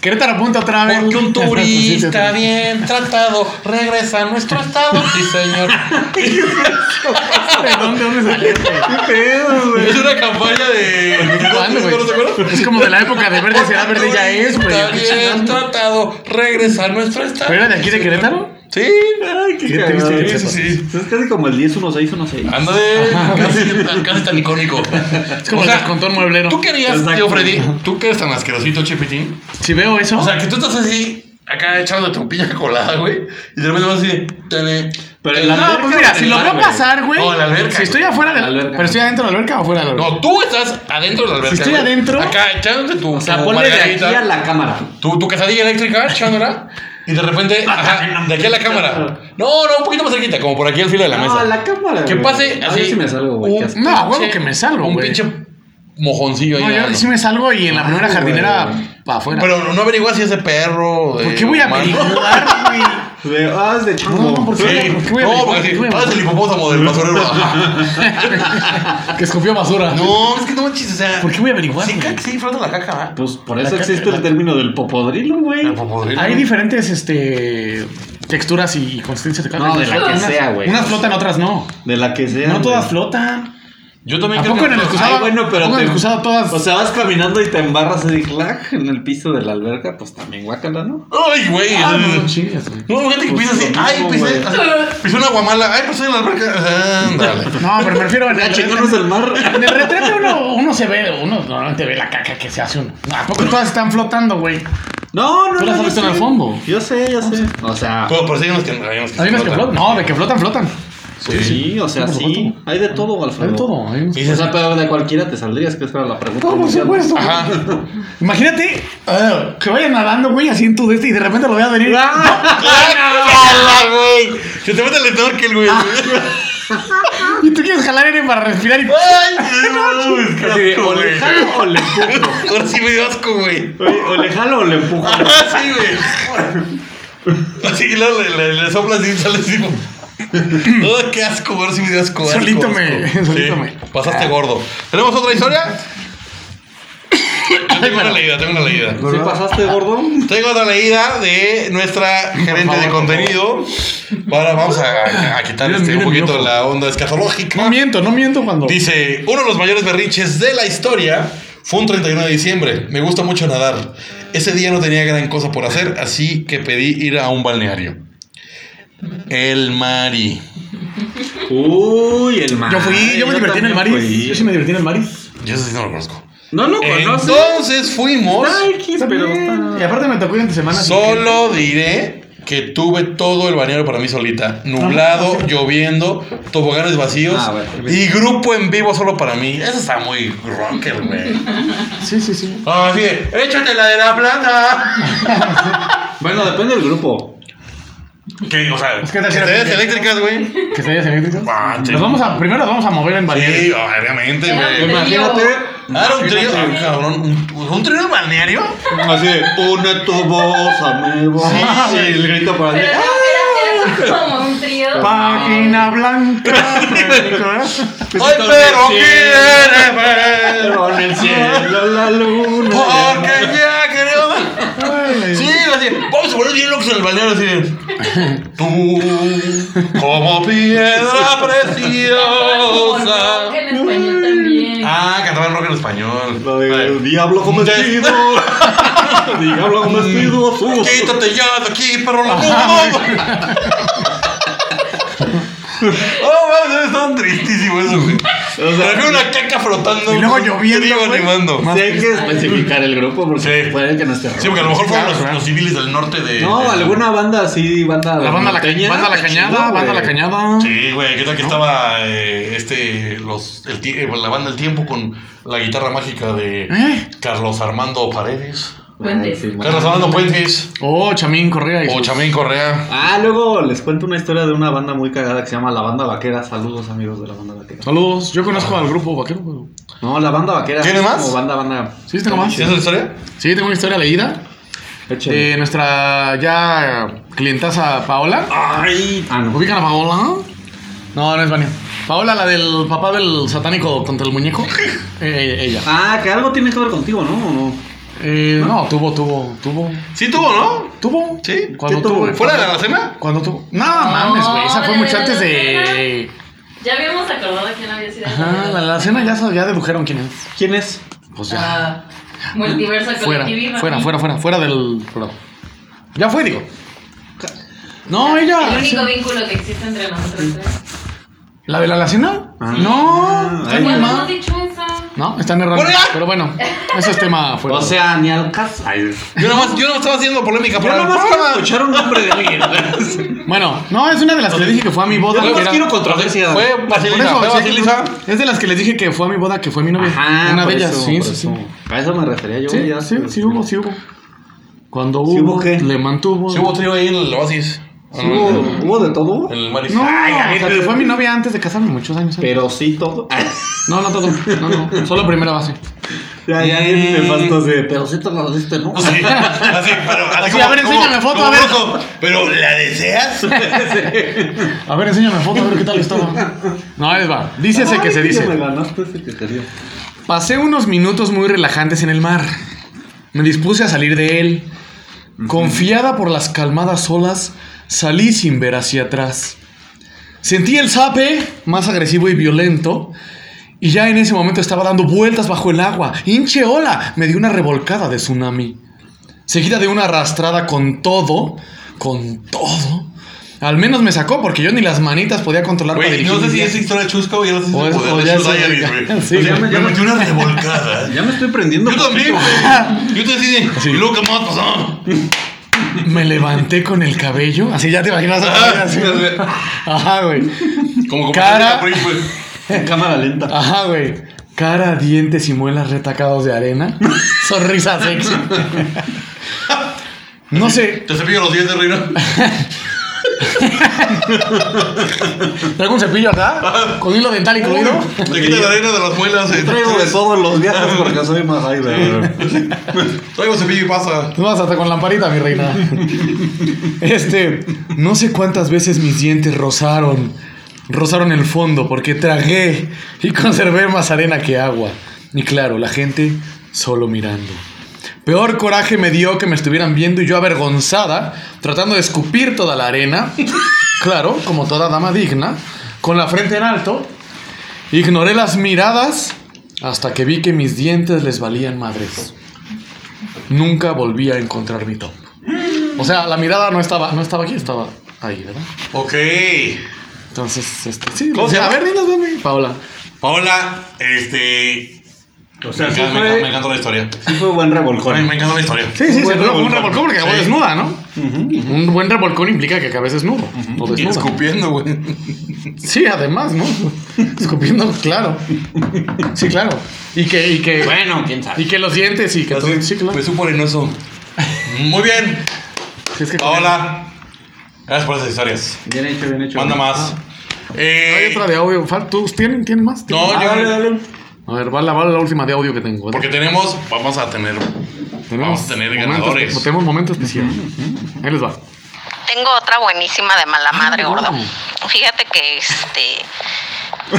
Speaker 3: Querétaro.travel.
Speaker 2: Porque
Speaker 3: [LAUGHS]
Speaker 2: un turista
Speaker 3: bien.
Speaker 2: bien tratado regresa a nuestro estado. Sí, señor.
Speaker 3: ¿De dónde,
Speaker 2: [LAUGHS]
Speaker 3: dónde salió?
Speaker 4: ¿Qué pedo, güey?
Speaker 2: Es una campaña de.
Speaker 3: ¿Cuándo, güey?
Speaker 2: ¿No te acuerdas?
Speaker 3: Es como de la época de verde será verde ya es, güey.
Speaker 2: Está bien tratado, regresa a nuestro estado.
Speaker 3: ¿Pero era de aquí de Querétaro?
Speaker 2: Sí.
Speaker 4: Ay, qué
Speaker 3: Qué triste
Speaker 4: cagado.
Speaker 3: que
Speaker 2: sepas.
Speaker 4: Es casi como el 10-1-6-1-6.
Speaker 2: Anda de casi, tan- casi tan icónico.
Speaker 3: Es como
Speaker 2: O
Speaker 3: el
Speaker 2: sea,
Speaker 3: descontón mueblero.
Speaker 2: Tú querías,
Speaker 4: Exacto.
Speaker 2: tío Freddy, tú que eres tan asquerosito, Chipitín.
Speaker 3: Si veo eso.
Speaker 2: O sea, que tú estás así, acá echando tu piña colada, güey. Y de repente vas así, tele.
Speaker 4: Pero
Speaker 2: tele-
Speaker 4: en la
Speaker 3: no, pues
Speaker 4: alberca
Speaker 3: mira,
Speaker 4: o en
Speaker 3: si
Speaker 4: el
Speaker 3: lo
Speaker 4: mar,
Speaker 3: veo
Speaker 4: güey?
Speaker 3: pasar, güey.
Speaker 2: O en la alberca,
Speaker 3: Si estoy
Speaker 2: güey.
Speaker 3: afuera de
Speaker 4: La
Speaker 3: la
Speaker 4: alberca.
Speaker 3: alberca. Pero estoy adentro de la alberca o fuera de la alberca.
Speaker 2: No, tú estás adentro de la alberca.
Speaker 3: Si estoy
Speaker 2: güey.
Speaker 3: adentro-
Speaker 2: Acá echándote tu.
Speaker 4: O sea,
Speaker 2: tu
Speaker 4: ponle de aquí
Speaker 2: margarita,
Speaker 4: a la cámara.
Speaker 2: Tu, tu casadilla eléctrica, echándola. Y de
Speaker 3: [LAUGHS]
Speaker 2: repente, ajá, de aquí a la cámara. No, no, un poquito más cerquita, como por aquí al filo de la mesa.
Speaker 4: No, a la cámara.
Speaker 2: Que
Speaker 4: güey.
Speaker 2: pase
Speaker 4: A
Speaker 2: así.
Speaker 4: ver si me salgo, güey.
Speaker 2: un
Speaker 4: qué asco.
Speaker 3: No,
Speaker 2: pinche-
Speaker 3: huevo que me salgo,
Speaker 2: Un
Speaker 3: güey.
Speaker 2: pinche mojoncillo ahí.
Speaker 3: No, yo
Speaker 2: nadando.
Speaker 3: sí me salgo y en la primera
Speaker 4: Ay,
Speaker 3: jardinera
Speaker 4: güey.
Speaker 3: para afuera.
Speaker 2: Pero no averigua si ese perro. eh,
Speaker 3: ¿Por qué voy a averiguar, güey?
Speaker 4: De- Ah, es de
Speaker 3: No,
Speaker 4: chongo.
Speaker 3: ¿por qué?
Speaker 2: Sí.
Speaker 3: voy a
Speaker 2: No,
Speaker 3: averiguar?
Speaker 2: porque
Speaker 3: ¿Por qué voy a
Speaker 2: ah, es el hipopótamo del basurero. Ajá.
Speaker 3: Que escupió basura.
Speaker 2: No, es que no manches, o sea.
Speaker 3: ¿Por qué voy a averiguar,
Speaker 2: Sí,
Speaker 3: güey?
Speaker 2: ca- sí, flota la caja. pues, ¿eh?
Speaker 4: Pues por
Speaker 3: La
Speaker 4: eso
Speaker 3: caca-
Speaker 4: existe el término del popodrilo, güey.
Speaker 2: El popodrilo.
Speaker 3: Hay diferentes este, texturas y, y consistencias de
Speaker 4: No, de la que
Speaker 3: Unas-
Speaker 4: sea, güey.
Speaker 3: Unas flotan, otras no.
Speaker 4: De la que sea.
Speaker 3: No todas
Speaker 4: güey.
Speaker 3: flotan.
Speaker 2: Yo también
Speaker 3: ¿A poco en el excusado?
Speaker 4: Ay, bueno, pero
Speaker 3: ¿A poco en
Speaker 4: te-
Speaker 3: el excusado todas?
Speaker 4: O sea, vas caminando y te embarras así, clac, en el piso de la alberca, pues también guácala, ¿no?
Speaker 2: Ay, güey.
Speaker 3: Ah,
Speaker 2: eh,
Speaker 3: no, no chingues, güey.
Speaker 2: No, fíjate que
Speaker 4: Pues
Speaker 2: pisa así.
Speaker 4: lo
Speaker 2: Ay, eh,
Speaker 4: mismo,
Speaker 2: pisé.
Speaker 4: güey.
Speaker 2: así, Pisé pues, una guamala. Ay, pisé en la alberca. Ah, Ándale.
Speaker 3: No, pero me refiero en
Speaker 4: La
Speaker 3: el,
Speaker 4: chingarnos del mar.
Speaker 3: Ah, [LAUGHS] en el retrato uno, uno se ve, uno normalmente ve la caca que se hace uno. ¿A poco todas están flotando, güey?
Speaker 4: No, no,
Speaker 3: Tú
Speaker 4: no.
Speaker 3: las has
Speaker 4: yo
Speaker 3: visto en
Speaker 4: sé.
Speaker 3: el fondo. Ah,
Speaker 4: Yo sé, yo sé. O sea,
Speaker 2: Pero, pero sí hay unos que hay unos que
Speaker 3: ¿Hay
Speaker 2: sí
Speaker 3: unas que flotan?
Speaker 2: flotan.
Speaker 3: No, de que flotan, flotan.
Speaker 4: sí, o sea,
Speaker 3: Sí, por
Speaker 4: sí.
Speaker 3: supuesto.
Speaker 4: Hay de todo, Alfredo.
Speaker 3: Hay todo, hay un-
Speaker 4: Y si esa pedo de cualquiera te saldrías, que esa era la pregunta.
Speaker 3: No, por
Speaker 4: inicial.
Speaker 3: supuesto.
Speaker 2: Ajá.
Speaker 3: Imagínate ah, que vayas nadando, güey, así en tu de este y de repente lo veas venir.
Speaker 2: Ah. ¡Ala, güey! Se te mete el snorkel, güey.
Speaker 3: [LAUGHS] Y tú quieres jalar aire para respirar y.
Speaker 2: Ay, [LAUGHS] no, güey, qué
Speaker 3: [LAUGHS]
Speaker 4: Así de,
Speaker 2: asco,
Speaker 4: o le
Speaker 2: güey.
Speaker 4: jalo o le empujo.
Speaker 2: Ahora sí me dio asco, güey.
Speaker 4: Oye, O le jalo o le empujo.
Speaker 2: Ah, sí, güey. [LAUGHS] Así y luego le, le, le soplas y sale así. como- No, qué asco, ahora sí me dio asco. asco,
Speaker 3: Solito
Speaker 2: asco.
Speaker 3: me-
Speaker 2: Sí,
Speaker 3: [LAUGHS] solito me.
Speaker 2: Pasaste gordo. ¿Tenemos otra
Speaker 3: [COUGHS]
Speaker 2: historia? Tengo una
Speaker 3: pero-
Speaker 2: leída, tengo una leída.
Speaker 4: ¿Sí pasaste, gordo?
Speaker 2: Tengo otra leída de nuestra gerente
Speaker 3: favor,
Speaker 2: de
Speaker 3: por
Speaker 2: contenido. Ahora vamos a, a quitar
Speaker 3: Miren,
Speaker 2: este, un
Speaker 3: miren mi
Speaker 2: poquito
Speaker 3: ojo.
Speaker 2: la onda escatológica.
Speaker 3: No miento, no miento cuando.
Speaker 2: Dice, uno de los mayores berrinches de la historia fue un 31 de diciembre. Me gusta mucho nadar. Ese día no tenía gran cosa por hacer, así que pedí ir a un balneario. El Mari.
Speaker 4: Uy, el mar.
Speaker 3: Yo fui, yo me divertí en el
Speaker 4: también
Speaker 3: Maris.
Speaker 4: fui.
Speaker 3: Yo sí me divertí en el Maris.
Speaker 2: Yo ese sí no lo conozco.
Speaker 4: No lo conoces.
Speaker 2: Entonces fuimos.
Speaker 4: Está X, pero
Speaker 3: Y
Speaker 4: está.
Speaker 3: aparte me tocó ir entre semanas.
Speaker 2: Solo diré que tuve todo el balneario para mí solita. [LAUGHS] Nublado, lloviendo, toboganes vacíos
Speaker 4: Ah, bueno.
Speaker 2: y grupo en vivo solo para mí. Eso está muy rocker, güey.
Speaker 3: Sí, sí, sí.
Speaker 2: [LAUGHS] Así de, échate la de la plata.
Speaker 4: Bueno, depende del grupo.
Speaker 2: Que, o sea,
Speaker 3: Es que te
Speaker 2: que te
Speaker 3: hacía
Speaker 2: des
Speaker 3: pendejo.
Speaker 2: eléctricas, güey.
Speaker 3: Que se haya eléctricos.
Speaker 2: Ah, sí.
Speaker 3: Nos vamos a, primero nos vamos a mover en balneario.
Speaker 2: Sí, obviamente, güey.
Speaker 7: Era un trío.
Speaker 4: Imagínate.
Speaker 2: Ah, era un trío, ah,
Speaker 4: imagínate,
Speaker 2: cabrón. ¿Un, un trío en balneario?
Speaker 4: Así de, una tu voz, amigo.
Speaker 2: Sí, sí.
Speaker 4: Y el grito por
Speaker 7: Pero
Speaker 4: allí.
Speaker 7: era, era, era como un trío.
Speaker 3: Página blanca. recuerda.
Speaker 2: Ay, pero quiere ver.
Speaker 4: Con el cielo, la luna.
Speaker 2: Porque ya creo.
Speaker 3: Ay,
Speaker 2: Sí, así. Vamos a poner bien locos en el balneario, así. de, Tú, como
Speaker 3: [LAUGHS]
Speaker 2: piedra
Speaker 7: Rock
Speaker 2: preciosa.
Speaker 7: en español también.
Speaker 2: Ah, cantaban rock en español.
Speaker 4: Lo de,
Speaker 2: Vale.
Speaker 4: diablo [LAUGHS] comestido. diablo comestido. azul.
Speaker 2: Quítate ya de aquí, perro. la- [LAUGHS] Oh, mames, estaban tristísimo eso, güey.
Speaker 4: O sea,
Speaker 2: Había una caca flotando.
Speaker 3: Y luego
Speaker 2: un
Speaker 3: lloviendo,
Speaker 2: trío
Speaker 3: güey.
Speaker 2: animando.
Speaker 3: Más
Speaker 4: Sí, hay que especificar el grupo porque
Speaker 2: Sí.
Speaker 4: puede que no esté rojo.
Speaker 2: Sí, porque a lo mejor fueron
Speaker 3: claro,
Speaker 2: los,
Speaker 3: claro.
Speaker 2: los civiles del norte de.
Speaker 4: No,
Speaker 2: de-
Speaker 4: alguna banda así, banda.
Speaker 3: La banda la,
Speaker 4: norteña,
Speaker 3: banda la
Speaker 4: está
Speaker 3: cañada,
Speaker 4: chido,
Speaker 3: banda la
Speaker 4: güey.
Speaker 3: cañada.
Speaker 2: Sí, güey, ¿qué tal que estaba eh, este, los, el tie- eh, la banda El Tiempo con la guitarra mágica de
Speaker 3: ¿Eh?
Speaker 2: Carlos Armando Paredes?
Speaker 4: Ay, sí, man.
Speaker 2: Carlos Armando Puentes
Speaker 3: Oh, Chamín Correa. y
Speaker 2: o
Speaker 3: sus-
Speaker 2: Chamín Correa.
Speaker 4: Ah, luego les cuento una historia de una banda muy cagada que se llama La Banda Vaquera. Saludos, amigos de la Banda Vaquera.
Speaker 3: Saludos. Yo conozco al grupo vaquero. güey.
Speaker 4: No, La Banda Vaquera.
Speaker 2: ¿Tiene
Speaker 4: es
Speaker 2: más?
Speaker 4: Como banda, banda.
Speaker 3: Sí, tengo más.
Speaker 2: ¿Sí es la historia?
Speaker 3: Sí, tengo una historia leída.
Speaker 4: Échale.
Speaker 3: De nuestra ya clientaza Paola.
Speaker 4: Ay. Ah, no.
Speaker 3: ¿Ubican a Paola? No, no es Vania. Paola, la del papá del satánico contra el muñeco. Eh, ella.
Speaker 4: Ah, que algo tiene que ver contigo, ¿no? ¿O no?
Speaker 3: Eh, no, tuvo, tuvo, tuvo.
Speaker 2: Sí tuvo, ¿no?
Speaker 3: ¿Tuvo?
Speaker 2: Sí.
Speaker 3: Cuando
Speaker 4: ¿Qué tuvo?
Speaker 3: tuvo.
Speaker 2: ¿Fuera de la cena?
Speaker 3: Cuando tuvo. No, mames, güey. Esa fue
Speaker 6: la
Speaker 3: mucho
Speaker 6: de la
Speaker 3: antes de.
Speaker 6: cena. Ya habíamos acordado quién había sido. el
Speaker 3: Ajá, la,
Speaker 6: ganador.
Speaker 3: la cena ya, sab- ya dedujeron quién es.
Speaker 4: ¿Quién es?
Speaker 3: Pues ya.
Speaker 6: Ah, multiverso
Speaker 3: Fuera,
Speaker 6: colectivismo.
Speaker 3: fuera, fuera, fuera, fuera del programa. Ya fue, digo. No, ella.
Speaker 6: El único vínculo que existe entre nosotros tres.
Speaker 3: ¿La de la lacena?
Speaker 4: Ah.
Speaker 3: No, está
Speaker 4: Ay,
Speaker 3: mi
Speaker 6: ¿Cuándo
Speaker 3: mamá.
Speaker 6: hemos dicho esa?
Speaker 3: No, están errando.
Speaker 2: Fuera.
Speaker 3: Pero bueno, ese es tema fuera.
Speaker 4: O sea, ni al caso. Ay,
Speaker 2: Yo nada más, yo no estaba haciendo polémica
Speaker 4: yo
Speaker 2: para
Speaker 4: nomás
Speaker 2: el
Speaker 4: quiero
Speaker 2: programa.
Speaker 4: escuchar un nombre de alguien.
Speaker 3: bueno, no, es una de las que le dije que fue a mi boda.
Speaker 4: Yo
Speaker 3: que
Speaker 4: nomás
Speaker 3: era-
Speaker 4: quiero controversia.
Speaker 2: Fue
Speaker 3: Por
Speaker 2: Basilisa,
Speaker 3: eso,
Speaker 2: fue
Speaker 3: sí,
Speaker 2: Basilisa.
Speaker 3: es de las que les dije que fue a mi boda, que fue mi novia. [LAUGHS]
Speaker 4: Ajá,
Speaker 3: una
Speaker 4: por
Speaker 3: de ellas,
Speaker 4: eso,
Speaker 3: sí,
Speaker 4: por
Speaker 3: sí, sí.
Speaker 4: eso. A eso me refería yo.
Speaker 3: Sí,
Speaker 4: ya,
Speaker 3: sí,
Speaker 4: pues,
Speaker 3: sí hubo, sí hubo. Cuando hubo,
Speaker 4: ¿Sí hubo qué?
Speaker 3: le mantuvo.
Speaker 2: Sí hubo trío ahí en el Oasis.
Speaker 4: sí hubo, hubo de todo.
Speaker 2: En el Maris.
Speaker 3: No,
Speaker 4: Ay, a
Speaker 3: o sea,
Speaker 4: ver,
Speaker 3: que fue mi novia antes de casarme, muchos años. antes.
Speaker 4: Pero sí todo. [LAUGHS]
Speaker 3: No, no todo. No, no. Solo primera base.
Speaker 4: ya, ya, me faltó de. Pero sí te lo diste, ¿no?
Speaker 2: Sí, [LAUGHS] así, pero así
Speaker 3: Así, a ver, enséñame foto, a ver.
Speaker 2: loco, pero ¿la
Speaker 3: [LAUGHS]
Speaker 2: deseas?
Speaker 3: A ver, enséñame foto, a ver qué tal estaba. No, ahí les va. Dice ese que
Speaker 4: Ay,
Speaker 3: se
Speaker 4: tío,
Speaker 3: dice.
Speaker 4: Me ganaste ese que quería.
Speaker 3: Pasé unos minutos muy relajantes en el mar. Me dispuse a salir de él. Confiada por las calmadas olas, salí sin ver hacia atrás. Sentí el sape más agresivo y violento. Y ya en ese momento estaba dando vueltas bajo el agua. ¡Hinche ola! Me dio una revolcada de tsunami. Seguida de una arrastrada con todo. Con todo. Al menos me sacó porque yo ni las manitas podía controlar para
Speaker 2: Güey, no sé
Speaker 3: dirigir
Speaker 2: si
Speaker 3: mi
Speaker 2: es
Speaker 3: viaje.
Speaker 2: historia chusca o ya no sé si
Speaker 3: O
Speaker 2: es
Speaker 3: es-
Speaker 2: poder
Speaker 3: o
Speaker 2: de
Speaker 3: ya
Speaker 2: Shoe
Speaker 3: es-
Speaker 2: Diaries, güey.
Speaker 3: [LAUGHS] Sí,
Speaker 2: O sea,
Speaker 3: ya
Speaker 4: me-
Speaker 2: me
Speaker 4: ya me-
Speaker 2: metí una
Speaker 3: [LAUGHS]
Speaker 2: revolcada.
Speaker 4: Ya me estoy prendiendo.
Speaker 2: Yo también, güey. Yo te decía,
Speaker 3: Así.
Speaker 2: y luego qué más pasó.
Speaker 3: Me levanté con el cabello. Así ya
Speaker 2: [LAUGHS]
Speaker 3: te imaginas. así. Ajá, güey.
Speaker 2: Como como
Speaker 3: Cara.
Speaker 2: Capri, güey.
Speaker 4: [LAUGHS] En cámara lenta.
Speaker 3: Ajá, güey. Cara, dientes y muelas retacados
Speaker 2: [LAUGHS]
Speaker 3: de arena. Sonrisa sexy. No sé,
Speaker 2: Te cepillo los dientes, Reina.
Speaker 3: traigo un cepillo acá con hilo dental incluido.
Speaker 2: Le quita la arena de las muelas. eh.
Speaker 4: Traigo de todos los viajes porque soy más ahí, güey.
Speaker 2: Traigo cepillo y pasa.
Speaker 3: No vas hasta con lamparita, mi reina. Este, no sé cuántas veces mis dientes rozaron, rozaron el fondo porque tragué y conservé más arena que agua. Y claro, la gente solo mirando. Peor coraje me dio que me estuvieran viendo y yo avergonzada, tratando de escupir toda la arena. Claro, como toda dama digna, con la frente en alto, ignoré las miradas hasta que vi que mis dientes les valían madres nunca volví a encontrar mi top. O sea, la mirada no estaba, no estaba aquí, estaba ahí, ¿verdad?
Speaker 2: Ok.
Speaker 3: Entonces, este, sí,
Speaker 2: ¿Cómo
Speaker 3: o
Speaker 2: se
Speaker 3: sea, a
Speaker 2: llama?
Speaker 3: ver, dinos, dame. Paola.
Speaker 2: Paola, este.
Speaker 4: O sea,
Speaker 2: Me
Speaker 4: sí
Speaker 2: encanta- me encanta- me
Speaker 4: fue,
Speaker 2: encantó la historia.
Speaker 4: sí fue buen
Speaker 2: Me
Speaker 4: revolcón.
Speaker 2: me encantó la historia.
Speaker 3: Sí, sí,
Speaker 4: Un
Speaker 3: se
Speaker 4: buen
Speaker 3: fue un
Speaker 4: revolcón.
Speaker 3: revolcón porque acabó
Speaker 2: Sí.
Speaker 3: desnuda, ¿no? Un buen revolcón implica que acabes desnudo. o
Speaker 2: Y
Speaker 3: desnuda.
Speaker 2: escupiendo, güey.
Speaker 3: Sí, además, ¿no? Escupiendo, claro. Sí, claro. Y que, y que,
Speaker 4: Bueno, quién sabe.
Speaker 3: y que los dientes y que todo. Sí, claro.
Speaker 2: Me supo arenoso. Muy bien.
Speaker 3: Sí, es que-
Speaker 2: Paola, gracias por esas historias.
Speaker 4: Bien hecho, bien hecho.
Speaker 2: Manda más.
Speaker 3: Hay
Speaker 2: Eh,
Speaker 3: ah. otra de audio. Fal- ¿Tú tienen, tienen más? ¿Tienen
Speaker 2: No,
Speaker 3: más?
Speaker 4: Ah,
Speaker 2: yo-
Speaker 4: dale, dale.
Speaker 3: A ver, va la, va la última de audio que tengo.
Speaker 2: porque tenemos, vamos a tener. Vamos a tener ganadores.
Speaker 3: Momentos, tenemos momentos especiales. Ahí les va.
Speaker 7: Tengo otra buenísima de mala madre,
Speaker 3: no.
Speaker 7: gordo. Fíjate que este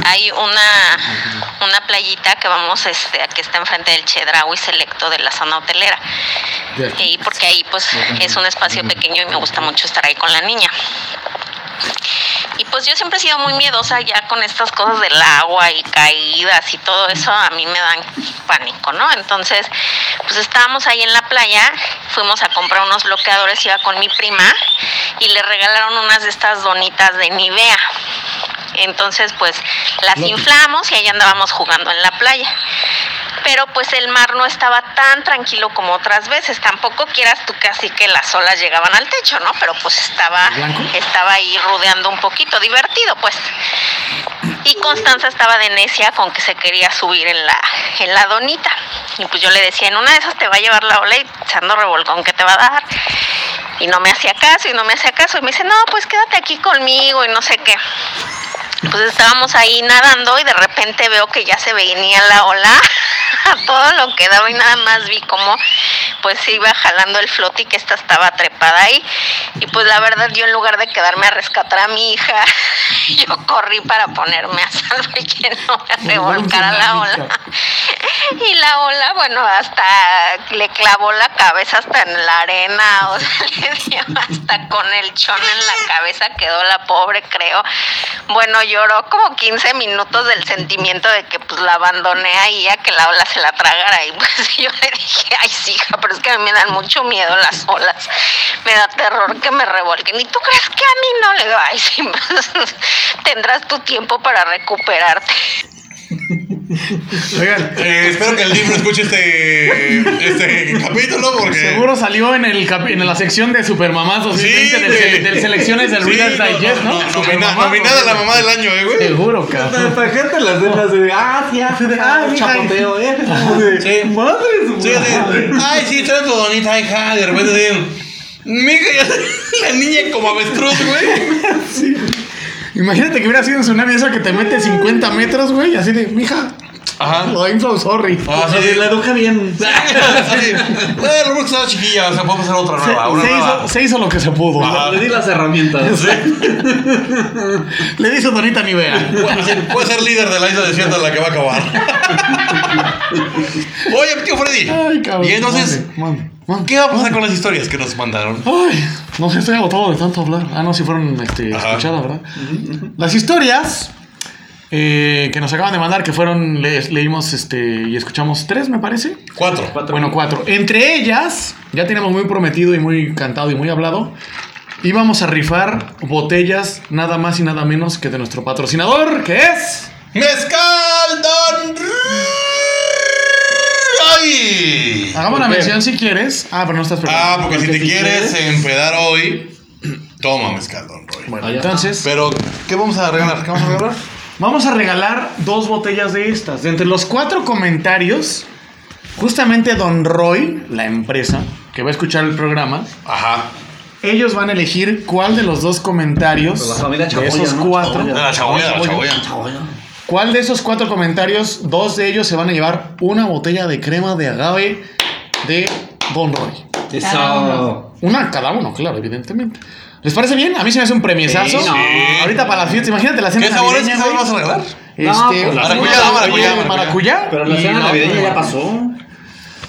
Speaker 7: hay una, una playita que vamos este, a que está enfrente del Chedraui selecto de la zona hotelera.
Speaker 3: De aquí.
Speaker 7: Y porque ahí pues es un espacio pequeño y me gusta mucho estar ahí con la niña. Y pues yo siempre he sido muy miedosa ya con estas cosas del agua y caídas y todo eso, a mí me dan pánico, ¿no? Entonces, pues estábamos ahí en la playa, fuimos a comprar unos bloqueadores, iba con mi prima y le regalaron unas de estas donitas de Nivea. Entonces, pues las inflamos y ahí andábamos jugando en la playa. Pero pues el mar no estaba tan tranquilo como otras veces. Tampoco quieras tú casi que las olas llegaban al techo, ¿no? Pero pues estaba,
Speaker 3: ¿Blanco?
Speaker 7: estaba ahí rodeando un poquito, divertido pues. Y Constanza estaba de necia con que se quería subir en la, en la donita. Y pues yo le decía, en una de esas te va a llevar la ola y echando revolcón que te va a dar. Y no me hacía caso y no me hacía caso. Y me dice, no, pues quédate aquí conmigo y no sé qué. Pues estábamos ahí nadando y de repente veo que ya se venía la ola [LAUGHS] a todo lo que daba y nada más vi cómo pues se iba jalando el flote y que esta estaba trepada ahí. Y pues la verdad yo en lugar de quedarme a rescatar a mi hija, [LAUGHS] yo corrí para ponerme a salvo y que no me revolcara la ola. [LAUGHS] Y la ola, bueno, hasta le clavó la cabeza hasta en la arena, o sea, [LAUGHS] le dio hasta con el chón en la cabeza quedó la pobre, creo. Bueno, lloró como 15 minutos del sentimiento de que pues la abandoné ahí a que la ola se la tragara y pues [LAUGHS] yo le dije, ay sí, hija, pero es que a mí me dan mucho miedo las olas, me da terror que me revolquen. ¿Y tú crees que a mí no? Le digo, ay sí, [LAUGHS] pues, tendrás tu tiempo para recuperarte.
Speaker 3: [LAUGHS] Oigan,
Speaker 2: Eh, espero que el libro escuche este, este capítulo porque...
Speaker 3: seguro salió en, el cap- en la sección de Supermamás 2020 del,
Speaker 2: güey.
Speaker 3: sele- del selecciones del
Speaker 2: Sí,
Speaker 3: Reader's Digest, ¿no?
Speaker 2: nomina-
Speaker 3: Supermamás,
Speaker 2: nominada la mamá del año, eh, güey.
Speaker 3: Seguro, cabrón.
Speaker 4: Esta gente las deja así de, ah, sí, ah, sí,
Speaker 3: Ah, mija.
Speaker 4: chapoteo, eh. Como de,
Speaker 2: Sí.
Speaker 4: Madres,
Speaker 2: Sí,
Speaker 4: güey.
Speaker 2: sí. Ay, sí, trae tu donita, hija. De repente sí. Mija, ya- la niña como avestruz, güey.
Speaker 3: Imagínate que hubiera sido un tsunami eso que te mete 50 metros, güey, así de, mija,
Speaker 2: Ajá.
Speaker 3: lo info, sorry.
Speaker 2: Ah,
Speaker 4: O sea,
Speaker 2: sí,
Speaker 4: la educa bien.
Speaker 2: [LAUGHS] Sí. Bueno, Rubén estaba chiquilla, o sea, puede pasar otra
Speaker 3: Se,
Speaker 2: nueva, una Ah,
Speaker 3: se
Speaker 2: nueva.
Speaker 3: hizo, se hizo lo que se pudo.
Speaker 2: Ajá.
Speaker 4: Le di las herramientas.
Speaker 3: [LAUGHS] Le dice Donita Nivea.
Speaker 2: [LAUGHS] Bueno, sí, puede ser líder de la isla desierta la que va a acabar. Oye, tío Freddy.
Speaker 3: Ay, cabrón.
Speaker 2: Y entonces,
Speaker 3: Mande, mande,
Speaker 2: ¿qué va a pasar con las historias que nos mandaron?
Speaker 3: Ay, no sé, estoy agotado de tanto hablar. Ah, no, si fueron este,
Speaker 2: Ajá.
Speaker 3: escuchadas, ¿verdad? Las historias eh, que nos acaban de mandar, que fueron, le- leímos este, y escuchamos tres, me parece.
Speaker 2: Cuatro.
Speaker 3: Bueno, cuatro. Entre ellas, ya tenemos muy prometido y muy cantado y muy hablado, íbamos a rifar botellas nada más y nada menos que de nuestro patrocinador, que es...
Speaker 2: ¡Mezcal Don Roy!
Speaker 3: Hagamos la mención si quieres. Ah, pero no estás
Speaker 2: Ah,
Speaker 3: preparado.
Speaker 2: porque si te quieres eh. empedar hoy, [CLEARS THROAT] toma mezcal Don Roy.
Speaker 3: Bueno,
Speaker 4: Ah, ya
Speaker 3: entonces...
Speaker 2: Pero, ¿qué vamos a regalar? ¿Qué vamos a regalar?
Speaker 3: Vamos a regalar dos botellas de estas. De entre los cuatro comentarios, justamente Don Roy, la empresa que va a escuchar el programa,
Speaker 2: Ajá.
Speaker 3: ellos van a elegir cuál de los dos comentarios,
Speaker 4: Pues la familia
Speaker 3: de
Speaker 4: Chaboya,
Speaker 3: esos
Speaker 4: ¿no?
Speaker 3: cuatro,
Speaker 2: De la chaboya, de la chaboya.
Speaker 3: cuál de esos cuatro comentarios, dos de ellos se van a llevar una botella de crema de agave de Don Roy.
Speaker 4: Eso.
Speaker 3: Una cada uno, claro, evidentemente. ¿Les parece bien? A mí se me hace un premiesazo.
Speaker 4: Sí, no.
Speaker 3: Ahorita para las fiestas, imagínate la cena
Speaker 2: ¿Qué sabores qué sabor
Speaker 3: navideña, güey.
Speaker 2: vas a regalar?
Speaker 4: No,
Speaker 3: Este,
Speaker 4: pues, la
Speaker 2: maracuyá,
Speaker 3: una
Speaker 2: maracuyá,
Speaker 3: de maracuyá.
Speaker 4: Pero la
Speaker 3: y
Speaker 4: cena
Speaker 3: la
Speaker 4: navideña
Speaker 3: otra.
Speaker 4: ya pasó.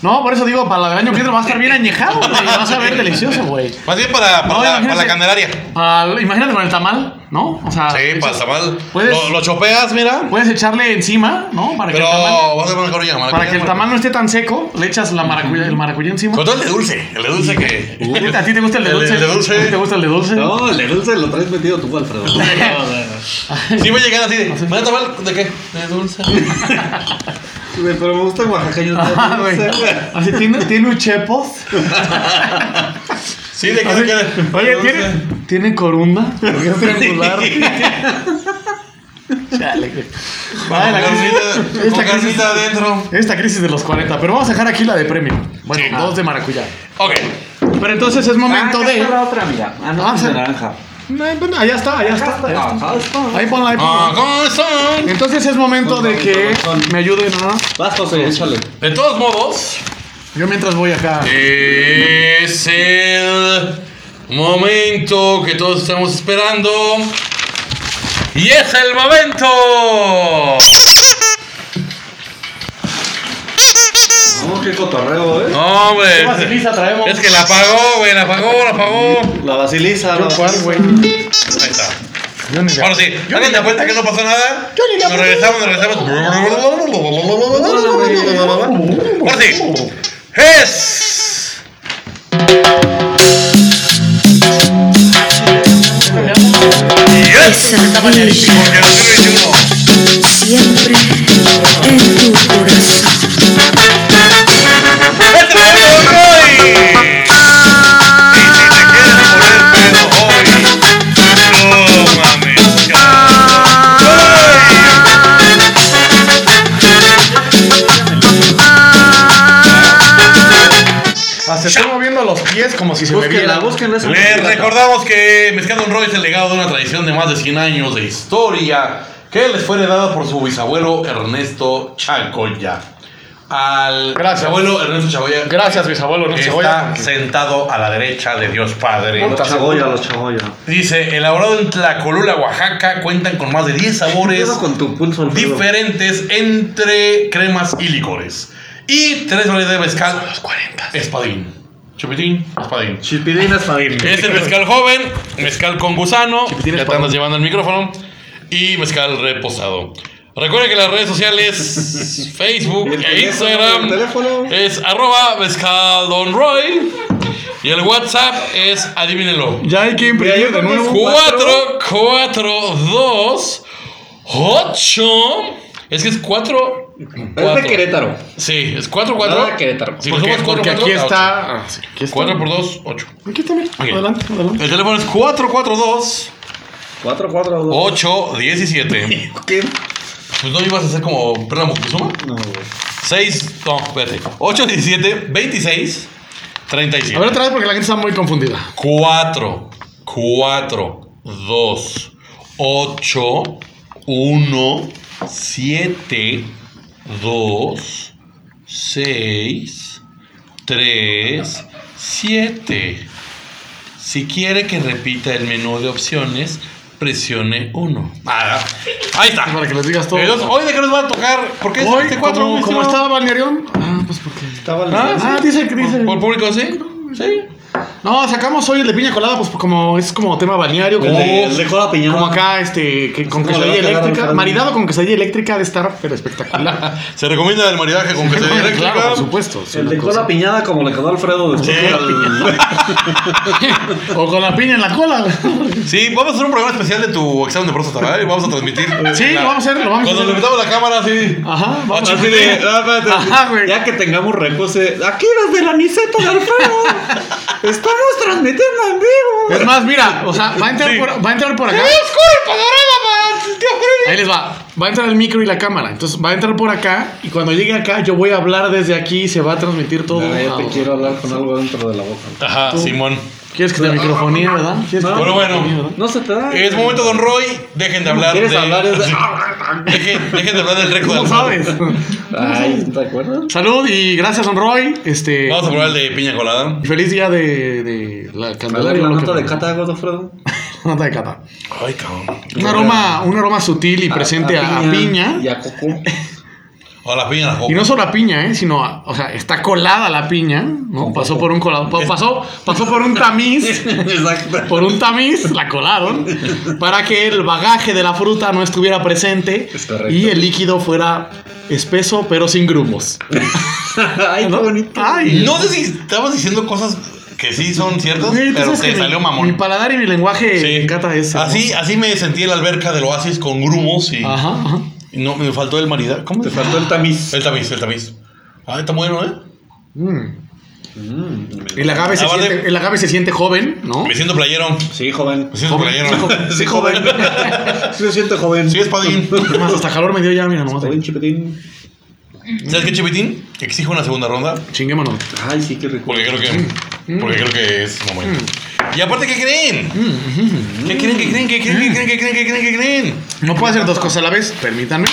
Speaker 3: No, por eso digo, para el año que entra va a estar bien añejado, güey. Va a saber delicioso, güey.
Speaker 2: Más bien para, para,
Speaker 3: No,
Speaker 2: la- para
Speaker 3: imagínate.
Speaker 2: la candelaria.
Speaker 3: Al- imagínate con el tamal, ¿no? O sea,
Speaker 2: Sí,
Speaker 3: eso-
Speaker 2: para el tamal.
Speaker 3: Puedes-
Speaker 2: Lo, lo chopeas, mira.
Speaker 3: puedes echarle encima, ¿no? Para que
Speaker 2: Pero
Speaker 3: el tamal,
Speaker 2: vas a poner corilla,
Speaker 3: para que el tamal no esté tan seco, le echas la maracuyá, el maracuyá encima.
Speaker 2: Con todo el de dulce. El de dulce que.
Speaker 3: ¿A ti te gusta el de
Speaker 2: El-
Speaker 3: dulce?
Speaker 2: el de dulce.
Speaker 3: ¿A ti ¿Te gusta el de dulce?
Speaker 4: No, el de dulce lo traes metido tú,
Speaker 3: [LAUGHS]
Speaker 4: Alfredo. No, no, no.
Speaker 2: Sí, voy a llegar así de. ¿Me tamal? ¿De qué? De dulce.
Speaker 4: Güey, Pero me gusta oaxaqueño.
Speaker 3: Ah, güey. Así tiene, tiene un chepo.
Speaker 2: Sí, de qué se
Speaker 3: Así-
Speaker 2: quiere.
Speaker 3: Oye,
Speaker 2: De dulce.
Speaker 3: ¿tiene, ¿tiene
Speaker 2: [LAUGHS]
Speaker 3: corunda? Porque es triangular. [LAUGHS] Chale, güey. Ay,
Speaker 2: Con
Speaker 3: la crisis-
Speaker 2: carnita,
Speaker 3: esta
Speaker 2: con
Speaker 3: crisis-
Speaker 2: carnita adentro.
Speaker 3: Esta crisis de los 40, pero vamos a dejar aquí la de premio. Bueno,
Speaker 2: Sí.
Speaker 3: dos de maracuyá.
Speaker 2: Ok.
Speaker 3: Pero entonces es momento de.
Speaker 4: la otra, mira. Ah, no,
Speaker 3: Ah,
Speaker 4: es
Speaker 3: sí.
Speaker 4: de naranja.
Speaker 3: No, eh, bueno, allá está, allá está. allá está.
Speaker 4: Ah, está.
Speaker 3: Ahí ponla, ahí
Speaker 2: Ah,
Speaker 3: ponla.
Speaker 2: ¿Cómo están?
Speaker 3: Entonces es momento de que me ayuden, ¿no?
Speaker 4: Vas, José, échale.
Speaker 2: De todos modos,
Speaker 3: Yo mientras voy acá.
Speaker 2: es el momento que todos estamos esperando. Y es el momento.
Speaker 4: No, qué cotorreo, eh.
Speaker 2: No,
Speaker 3: ¿Qué
Speaker 2: hombre.
Speaker 3: basilisa traemos?
Speaker 2: Es que la apagó, güey, la apagó, la apagó.
Speaker 4: La basilisa.
Speaker 3: Yo
Speaker 4: la
Speaker 3: cuál,
Speaker 4: basilisa.
Speaker 3: güey.
Speaker 2: Ahí está.
Speaker 3: Yo ni le-
Speaker 2: Ahora sí,
Speaker 3: Yo ni
Speaker 2: ¿alguien te
Speaker 3: le-
Speaker 2: cuenta que no pasó nada?
Speaker 3: Yo ni la
Speaker 2: Nos regresamos, nos regresamos. Ahora sí. Es. Yes.
Speaker 8: Esa
Speaker 2: Porque
Speaker 8: bella
Speaker 2: no tiene ninguno.
Speaker 8: siempre en tu corazón.
Speaker 2: Vete para el otro hoy. Y si te quieres poner pedo hoy, no mames, cabrón.
Speaker 3: Hasta estoy moviendo los pies como si se me
Speaker 4: Búsquenla,
Speaker 3: viera.
Speaker 4: búsquenla. esa
Speaker 2: Les
Speaker 4: película.
Speaker 2: recordamos que Mezclando un Roy es el legado de una tradición de más de 100 años de historia que les fue heredada por su bisabuelo Ernesto Chacoya. Al
Speaker 3: Gracias.
Speaker 2: bisabuelo Ernesto Chacoya.
Speaker 3: Gracias, bisabuelo, no
Speaker 2: Está
Speaker 3: se voy
Speaker 2: sentado a la derecha de Dios Padre.
Speaker 4: Los chagoya, los chagoya.
Speaker 2: Dice, elaborado en Tlacolula, Oaxaca, cuentan con más de 10 sabores
Speaker 4: Empiezo con tu pulso al fuego.
Speaker 2: diferentes entre cremas y licores. Y tres variedades de mezcal. Los 40. Espadín. Chupitín, espadín.
Speaker 4: Chipirina es para
Speaker 2: Es el mezcal joven, mezcal con gusano,
Speaker 3: Chipitín
Speaker 2: ya te
Speaker 3: espadón.
Speaker 2: andas llevando el micrófono, y mezcal reposado. Recuerden que las redes
Speaker 3: [LAUGHS]
Speaker 2: sociales, Facebook
Speaker 4: El
Speaker 2: e
Speaker 4: teléfono, el teléfono.
Speaker 2: Instagram, es arroba mezcal Don Roy, y el WhatsApp es, adivínelo,
Speaker 3: Ya hay que
Speaker 4: Mira,
Speaker 3: imprimir
Speaker 4: yo
Speaker 3: de
Speaker 4: con
Speaker 3: nuevo.
Speaker 4: eso-
Speaker 2: 4, 4, 2, 8, es que es 4,
Speaker 4: Es de Querétaro.
Speaker 2: Sí, es 4, 4.
Speaker 4: Nada de Querétaro.
Speaker 2: Si
Speaker 3: Porque, porque aquí está. ah, sí, aquí está.
Speaker 2: 4 por 2, 8.
Speaker 3: Aquí está, mira.
Speaker 2: Ok.
Speaker 3: Adelante, adelante.
Speaker 2: El teléfono es 442.
Speaker 4: 4, 4, 2.
Speaker 2: 8, 17.
Speaker 4: ¿Qué?
Speaker 2: Pues no ibas a hacer como Perla Moctezuma.
Speaker 4: No, güey.
Speaker 2: 6, no, espérate. 8, 17, 26,
Speaker 3: A ver
Speaker 2: 37.
Speaker 3: otra vez porque la gente está muy confundida.
Speaker 2: 4, 4, 2, 8, 1, 7, 2, 6, 3, 7. Si quiere que repita el menú de opciones, presione 1. ahí está.
Speaker 3: Para que les digas todo.
Speaker 2: Entonces, ¿Hoy de qué nos va a tocar? ¿Por qué es
Speaker 3: Hoy,
Speaker 2: este cuatro,
Speaker 3: como,
Speaker 2: mi
Speaker 3: como
Speaker 2: estimado?
Speaker 3: estaba Balnearión. Ah, pues porque.
Speaker 4: Estaba el-
Speaker 2: Ah,
Speaker 3: Ah, dice que dice.
Speaker 2: ¿Por, por público, sí? Sí.
Speaker 3: No, sacamos hoy el de piña colada, pues como es como tema balneario.
Speaker 4: El
Speaker 3: como-
Speaker 4: de- el de cola piñada.
Speaker 3: Como acá, este, que, con
Speaker 4: como le va
Speaker 3: quesadilla
Speaker 4: a quedar a
Speaker 3: eléctrica.
Speaker 4: Alejandro.
Speaker 3: Maridado con quesadilla eléctrica ha de estar, pero
Speaker 4: [LAUGHS]
Speaker 3: espectacular.
Speaker 2: Se recomienda el maridaje con
Speaker 3: [LAUGHS]
Speaker 2: quesadilla eléctrica.
Speaker 3: claro, por supuesto. es
Speaker 4: El
Speaker 3: una
Speaker 4: de
Speaker 3: cosa.
Speaker 4: cola piñada, como le quedó a Alfredo después
Speaker 2: Sí.
Speaker 4: de la-
Speaker 3: O con la piña en la cola.
Speaker 2: Sí, vamos a hacer un programa especial de tu examen de próstata, ¿eh? Vamos a transmitir.
Speaker 3: [LAUGHS] Sí,
Speaker 2: La-
Speaker 3: lo vamos a hacer, lo vamos a
Speaker 2: Cuando le
Speaker 3: hacer.
Speaker 2: metamos la cámara, sí.
Speaker 3: Ajá, vamos
Speaker 2: Ah,
Speaker 3: a
Speaker 2: sí,
Speaker 3: hacer.
Speaker 2: de-
Speaker 4: [LAUGHS] Ah, espérate.
Speaker 3: Ajá, güey.
Speaker 4: Ya que tengamos repose. Aquí desde la Niceto
Speaker 3: [LAUGHS]
Speaker 4: de Alfredo. Estamos transmitiendo en vivo.
Speaker 3: Es más, mira, o sea, va a entrar,
Speaker 2: Sí.
Speaker 3: por, va a entrar por acá.
Speaker 2: culpa dorada, man! ¡Tío
Speaker 3: Ahí les va. Va a entrar el micro y la cámara. Entonces va a entrar por acá. Y cuando llegue acá, yo voy a hablar desde aquí y se va a transmitir todo.
Speaker 4: Ah, yo
Speaker 3: Ah,
Speaker 4: te quiero hablar con algo dentro de la boca.
Speaker 2: Ajá, Simón.
Speaker 3: ¿Quieres que te microfonía, verdad? ¿Quieres que te
Speaker 2: Pero bueno.
Speaker 3: microfonía, verdad?
Speaker 4: No se te
Speaker 3: Eh,
Speaker 4: da.
Speaker 2: Es momento, don Roy. Dejen de hablar.
Speaker 4: ¿Quieres
Speaker 2: de-
Speaker 4: hablar? Es de-
Speaker 2: [LAUGHS] Dejen, dejen de hablar del récord.
Speaker 3: ¿Cómo
Speaker 2: del-
Speaker 3: sabes?
Speaker 4: Ay, Ah, ¿te acuerdas?
Speaker 3: Salud y gracias, Don Roy. Este,
Speaker 2: Vamos a probar el de piña colada.
Speaker 3: Feliz día de, de la
Speaker 4: A ver,
Speaker 3: Candelaria.
Speaker 4: la
Speaker 3: lo que
Speaker 4: nota de
Speaker 3: fue.
Speaker 4: cata, gordo Alfredo.
Speaker 3: [LAUGHS] Nota de cata.
Speaker 2: Ay, cabrón.
Speaker 3: Un aroma, un aroma sutil y presente a, a piña.
Speaker 4: Y a coco.
Speaker 3: [LAUGHS]
Speaker 2: O la piña, la
Speaker 3: Y no solo a piña, ¿eh? sino, a- o sea, está colada la piña, ¿no? Pasó por un colado, pa- pasó, pasó por un tamiz,
Speaker 4: Exacto.
Speaker 3: por un tamiz, la colaron, para que el bagaje de la fruta no estuviera presente
Speaker 4: Es correcto.
Speaker 3: y el líquido fuera espeso pero sin grumos.
Speaker 4: Ay, qué
Speaker 3: ¿no? Ah.
Speaker 4: bonito.
Speaker 3: Ay.
Speaker 2: No sé si estamos diciendo cosas que sí son ciertas,
Speaker 3: Güey, ¿tú
Speaker 2: pero
Speaker 3: sabes
Speaker 2: te
Speaker 3: que
Speaker 2: salió
Speaker 3: mi,
Speaker 2: mamón.
Speaker 3: Mi paladar y mi lenguaje
Speaker 2: Sí.
Speaker 3: me encanta ese. ¿no?
Speaker 2: Así, así me sentí en la alberca del oasis con grumos y,
Speaker 3: Ajá, ajá.
Speaker 2: y no me faltó el maridaje. ¿Cómo
Speaker 4: Te
Speaker 2: te
Speaker 4: faltó el tamiz.
Speaker 2: El tamiz, el tamiz. Ah, está bueno, ¿eh?
Speaker 3: Mm. El, agave se
Speaker 2: Aparte-
Speaker 3: siente, el agave se siente joven, ¿no?
Speaker 2: Me siento playero.
Speaker 4: Sí, joven.
Speaker 2: Me siento [LAUGHS] playero.
Speaker 4: Sí, joven. [LAUGHS] Sí, me siento joven.
Speaker 2: Sí, espadín.
Speaker 3: Es más, hasta calor me dio ya, mira nomás.
Speaker 4: Joven, chipetín.
Speaker 2: ¿Sabes qué, Chipitín? Exijo una segunda ronda.
Speaker 3: Chinguémonos.
Speaker 4: Ay, sí, qué rico.
Speaker 2: Porque creo que. Porque creo que es momento. Y aparte, ¿qué creen? ¿Qué creen? ¿Qué creen? ¿Qué creen? ¿Qué creen? ¿Qué creen? ¿Qué creen? ¿Qué creen?
Speaker 3: No puedo hacer dos cosas a la vez, permítanme.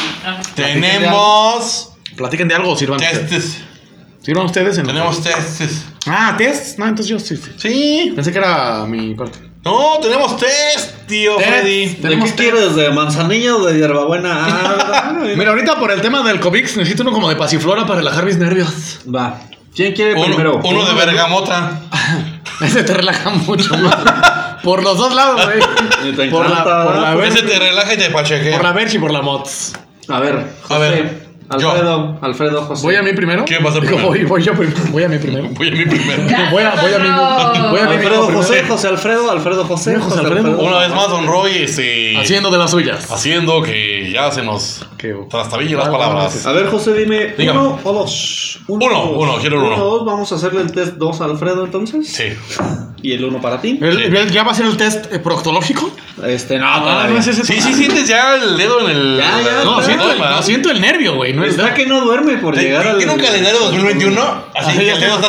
Speaker 2: Tenemos.
Speaker 3: Platiquen de algo, sirvan ustedes.
Speaker 2: Testes.
Speaker 3: Sirvan ustedes en
Speaker 2: Tenemos testes.
Speaker 3: Ah, test. No, entonces yo sí. sí.
Speaker 2: Sí.
Speaker 3: Pensé que era mi parte.
Speaker 2: No, tenemos test, tío
Speaker 3: Test.
Speaker 2: Freddy.
Speaker 4: ¿De qué
Speaker 3: Tenemos
Speaker 4: quieres? ¿De manzanilla o de hierbabuena? Ah,
Speaker 3: Mira, ahorita por el tema del COVID necesito uno como de pasiflora para relajar mis nervios. [LAUGHS]
Speaker 4: Ah, Va. ¿Quién quiere primero?
Speaker 2: Uno, uno de bergamota.
Speaker 3: Ese te relaja mucho más. Por los dos lados,
Speaker 4: Y te
Speaker 3: güey. Por la,
Speaker 4: encanta,
Speaker 3: por la
Speaker 4: ¿verdad?
Speaker 3: verge-
Speaker 2: Ese te relaja y te pachequea.
Speaker 3: por la verge y por la mods.
Speaker 4: A ver, José.
Speaker 2: A ver. Yo.
Speaker 4: Alfredo, Alfredo José.
Speaker 3: ¿Voy a mí primero?
Speaker 2: ¿Quién va a ser primero?
Speaker 3: Voy, voy yo primero. Voy a mí primero.
Speaker 2: Voy a mí primero.
Speaker 6: [LAUGHS]
Speaker 3: Voy a, voy a mí
Speaker 6: No.
Speaker 3: voy a mí mismo
Speaker 4: Alfredo
Speaker 3: primero.
Speaker 4: José, José Alfredo, Alfredo José,
Speaker 3: José
Speaker 4: José
Speaker 3: Alfredo.
Speaker 4: Alfredo.
Speaker 2: Una vez más, Don Roy, este,
Speaker 3: Haciendo de las suyas.
Speaker 2: haciendo que ya se nos
Speaker 3: Qué-
Speaker 2: trastabille las
Speaker 3: Ah,
Speaker 2: palabras.
Speaker 4: A ver, José, dime,
Speaker 2: Dígame.
Speaker 4: ¿uno o dos?
Speaker 2: Uno,
Speaker 4: dos.
Speaker 2: uno, quiero el uno.
Speaker 4: dos, vamos a hacerle el test dos a Alfredo entonces.
Speaker 2: Sí.
Speaker 4: Y el uno para ti.
Speaker 3: ¿El- el- ¿Ya va a ser el test eh, proctológico?
Speaker 4: Este, no,
Speaker 3: Ah,
Speaker 4: todavía.
Speaker 3: no es ese.
Speaker 2: Sí, sí, sientes ya el dedo en el.
Speaker 4: Ya,
Speaker 3: No,
Speaker 4: ya, Claro.
Speaker 3: siento el,
Speaker 2: ¿verdad?
Speaker 3: no, siento el nervio, güey. No es
Speaker 4: Está que no duerme por
Speaker 2: Te-
Speaker 4: llegar al.
Speaker 2: Tiene un calendario 2021, así
Speaker 3: Así
Speaker 2: que
Speaker 3: Ah, ya
Speaker 2: el dedo está
Speaker 3: está.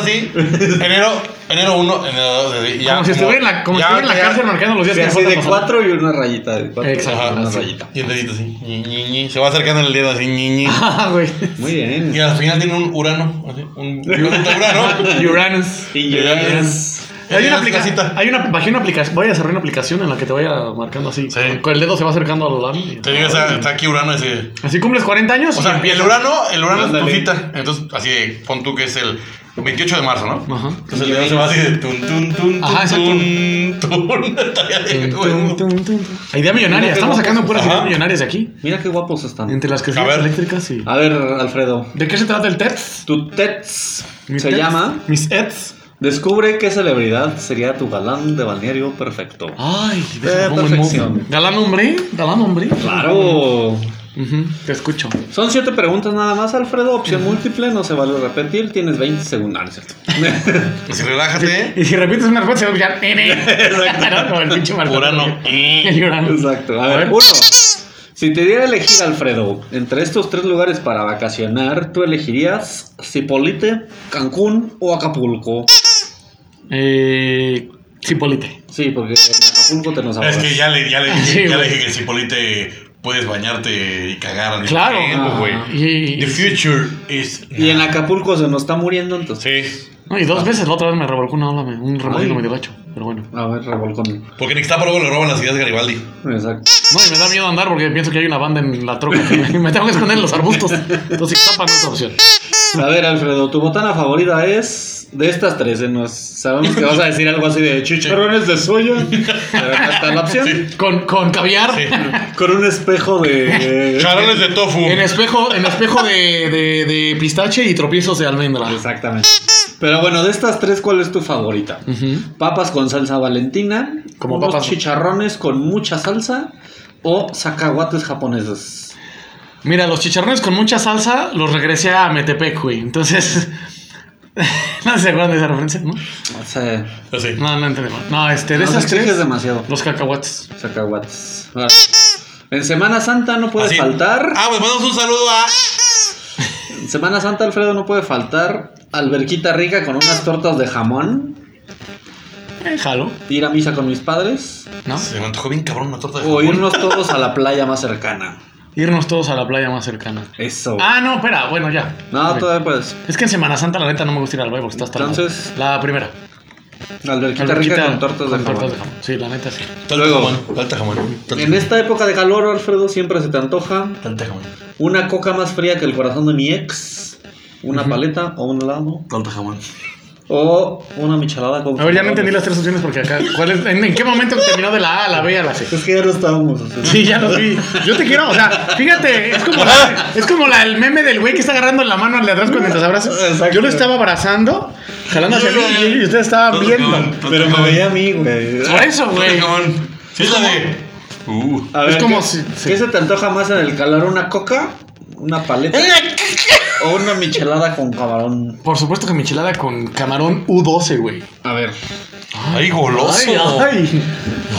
Speaker 2: así. Enero, enero 1, enero 2, y ya.
Speaker 3: como si estuviera en la, como si
Speaker 2: ya-
Speaker 3: estuviera en la
Speaker 2: ya-
Speaker 3: cárcel marcando los días
Speaker 4: Sí,
Speaker 3: que
Speaker 4: así
Speaker 3: faltan
Speaker 4: de
Speaker 3: para
Speaker 4: cuatro y una rayita. De cuatro
Speaker 3: Exacto.
Speaker 4: Y una
Speaker 2: Ajá, sí.
Speaker 4: rayita.
Speaker 2: Y el dedito así. ñi, ñi, ñi. Se va acercando el dedo así. ñi, ñi.
Speaker 3: salir. [LAUGHS] Ah,
Speaker 4: [LAUGHS]
Speaker 3: güey.
Speaker 4: Muy
Speaker 2: Y
Speaker 4: bien.
Speaker 2: al final tiene un urano. así, Un planeta
Speaker 3: [LAUGHS]
Speaker 2: urano.
Speaker 3: Uranus.
Speaker 4: Y
Speaker 2: Y
Speaker 4: yo-
Speaker 2: ya es-
Speaker 3: Hay una,
Speaker 2: es
Speaker 3: aplicación,
Speaker 2: casita.
Speaker 3: hay una, bajé una aplicación, voy a desarrollar una aplicación en la que te vaya marcando así.
Speaker 2: Sí.
Speaker 3: Con el dedo se va acercando al Urano.
Speaker 2: Te digo, está está aquí urano ese.
Speaker 3: Así cumples 40 años.
Speaker 2: O sea,
Speaker 3: y
Speaker 2: el urano, el urano es tu
Speaker 4: Ándale.
Speaker 2: cita. Entonces, así de, pon tú que es el 28 de marzo, ¿no?
Speaker 3: Ajá.
Speaker 2: Entonces el dedo se va así de tun, tun, tun,
Speaker 3: Ajá,
Speaker 2: tun, tun, [LAUGHS] tun. Estaría de-
Speaker 3: Tum, tum, tum, tum. Idea millonaria. Estamos sacando puras
Speaker 2: Ajá.
Speaker 3: ideas millonarias de aquí.
Speaker 4: Mira qué guapos están.
Speaker 3: Entre las
Speaker 2: A
Speaker 3: creciones
Speaker 2: ver. Ah.
Speaker 3: eléctricas y.
Speaker 4: A ver, Alfredo.
Speaker 3: ¿De qué se trata el TEDS?
Speaker 4: Tu TETS
Speaker 3: Mi
Speaker 4: se
Speaker 3: TEDs.
Speaker 4: llama
Speaker 3: Mis E EDS.
Speaker 4: Descubre qué celebridad sería tu galán de balneario perfecto.
Speaker 3: Ay,
Speaker 4: Eh,
Speaker 3: déjame pongo en
Speaker 4: perfección.
Speaker 3: mood. Galán hombre, galán hombre.
Speaker 4: Claro.
Speaker 3: Ujú, te escucho.
Speaker 4: Son siete preguntas nada más, Alfredo. Opción múltiple, no se vale repetir. Tienes 20 segundos. Ah, no es cierto.
Speaker 2: Así, Pues relájate. ¿eh?
Speaker 3: Y si repites una respuesta, se va a escuchar. [LAUGHS] Exacto. [LAUGHS] No, el pinche marcador.
Speaker 2: Urano. Eh.
Speaker 3: El Urano.
Speaker 4: Exacto. A ver, uno. Si te diera a elegir, Alfredo, entre estos tres lugares para vacacionar, ¿tú elegirías Cipolite, Cancún o Acapulco?
Speaker 3: Eh. Cipolite.
Speaker 4: Sí, porque en Acapulco te
Speaker 2: Es
Speaker 4: nos ahorras.
Speaker 2: que ya le, ya le dije,
Speaker 3: Sí,
Speaker 2: ya le
Speaker 3: güey.
Speaker 2: dije que si Polite puedes bañarte y cagar al mismo
Speaker 3: Claro.
Speaker 2: tiempo, güey.
Speaker 3: Ah, y-
Speaker 2: The future is
Speaker 4: Y en
Speaker 2: now.
Speaker 4: Acapulco se nos está muriendo, entonces.
Speaker 2: Sí,
Speaker 3: No, y dos veces la otra vez me revolcó una ola, me- un remolino
Speaker 4: Ay.
Speaker 3: medio gacho. Pero bueno.
Speaker 4: A ver, revolcón.
Speaker 2: porque en Ixtapa luego le roban las ideas Garibaldi.
Speaker 4: Exacto.
Speaker 3: No, y me da miedo andar porque pienso que hay una banda en la troca. que me- [LAUGHS] me tengo que esconder en los arbustos. Entonces, tapa no es opción.
Speaker 4: A ver, Alfredo, tu botana favorita es de estas tres. ¿eh? Nos- sabemos que vas a decir algo así de chicharrones
Speaker 2: [LAUGHS]
Speaker 4: de soya. Pero no está la opción.
Speaker 3: Con, con caviar.
Speaker 2: Sí.
Speaker 4: Con un espejo de.
Speaker 2: Charales de tofu.
Speaker 3: En espejo, en espejo de, de, de pistache y tropiezos de almendra.
Speaker 4: Exactamente. Pero bueno, de estas tres, ¿cuál es tu favorita?
Speaker 3: Ujú.
Speaker 4: Papas con salsa valentina,
Speaker 3: Como
Speaker 4: unos
Speaker 3: papas.
Speaker 4: chicharrones con mucha salsa o cacahuates japoneses.
Speaker 3: Mira, los chicharrones con mucha salsa los regresé a Metepec, güey. Entonces. [LAUGHS] no se acuerdan de esa referencia, ¿no?
Speaker 4: O sea,
Speaker 2: Así.
Speaker 3: No, no entendemos. No, este, de
Speaker 4: nos
Speaker 3: esas
Speaker 4: exiges
Speaker 3: tres.
Speaker 4: demasiado.
Speaker 3: Los cacahuates.
Speaker 4: Cacahuates. Ahora, En Semana Santa no puede
Speaker 2: Así.
Speaker 4: faltar.
Speaker 2: Ah, pues mandamos un saludo a.
Speaker 4: En Semana Santa, Alfredo, no puede faltar. Alberquita rica con unas tortas de jamón.
Speaker 3: Eh, jalo,
Speaker 4: Ir a misa con mis padres.
Speaker 3: ¿no?
Speaker 2: Se me antojó bien cabrón una torta de
Speaker 4: O
Speaker 2: jamón.
Speaker 4: irnos todos a la playa más cercana.
Speaker 3: Irnos todos a la playa más cercana.
Speaker 4: Eso.
Speaker 3: Ah, no, espera, bueno, ya.
Speaker 4: No,
Speaker 3: Ok.
Speaker 4: todavía puedes.
Speaker 3: Es que en Semana Santa, la neta, no me gusta ir al baile porque está hasta la-
Speaker 4: Entonces-
Speaker 3: La primera.
Speaker 4: Alberquita, rica
Speaker 3: Alberquita
Speaker 4: con tortas de
Speaker 3: con
Speaker 4: jamón.
Speaker 3: jamón. Sí, la neta, sí.
Speaker 2: Torta de
Speaker 4: Luego.
Speaker 2: jamón. Torta de jamón. torta de
Speaker 4: En este- esta época de calor, Alfredo, siempre se te antoja
Speaker 2: jamón, Torta de jamón.
Speaker 4: una coca más fría que el corazón de mi ex, una paleta o un helado,
Speaker 2: Torta de jamón.
Speaker 4: o una michelada con.
Speaker 3: A ver, ya no
Speaker 4: camarones.
Speaker 3: entendí las tres opciones porque acá. ¿cuál es- en, en qué momento terminó de la A a la B a la C?
Speaker 4: [LAUGHS] Es que ya no estábamos. o sea.
Speaker 3: Sí, ya lo vi. Yo te quiero, o sea, fíjate, es como, la, es como la, el meme del güey que está agarrando la mano al de atrás cuando te abraza.
Speaker 4: Exacto.
Speaker 3: Yo lo estaba abrazando, jalando hacia mí y ustedes estaban
Speaker 2: Torta de jamón,
Speaker 3: viendo.
Speaker 2: torta de
Speaker 4: Pero me
Speaker 2: jamón,
Speaker 4: veía a mí, güey.
Speaker 3: Por eso,
Speaker 2: torta de
Speaker 3: güey.
Speaker 2: jamón. Sí, es la de. Uh.
Speaker 4: A
Speaker 3: Es como
Speaker 4: ¿qué,
Speaker 3: si- sí.
Speaker 4: ¿Qué se te antoja más en el calor? ¿Una coca? ¿Una paleta? ¿O una michelada con camarón?
Speaker 3: Por supuesto que michelada con camarón U12, güey.
Speaker 4: A ver.
Speaker 2: Ay, goloso. Ay,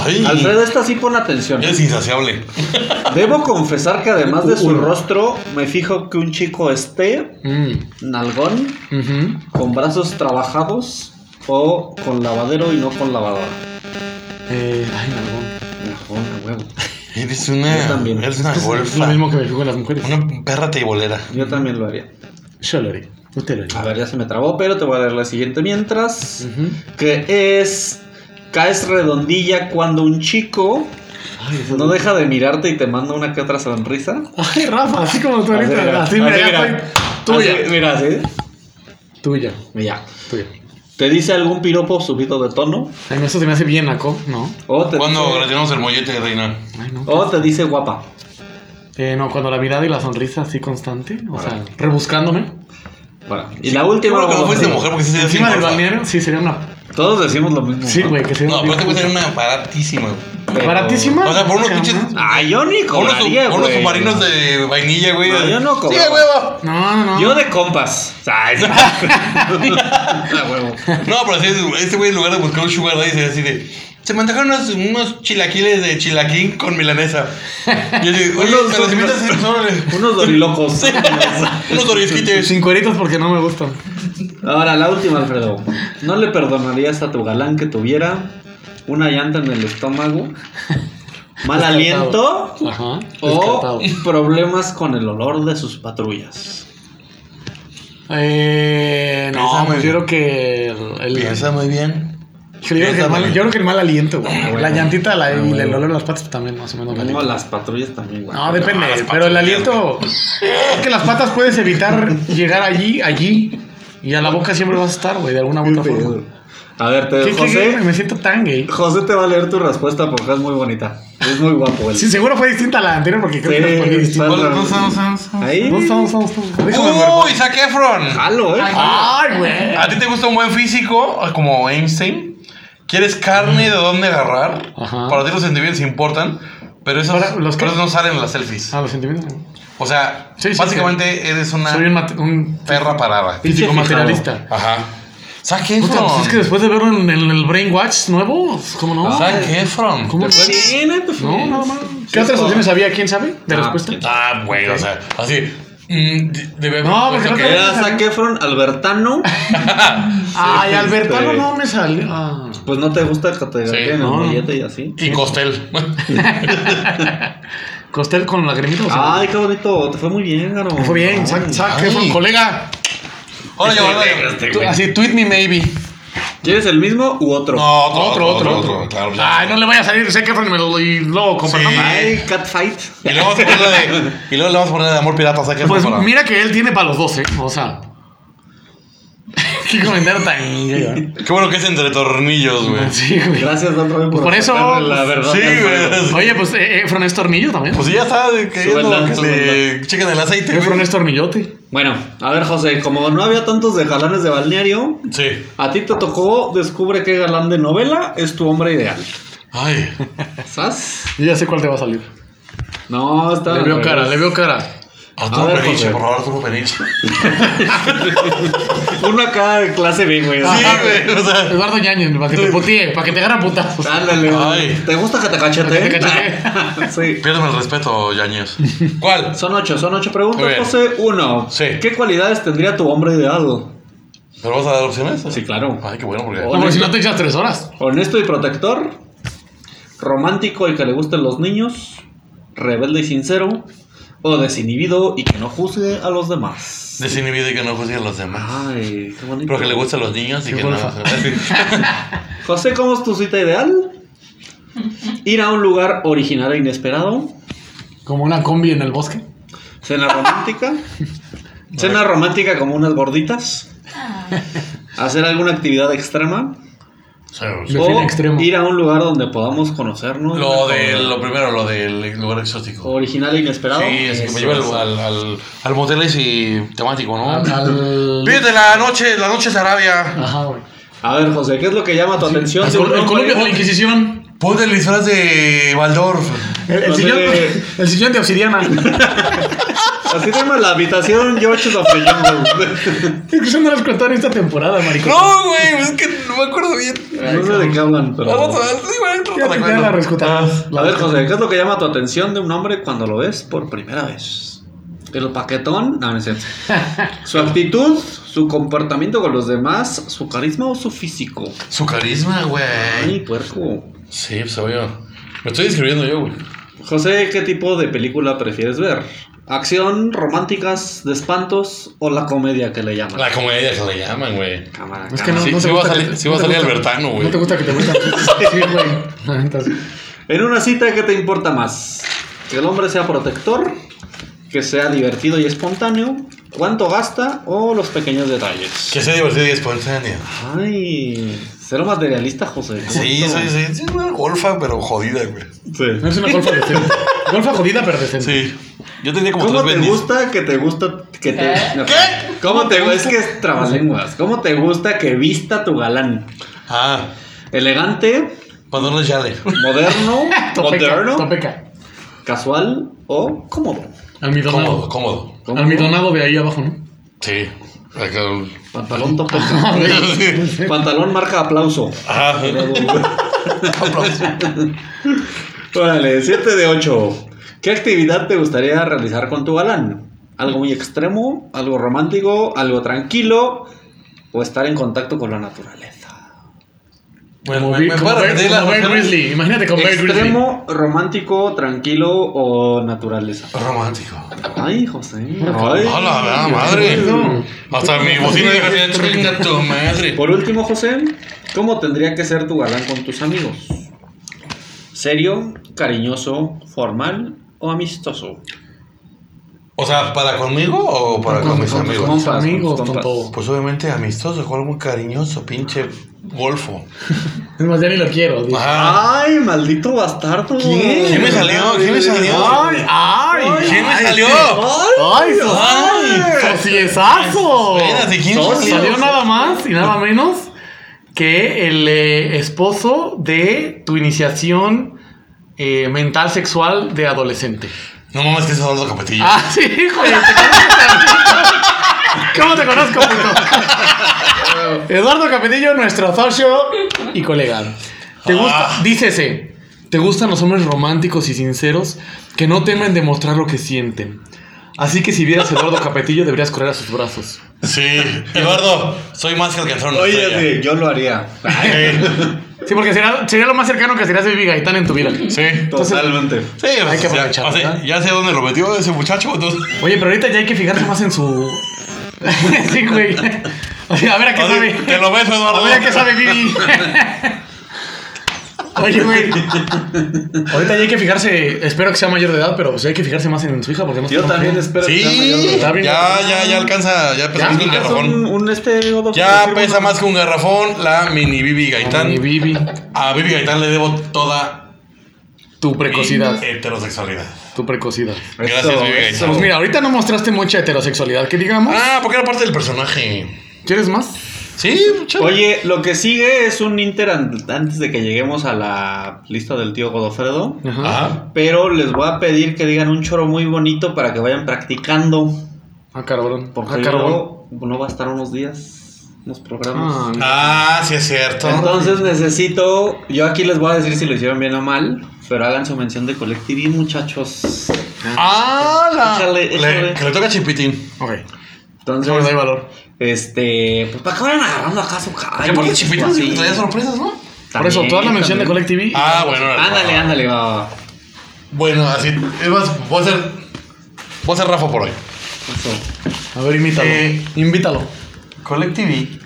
Speaker 3: ay.
Speaker 4: Alfredo, esta sí pon atención.
Speaker 2: Eres insaciable.
Speaker 4: Debo confesar que además de su rostro, me fijo que un chico esté
Speaker 3: Mm,
Speaker 4: nalgón,
Speaker 3: ujú.
Speaker 4: con brazos trabajados o con lavadero y no con lavadora.
Speaker 3: Eh, ay, nalgón.
Speaker 4: huevo.
Speaker 2: Eres una.
Speaker 4: Yo también.
Speaker 2: Eres una
Speaker 3: Es lo
Speaker 2: golfa.
Speaker 3: mismo que me fijo en las mujeres.
Speaker 2: Una perra teibolera.
Speaker 4: Yo también lo haría.
Speaker 3: Yo lo haré. Usted lo haré.
Speaker 4: A ver, ya se me trabó, pero te voy a leer la siguiente mientras.
Speaker 3: Ujú.
Speaker 4: Que es. Caes redondilla cuando un chico
Speaker 3: Ay, eso-
Speaker 4: no deja de mirarte y te manda una que otra sonrisa.
Speaker 3: Ay, Rafa, así como tú
Speaker 4: Así,
Speaker 3: ahorita. Así, mira, ya estoy tuya.
Speaker 4: Así, mira, así.
Speaker 3: Tuya,
Speaker 4: Mira.
Speaker 3: tuya.
Speaker 4: Te dice algún piropo subido de tono.
Speaker 3: Ay, no, eso se me hace bien, Naco, ¿no?
Speaker 4: O te,
Speaker 2: ¿Cuándo
Speaker 4: dice,
Speaker 2: gratinamos el mollete, reina?
Speaker 3: Ay, no.
Speaker 4: o te dice guapa.
Speaker 3: Eh, no, cuando la mirada y la sonrisa así constante, o sea, rebuscándome.
Speaker 4: Bueno, y la última.
Speaker 2: Creo que no
Speaker 4: vamos a
Speaker 2: fuiste
Speaker 4: decir.
Speaker 2: mujer porque sí sería
Speaker 3: Encima
Speaker 2: bien
Speaker 3: del
Speaker 2: gorda.
Speaker 3: balneario, sí, sería una...
Speaker 4: Todos decimos lo mismo.
Speaker 3: Sí,
Speaker 4: ¿no?
Speaker 3: güey, que sería
Speaker 2: No,
Speaker 3: una...
Speaker 2: aparte puede ser una baratísima.
Speaker 4: pero-
Speaker 3: Baratísima.
Speaker 2: O sea, por unos pinches-
Speaker 4: Ah, yo ni
Speaker 2: Unos,
Speaker 4: cobraría,
Speaker 2: unos
Speaker 4: güey.
Speaker 2: submarinos de vainilla, güey.
Speaker 4: No, yo no
Speaker 2: Sí,
Speaker 4: cobraba.
Speaker 2: huevo.
Speaker 3: No, no, no.
Speaker 4: Yo de compas.
Speaker 3: [LAUGHS]
Speaker 4: Ay, sí. Ah, huevo.
Speaker 2: No, pero así, este güey en lugar de buscar un sugar daddy sería así de... Se me antojaron unos, unos chilaquiles de chilaquín con milanesa. Y yo digo, oye,
Speaker 4: Unos-
Speaker 2: ¿me los invitas? Sí, órale.
Speaker 4: Unos dorilocos.
Speaker 2: Unos orejquites.
Speaker 3: Sin cueritos porque no me gustan.
Speaker 4: Ahora, la última, Alfredo. ¿No le perdonarías a tu galán que tuviera una llanta en el estómago, mal aliento
Speaker 3: Ajá.
Speaker 4: o
Speaker 3: Descartado.
Speaker 4: problemas con el olor de sus patrullas?
Speaker 3: Eh,
Speaker 2: Piensa
Speaker 3: no,
Speaker 2: muy
Speaker 3: pues yo creo que el, el-
Speaker 2: Piensa muy bien.
Speaker 3: yo, creo que el mal, yo creo que el mal aliento, güey.
Speaker 4: bueno.
Speaker 3: La llantita la,
Speaker 4: Ah,
Speaker 3: y
Speaker 4: bueno.
Speaker 3: el olor de las patas pues, también, más o menos. la
Speaker 4: No,
Speaker 3: aliento.
Speaker 4: las patrullas también, güey.
Speaker 3: No, depende,
Speaker 2: No, las patas,
Speaker 3: pero el
Speaker 2: ya,
Speaker 3: aliento. Es que las patas puedes evitar llegar allí, allí. Y a la boca siempre vas a estar, güey, de alguna u otra forma.
Speaker 4: A ver, te-
Speaker 3: ¿Qué, qué,
Speaker 4: José.
Speaker 3: qué? Me siento tan gay.
Speaker 4: José te va a leer tu respuesta porque es muy bonita. Es muy guapo él.
Speaker 3: Sí, seguro fue distinta a la anterior porque creo
Speaker 4: Sí,
Speaker 3: que respondí distinto.
Speaker 4: está-
Speaker 5: ¿Cuál- cuál- cuál- cuál-
Speaker 4: Ahí. Uh.
Speaker 3: No, estamos, estamos, estamos. Déjame ver.
Speaker 2: ¡Uy, Zac Efron!
Speaker 4: Jalo, eh.
Speaker 3: Ay, güey.
Speaker 2: ¿A ti te gusta un buen físico ah, como Einstein? ¿Quieres carne de dónde agarrar?
Speaker 3: Ajá.
Speaker 2: Para ti los sentimientos importan, pero esos,
Speaker 3: Para- los
Speaker 2: pero
Speaker 3: qué?
Speaker 2: esos no salen en las selfies.
Speaker 3: Ah, los sentimientos. güey.
Speaker 2: O sea,
Speaker 3: Sí, sí,
Speaker 2: básicamente eres una
Speaker 3: Soy un, mate- un
Speaker 2: perra parada.
Speaker 4: Pinche
Speaker 3: físico materialista.
Speaker 2: Ajá. Zac
Speaker 3: Puta, pues
Speaker 2: Efron.
Speaker 3: es que después de verlo en, en el Brainwatch nuevo, pues, ¿cómo no?
Speaker 2: Zac Efron.
Speaker 3: ¿Cómo?
Speaker 4: Te Ah, fue bien, eh, te fue
Speaker 3: No,
Speaker 4: bien.
Speaker 3: nada más. ¿Qué otras opciones había? ¿Quién sabe? ¿De
Speaker 4: Ah,
Speaker 3: respuesta?
Speaker 4: quién
Speaker 2: Ah, güey, o sea, así. mm, de- de-
Speaker 3: No, porque
Speaker 2: puesto
Speaker 3: no
Speaker 2: que-
Speaker 3: te-
Speaker 4: Era Zac Efron, Albertano.
Speaker 3: Ay, Albertano
Speaker 4: este-
Speaker 3: no me salió. Ah.
Speaker 4: Pues no te gusta que te
Speaker 2: Sí,
Speaker 4: en
Speaker 3: no.
Speaker 4: el billete y así.
Speaker 2: Y Costel.
Speaker 3: [LAUGHS] ¿Costel con lagrimita o sin?
Speaker 4: Ay, qué bonito. Te fue muy bien, Garo.
Speaker 3: Ah, Fue bien,
Speaker 4: Ay.
Speaker 3: Zac, Zac
Speaker 2: Ay.
Speaker 3: Efron, colega.
Speaker 2: [LAUGHS] Ahora yo, ahora yo.
Speaker 4: Este
Speaker 3: Tú-
Speaker 4: güey.
Speaker 3: Así, tweet me maybe.
Speaker 4: ¿Quieres el mismo u otro?
Speaker 2: No,
Speaker 3: Otro, otro, otro.
Speaker 2: claro, ya.
Speaker 3: Ay, no le vaya a salir Zac Efron y me lo- y luego compartamos.
Speaker 2: Sí.
Speaker 4: Ay, catfight.
Speaker 2: Y luego, vamos a ponerle de, y luego le vamos a poner de amor pirata, Zac Efron.
Speaker 3: Pues
Speaker 2: para-
Speaker 3: mira que él tiene para los 12, o sea. [LAUGHS] Qué comentario tan. gay, ¿eh?
Speaker 2: Qué bueno que es entre tornillos, güey.
Speaker 3: Sí, güey.
Speaker 4: Gracias, Don Roy, por,
Speaker 3: Pues Por eso-
Speaker 4: sacarme La verdad.
Speaker 2: Sí, güey.
Speaker 3: Oye, pues eh, Efron es tornillo también.
Speaker 2: Pues sí, ya está queriendo
Speaker 4: Súbela,
Speaker 2: que le
Speaker 4: súbela.
Speaker 2: chequen el aceite. güey.
Speaker 3: Efron es tornillote.
Speaker 4: Bueno, a ver, José, como no había tantos de galanes de balneario,
Speaker 2: Sí.
Speaker 4: a ti te tocó descubre qué galán de novela es tu hombre ideal.
Speaker 2: Ay.
Speaker 4: ¿Sas?
Speaker 3: Yo ya sé cuál te va a salir.
Speaker 4: No, está.
Speaker 3: Le veo cara, le veo cara.
Speaker 4: A
Speaker 2: Arturo
Speaker 4: ver,
Speaker 2: Peniche,
Speaker 4: José.
Speaker 2: por favor, Arturo Peniche.
Speaker 4: Uno acá de clase B, güey.
Speaker 2: Sí, güey. O sea,
Speaker 3: Eduardo Ñañez, para que te putee, para que te agarren putazos.
Speaker 4: Ándale, güey.
Speaker 2: Pues, Ay.
Speaker 4: ¿Te gusta que te
Speaker 3: Que te
Speaker 4: cacheteen?
Speaker 3: cacheteen.
Speaker 4: [LAUGHS] sí.
Speaker 2: piérdeme el respeto,
Speaker 3: [LAUGHS]
Speaker 2: Yañez. ¿Cuál?
Speaker 4: Son ocho, son ocho
Speaker 2: Muy
Speaker 4: preguntas,
Speaker 2: bien.
Speaker 4: José. Uno.
Speaker 2: Sí.
Speaker 4: ¿Qué cualidades tendría tu hombre ideal?
Speaker 2: ¿Pero vas a dar opciones?
Speaker 4: Sí, claro.
Speaker 2: Pues, Ay, qué bueno,
Speaker 3: No,
Speaker 2: porque.
Speaker 3: porque si no te echas tres horas.
Speaker 4: Honesto y protector. Romántico y que le gusten los niños. Rebelde y sincero. O desinhibido y que no juzgue a los demás.
Speaker 2: Desinhibido y que no juzguen a los demás.
Speaker 4: Ah, Ay, qué bonito.
Speaker 2: Pero que le gusten los niños y
Speaker 3: Qué
Speaker 2: que no. [LAUGHS]
Speaker 3: golfa.
Speaker 4: José, ¿cómo es tu cita ideal? Ir a un lugar original e inesperado.
Speaker 3: Como una combi en el bosque.
Speaker 4: Cena
Speaker 3: [LAUGHS]
Speaker 4: romántica. Cena romántica como unas gorditas. Hacer alguna actividad extrema.
Speaker 2: Sí.
Speaker 3: Me fui
Speaker 4: O
Speaker 3: al extremo.
Speaker 4: ir a un lugar donde podamos conocernos.
Speaker 2: Lo
Speaker 4: Una
Speaker 2: de lo
Speaker 4: cosa
Speaker 2: primero, lo del lugar exótico.
Speaker 4: Original e inesperado.
Speaker 2: Sí, así que
Speaker 4: Eso,
Speaker 2: me lleva al,
Speaker 4: eso.
Speaker 2: al, al, al motel ese temático, ¿no?
Speaker 3: Al-
Speaker 2: Pídete la noche, la noche es Arabia.
Speaker 3: Ajá, güey.
Speaker 4: A ver, José, ¿qué es lo que llama tu atención?
Speaker 3: Al
Speaker 4: de un
Speaker 3: col- El
Speaker 4: hombre?
Speaker 3: columpio de la Inquisición.
Speaker 2: Ponte el disfraz de Waldorf.
Speaker 3: El, el
Speaker 4: Donde-
Speaker 3: sillón, [LAUGHS] el sillón
Speaker 2: [LAUGHS]
Speaker 3: de obsidiana.
Speaker 4: Así se llama la habitación George of
Speaker 3: [LAUGHS]
Speaker 4: the Jungle.
Speaker 3: Es que son de los contaron esta temporada, maricón.
Speaker 2: No, güey, es que no me acuerdo bien.
Speaker 4: No sé de qué hablan, pero...
Speaker 2: Vamos a ver, sí, güey,
Speaker 3: Ya te ya la rescutarás.
Speaker 2: Ah,
Speaker 4: A ver, José, ¿qué es lo que llama tu atención de un hombre cuando lo ves por primera vez? El paquetón, no, no es
Speaker 3: [LAUGHS]
Speaker 4: cierto. Su actitud, su comportamiento con los demás, su carisma o su físico.
Speaker 3: Eh.
Speaker 2: Su carisma,
Speaker 4: Ay,
Speaker 2: güey.
Speaker 4: puerco.
Speaker 2: Sí, pues obvio. Me estoy describiendo yo, güey.
Speaker 4: José, ¿qué tipo de película prefieres ver? ¿Acción, románticas, de espantos o la comedia que le llaman?
Speaker 2: La comedia que le llaman, güey.
Speaker 4: Cámara,
Speaker 3: Es que
Speaker 4: cámara.
Speaker 3: no,
Speaker 2: Sí,
Speaker 3: no te
Speaker 2: sí va a
Speaker 3: gusta
Speaker 2: salir-
Speaker 3: que-
Speaker 2: sí va a
Speaker 3: no te
Speaker 2: salir
Speaker 3: gusta-
Speaker 2: Albertano, güey.
Speaker 3: No te gusta que
Speaker 2: [LAUGHS]
Speaker 3: te metan. Sí, güey. La neta, sí.
Speaker 4: En una cita, ¿qué te importa más? ¿Que el hombre sea protector? ¿Que sea divertido y espontáneo? ¿Cuánto gasta? ¿O los pequeños detalles?
Speaker 2: Que sea divertido y espontáneo.
Speaker 4: Ay, cero materialista, José.
Speaker 2: Sí,
Speaker 4: Justo.
Speaker 2: sí, sí. Sí, una golfa, pero jodida, güey.
Speaker 4: Sí.
Speaker 3: No es una golfa de cero. Golfa jodida, pero decente.
Speaker 2: Sí. Yo tenía como
Speaker 4: ¿Cómo
Speaker 2: tres
Speaker 4: te
Speaker 2: bendis.
Speaker 4: gusta que te gusta que te...
Speaker 6: ¿Eh?
Speaker 2: ¿Qué?
Speaker 4: ¿Cómo te gusta? Es que
Speaker 2: [LAUGHS]
Speaker 4: es trabalenguas. ¿Cómo te gusta que vista tu galán?
Speaker 2: Ah,
Speaker 4: ¿Elegante?
Speaker 2: Pandora Yale. [LAUGHS]
Speaker 4: ¿Moderno?
Speaker 3: [LAUGHS] Topeca,
Speaker 4: ¿Moderno?
Speaker 3: Topeca.
Speaker 4: ¿Casual? ¿O cómodo?
Speaker 3: Almidonado.
Speaker 2: Cómodo, cómodo.
Speaker 4: ¿Cómodo?
Speaker 3: Almidonado de ahí abajo, ¿no?
Speaker 2: Sí. Acá un- [LAUGHS]
Speaker 4: Pantalón topeca. Pantalón marca aplauso.
Speaker 2: Ajá. Aplausos.
Speaker 4: Órale, 7 de 8. ¿Qué actividad te gustaría realizar con tu galán? ¿Algo muy extremo? ¿Algo romántico? ¿Algo tranquilo? ¿O estar en contacto con la naturaleza?
Speaker 2: Bueno,
Speaker 3: Como
Speaker 2: me-
Speaker 3: Bear-
Speaker 2: me
Speaker 3: como
Speaker 2: voy a
Speaker 3: Bear-
Speaker 2: rendir la-
Speaker 3: como Bear Grizzly. Imagínate con Bear Grizzly.
Speaker 4: ¿Extremo, romántico, tranquilo o naturaleza?
Speaker 2: Romántico.
Speaker 4: Ay, José. Ay.
Speaker 2: Hola, la madre.
Speaker 3: No.
Speaker 2: Hasta mi bocina deja de chinga tu madre.
Speaker 4: Por último, José, ¿cómo tendría que ser tu galán con tus amigos? ¿Serio, cariñoso, formal o amistoso?
Speaker 2: O sea, ¿para conmigo o para con mis
Speaker 3: Con tus
Speaker 2: amigos?
Speaker 3: amigos,
Speaker 4: con tus
Speaker 3: con
Speaker 4: compas.
Speaker 3: todo.
Speaker 2: Pues obviamente amistoso, jugar muy cariñoso, pinche golfo.
Speaker 3: Es más, ya ni lo quiero. dice.
Speaker 2: Ajá.
Speaker 4: ¡Ay, maldito bastardo!
Speaker 2: Ah. ¿Quién? ¿Quién me salió? ¿Quién me salió?
Speaker 3: ¡Ay! ¡Ay!
Speaker 2: ¿Quién me salió?
Speaker 3: ¡Ay! so-
Speaker 2: ¡Ay!
Speaker 3: ¡Sociesazo!
Speaker 2: Espérate, ¿quién
Speaker 3: Socio.
Speaker 2: salió?
Speaker 3: Salió nada más y nada menos que el eh, esposo de tu iniciación eh, mental sexual de adolescente.
Speaker 2: No mames, que es Eduardo Capetillo.
Speaker 3: Ah, sí, hijo de- te conozco. ¿Cómo te conozco, puto? Eduardo Capetillo, nuestro socio y colega. ¿Te
Speaker 2: Ah.
Speaker 3: gusta? Dícese, ¿te gustan los hombres románticos y sinceros que no temen demostrar lo que sienten? Así que si vieras a Eduardo Capetillo, deberías correr a sus brazos.
Speaker 2: Sí, Eduardo, soy más que el canción.
Speaker 4: Oye, sí, yo lo haría.
Speaker 3: Sí, porque sería, sería lo más cercano que serías de Vivi Gaitán en tu vida.
Speaker 2: Sí.
Speaker 4: Totalmente.
Speaker 2: Sí, pues,
Speaker 3: Hay que
Speaker 2: o sea,
Speaker 3: aprovechar,
Speaker 2: o sea,
Speaker 3: ¿verdad?
Speaker 2: ya sé dónde lo metió ese muchacho, entonces.
Speaker 3: Oye, pero ahorita ya hay que fijarse más en su. [LAUGHS] sí, güey. O sea, a ver a qué
Speaker 2: Oye,
Speaker 3: sabe.
Speaker 2: Te lo beso, Eduardo.
Speaker 3: A ver, ¿qué sabe Vivi? [LAUGHS] Oye, güey. Ahorita ya hay que fijarse. Espero que sea mayor de edad, pero pues hay que fijarse más en su hija porque no
Speaker 4: Yo
Speaker 3: está tan
Speaker 4: también
Speaker 3: fea.
Speaker 4: espero que sea mayor de
Speaker 2: Sí,
Speaker 4: edad.
Speaker 3: Está bien.
Speaker 2: ya, ya, ya alcanza, ya pesa
Speaker 3: Ya,
Speaker 2: más que un
Speaker 3: ya
Speaker 4: Es un,
Speaker 2: garrafón.
Speaker 4: un este o dos,
Speaker 2: Ya
Speaker 4: decir,
Speaker 2: pesa
Speaker 4: bueno.
Speaker 2: más que un garrafón la mini Bibi
Speaker 3: Mi
Speaker 2: Gaitán.
Speaker 3: Vivi,
Speaker 2: A Bibi Gaitán le debo toda
Speaker 3: tu
Speaker 2: mi
Speaker 3: precocidad.
Speaker 2: heterosexualidad.
Speaker 3: Tu precocidad.
Speaker 2: Gracias,
Speaker 4: Eso,
Speaker 2: Bibi
Speaker 4: eso.
Speaker 3: Pues
Speaker 2: Gaitán.
Speaker 3: mira, ahorita no mostraste mucha heterosexualidad, que digamos.
Speaker 2: Ah, porque era parte del personaje.
Speaker 3: ¿Quieres más?
Speaker 2: Sí, muchacho.
Speaker 4: Oye, lo que sigue es un Inter an- antes de que lleguemos a la lista del tío Godofredo.
Speaker 3: Ajá.
Speaker 2: Ajá.
Speaker 4: Pero les voy a pedir que digan un choro muy bonito para que vayan practicando.
Speaker 3: Ah, cabrón.
Speaker 4: Porque
Speaker 3: Ah, cabrón.
Speaker 4: luego no va a estar unos días, unos programas.
Speaker 3: Ah,
Speaker 2: Ah, sí es cierto.
Speaker 4: Entonces necesito, yo aquí les voy a decir si lo hicieron bien o mal, pero hagan su mención de Colectivi, muchachos.
Speaker 2: ¡Hala!
Speaker 4: Échale, échale.
Speaker 2: Le- Que le toca a Chipitín.
Speaker 3: ok. Eso me da
Speaker 4: Entonces,
Speaker 3: valor.
Speaker 4: este, pues para que vayan agarrando acá su calle.
Speaker 2: Que aparte Chipitín
Speaker 4: así.
Speaker 2: siempre traía sorpresas, ¿no?
Speaker 3: Por eso, toda la mención de
Speaker 4: también.
Speaker 3: Collective.
Speaker 2: Ah, bueno. ahora-
Speaker 4: Ándale, ándale, va, va, va.
Speaker 2: Bueno, así. Es más, voy a ser. Voy a ser Rafa por hoy.
Speaker 4: Eso.
Speaker 3: A ver, invítalo.
Speaker 2: Eh,
Speaker 3: invítalo.
Speaker 2: Colectivi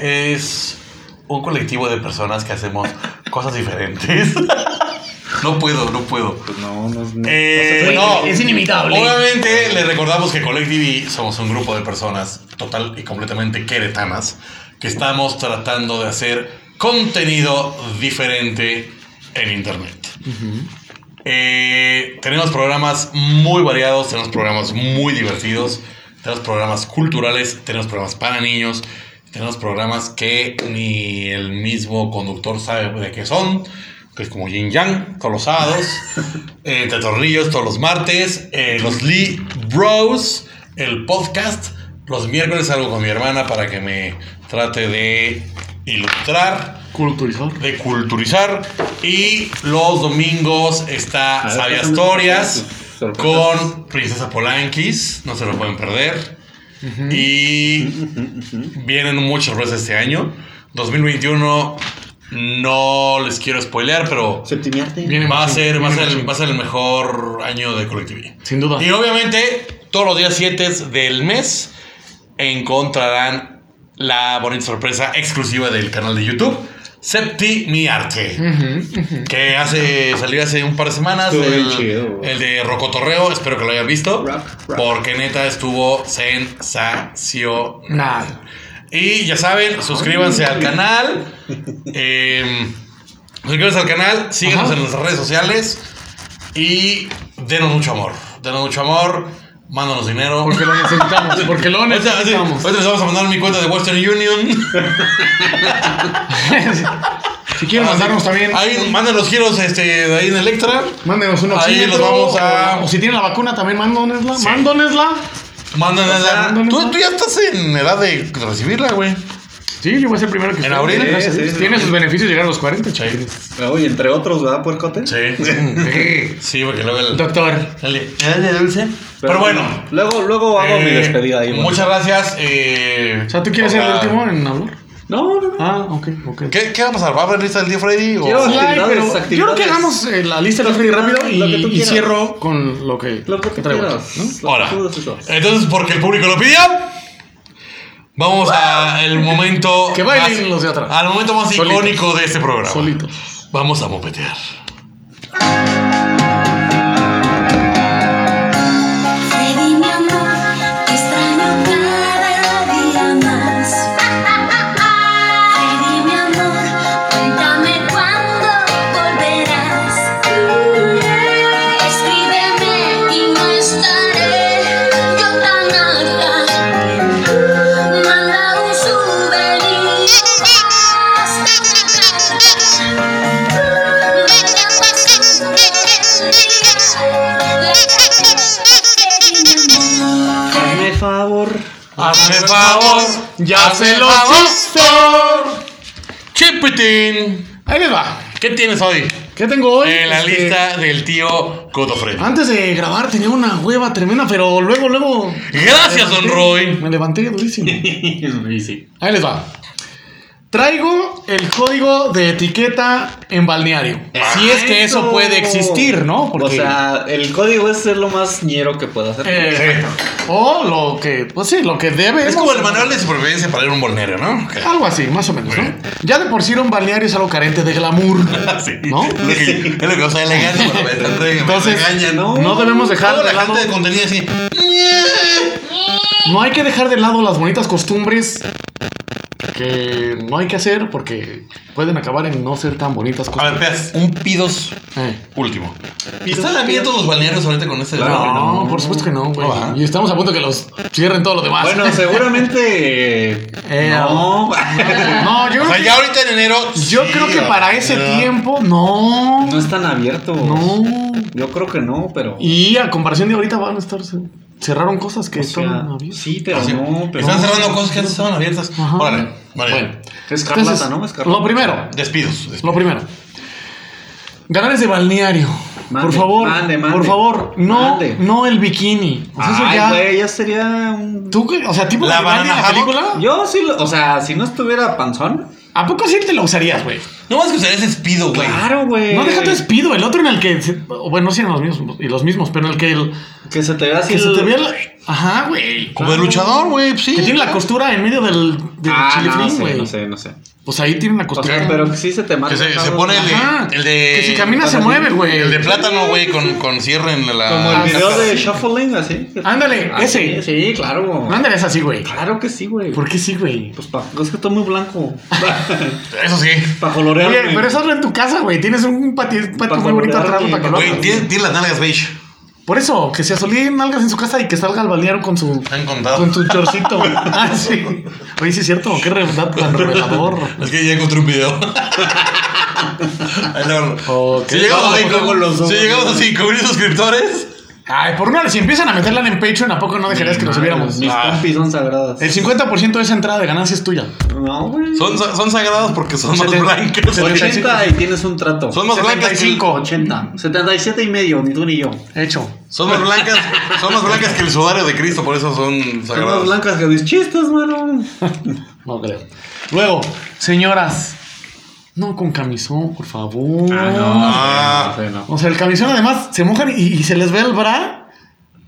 Speaker 2: es un colectivo de personas que hacemos cosas diferentes. [LAUGHS] No puedo, no puedo.
Speaker 4: Pues no, no es. no-
Speaker 2: Eh, no.
Speaker 3: Es inimitable.
Speaker 2: Obviamente le recordamos que Colectivi somos un grupo de personas total y completamente queretanas que estamos tratando de hacer contenido diferente en internet. Eh, tenemos programas muy variados, tenemos programas muy divertidos, tenemos programas culturales, tenemos programas para niños, tenemos programas que ni el mismo conductor sabe de qué son, que es como Yin Yang, todos los sábados, eh, Entre Tornillos todos los martes, eh, los Lee Bros, el podcast, los miércoles salgo con mi hermana para que me trate de ilustrar
Speaker 3: Culturizador.
Speaker 2: de culturizar. Y los domingos está
Speaker 4: ver,
Speaker 2: Sabias
Speaker 4: pásame
Speaker 2: Torias
Speaker 4: tus sorpresas.
Speaker 2: con Princesa Polanquis, no se lo pueden perder. Y vienen muchas sorpresas este año. 2021 no les quiero spoilear, pero
Speaker 4: Septimiarte.
Speaker 3: Viene
Speaker 2: va a
Speaker 3: machín,
Speaker 2: ser, va a
Speaker 3: viene
Speaker 2: ser, el-
Speaker 3: machín.
Speaker 2: va a ser el mejor año de Colectividad.
Speaker 3: Sin duda.
Speaker 2: Y obviamente, todos los días 7 del mes encontrarán la bonita sorpresa exclusiva del canal de YouTube, Septi Mi Arte, que hace salió hace un par de semanas
Speaker 4: Estuvo bien
Speaker 2: el,
Speaker 4: chido.
Speaker 2: el de Rocotorreo, espero que lo hayan visto,
Speaker 4: Rap, rap.
Speaker 2: porque neta estuvo sensacional.
Speaker 3: Nada.
Speaker 2: Y ya saben, suscríbanse al canal. eh, suscríbanse al canal, síguenos
Speaker 3: Ajá.
Speaker 2: en nuestras redes sociales. Y denos mucho amor. Denos mucho amor. Mándanos dinero.
Speaker 3: Porque lo necesitamos.
Speaker 2: [LAUGHS]
Speaker 3: [LAUGHS] Porque lo
Speaker 2: Ahorita, ahorita-
Speaker 3: necesitamos.
Speaker 2: ahorita les vamos a mandar mi cuenta de Western Union.
Speaker 3: [LAUGHS] Si quieren [LAUGHS] mandarnos también,
Speaker 2: Ahí, manden los giros este, de ahí en Electra.
Speaker 3: mándenos un
Speaker 2: Ahí
Speaker 3: oxímetro.
Speaker 2: los vamos a-
Speaker 3: O si tienen la vacuna también, mándonesla. Mándonesla.
Speaker 2: Mándenla.
Speaker 3: O sea, mándenla.
Speaker 2: tú, tú ya estás en edad de recibirla, güey.
Speaker 3: Sí, yo voy a ser primero que
Speaker 2: ¿En
Speaker 3: usted.
Speaker 2: abril?
Speaker 3: Gracias.
Speaker 4: Sí, sí, sí.
Speaker 3: Tiene sus beneficios llegar a los 40,
Speaker 2: Sí.
Speaker 3: chicos.
Speaker 4: Pero, oye, Ah, entre otros, ¿verdad, puercote?
Speaker 2: Sí.
Speaker 3: Sí.
Speaker 2: [LAUGHS] Sí, porque luego el.
Speaker 3: Doctor.
Speaker 2: el- el de dulce. Pero bueno.
Speaker 4: Luego, luego hago mi
Speaker 2: eh,
Speaker 4: despedida ahí. güey.
Speaker 2: Muchas gracias. eh,
Speaker 3: O sea, ¿tú quieres ser el
Speaker 2: para-
Speaker 3: último en hablar?
Speaker 4: No, no, no.
Speaker 3: Ah, ok, ok.
Speaker 2: ¿Qué, qué va a pasar? ¿Va a haber lista el día Freddy? O...
Speaker 4: Quiero-
Speaker 3: Ay,
Speaker 4: Actividades,
Speaker 3: pero yo creo que
Speaker 4: actividades.
Speaker 3: hagamos eh, la lista de Freddy rápido
Speaker 4: Lo que tú
Speaker 3: y, y
Speaker 4: quieras.
Speaker 3: cierro con lo que,
Speaker 4: Lo que tú
Speaker 3: traigo aquí,
Speaker 4: quieras.
Speaker 3: ¿no? Eh.
Speaker 4: Lo que
Speaker 2: Ahora.
Speaker 4: tú decidas.
Speaker 2: Entonces, porque el público lo pidió. Vamos al momento.
Speaker 3: Que bailen los de atrás.
Speaker 2: Al momento más
Speaker 3: Solitos.
Speaker 2: icónico de este programa.
Speaker 3: Solito.
Speaker 2: Vamos a mopetear.
Speaker 8: Freddy, mi amor, te extraño cada día más. Freddy, mi amor, cuéntame cuándo volverás. Escríbeme y no estaré yo tan alta. Manda un souvenir hasta llegar.
Speaker 4: Hazme favor.
Speaker 2: Hazme favor, ya se lo favor. Chipitín.
Speaker 3: Ahí les va.
Speaker 2: ¿Qué tienes hoy?
Speaker 3: ¿Qué tengo hoy?
Speaker 2: En Eh, la
Speaker 3: Este,
Speaker 2: lista del tío Coto Freddy.
Speaker 3: Antes de grabar tenía una hueva tremenda, pero luego, luego.
Speaker 2: Gracias,
Speaker 3: me levanté.
Speaker 2: don Roy.
Speaker 3: Me levanté durísimo.
Speaker 4: Y sí.
Speaker 3: Ahí les va. Traigo el código de etiqueta en balneario. Si es que eso puede existir, ¿no?
Speaker 4: O sea, el código es ser lo más ñero que pueda hacer.
Speaker 3: eh, o lo que, pues sí, lo que debe.
Speaker 2: Es como el manual de supervivencia para ir a un bolnero, ¿no? Ok.
Speaker 3: Algo así, más o menos, ¿no? Ya de por sí un balneario es algo carente de glamour,
Speaker 2: Sí.
Speaker 4: [LAUGHS]
Speaker 3: ¿no?
Speaker 2: Es lo que, es lo que yo soy elegante, pero me- me- me
Speaker 3: Entonces,
Speaker 2: regañan.
Speaker 3: no, debemos dejar
Speaker 2: Luego
Speaker 3: de
Speaker 2: la
Speaker 3: lado,
Speaker 2: gente de contenido así.
Speaker 3: no hay que dejar de lado las bonitas costumbres que no hay que hacer porque pueden acabar en no ser tan bonitas
Speaker 2: A ver, veas,
Speaker 3: costumbres.
Speaker 2: un pidos
Speaker 3: Eh.
Speaker 2: último. ¿Están abiertos los balnearios ahorita con este
Speaker 3: No,
Speaker 2: verano?
Speaker 3: por supuesto que no, güey.
Speaker 2: No, ¿ah?
Speaker 3: y estamos a punto de que los cierren todo lo demás.
Speaker 4: Bueno, seguramente. eh,
Speaker 3: Eh,
Speaker 4: no.
Speaker 3: [LAUGHS] no, yo
Speaker 2: O
Speaker 3: creo
Speaker 2: sea,
Speaker 3: que-
Speaker 2: ya ahorita en enero.
Speaker 3: Yo creo que para ese tiempo, no.
Speaker 4: [LAUGHS] No están abiertos.
Speaker 3: No.
Speaker 4: Yo creo que no, pero.
Speaker 3: Y a comparación de ahorita van a estar. Cerraron cosas que
Speaker 4: o sea,
Speaker 3: estaban abiertas.
Speaker 4: sí, pero no. Pero
Speaker 2: Están
Speaker 4: no.
Speaker 2: cerrando cosas que antes estaban abiertas.
Speaker 3: Ajá.
Speaker 2: Órale, vale.
Speaker 3: Bueno,
Speaker 4: Es Carlata,
Speaker 3: entonces,
Speaker 4: ¿no? Es Carlata.
Speaker 3: Lo primero,
Speaker 2: Despidos. despidos.
Speaker 3: lo primero. Galanes de balneario.
Speaker 4: Mande,
Speaker 3: por favor,
Speaker 4: mande, mande.
Speaker 3: por favor, no,
Speaker 4: Mande.
Speaker 3: no el bikini. O sea, Pues eso
Speaker 4: Ay,
Speaker 3: ya.
Speaker 4: güey, ya sería un.
Speaker 3: ¿Tú, qué? o sea, tipo
Speaker 2: ¿La
Speaker 3: de baile en
Speaker 2: banana
Speaker 3: la
Speaker 2: hammock?
Speaker 3: película?
Speaker 4: Yo sí, lo- o sea, si no estuviera panzón.
Speaker 3: ¿A poco sí te lo usarías, güey?
Speaker 2: No más que usar ese despido, güey.
Speaker 4: Claro, güey.
Speaker 3: No deja tu despido, el otro en el que. se- o Bueno, no sí eran los mismos, y los mismos, pero en el que el.
Speaker 4: Ah, Que se te vea así.
Speaker 3: Que se
Speaker 4: el-
Speaker 3: te vea la- Ajá, güey.
Speaker 2: Como de luchador, güey, pues sí.
Speaker 3: Que tiene la costura en medio del, del
Speaker 4: Ah,
Speaker 3: chile
Speaker 4: no,
Speaker 3: frín,
Speaker 4: sé,
Speaker 3: güey.
Speaker 4: no sé, no sé.
Speaker 3: Pues ahí tiene la
Speaker 4: O
Speaker 3: costura.
Speaker 4: sea, pero que sí se te marca.
Speaker 2: Que se, se
Speaker 4: cabrón.
Speaker 2: pone el
Speaker 3: Ajá.
Speaker 2: de, el de.
Speaker 3: Que si camina se mueve, güey.
Speaker 2: El de plátano, güey, con, con cierre en la.
Speaker 4: Como el
Speaker 3: Ah,
Speaker 4: video
Speaker 3: sí.
Speaker 4: de Shuffling, así.
Speaker 3: Ándale,
Speaker 4: Ah,
Speaker 3: ese.
Speaker 4: Sí, sí, claro.
Speaker 3: No andarás así, güey.
Speaker 4: Claro que sí, güey.
Speaker 3: ¿Por qué sí, güey?
Speaker 4: Pues pa, es que estoy
Speaker 3: [LAUGHS]
Speaker 4: muy blanco.
Speaker 2: Eso sí.
Speaker 4: para colorearme.
Speaker 3: Oye, pero es hazlo en tu casa, güey. Tienes un patio, patio muy
Speaker 4: Para
Speaker 3: bonito atrás
Speaker 4: colorearte,
Speaker 3: para que lo
Speaker 2: Güey,
Speaker 3: hagas.
Speaker 2: tiene, tiene las nalgas beige.
Speaker 3: Por eso, que se asolíen nalgas en su casa y que salga al balneario con su.
Speaker 2: Me han contado.
Speaker 3: Con su chorcito, güey. Ah, sí. Oye, sí es cierto, qué revelador tan revelador.
Speaker 2: Es que ya encontré un video.
Speaker 4: [LAUGHS]
Speaker 2: Ahí luego-
Speaker 3: Ok.
Speaker 2: Si llegamos a
Speaker 4: Luego, luego los
Speaker 2: 5
Speaker 4: ojos,
Speaker 2: si llegamos a
Speaker 4: ¿no?
Speaker 2: cinco mil suscriptores.
Speaker 3: Ay, por una, si empiezan a meterla en Patreon, ¿a poco no dejarías que nos hubiéramos?
Speaker 4: Mis
Speaker 2: Ah.
Speaker 4: pompis son sagradas.
Speaker 3: El 50% de esa entrada de ganancia es tuya.
Speaker 4: No, güey.
Speaker 2: Son, son sagrados porque son más
Speaker 3: Seten-
Speaker 2: blancas.
Speaker 3: seten-
Speaker 4: 80 y tienes un trato.
Speaker 2: Son más blancas. que el-
Speaker 3: 75.
Speaker 4: 80. 77 y medio, ni tú ni yo.
Speaker 3: Hecho.
Speaker 2: Son más blancas. Son más blancas que el sudario de Cristo, por eso son
Speaker 4: Son más
Speaker 2: sagrados.
Speaker 4: blancas que mis chistes, mano.
Speaker 3: No creo. Luego, señoras. No con camisón, por favor.
Speaker 2: Ah.
Speaker 4: Sí, no.
Speaker 3: O sea, el camisón además se mojan y, y se les ve el bra.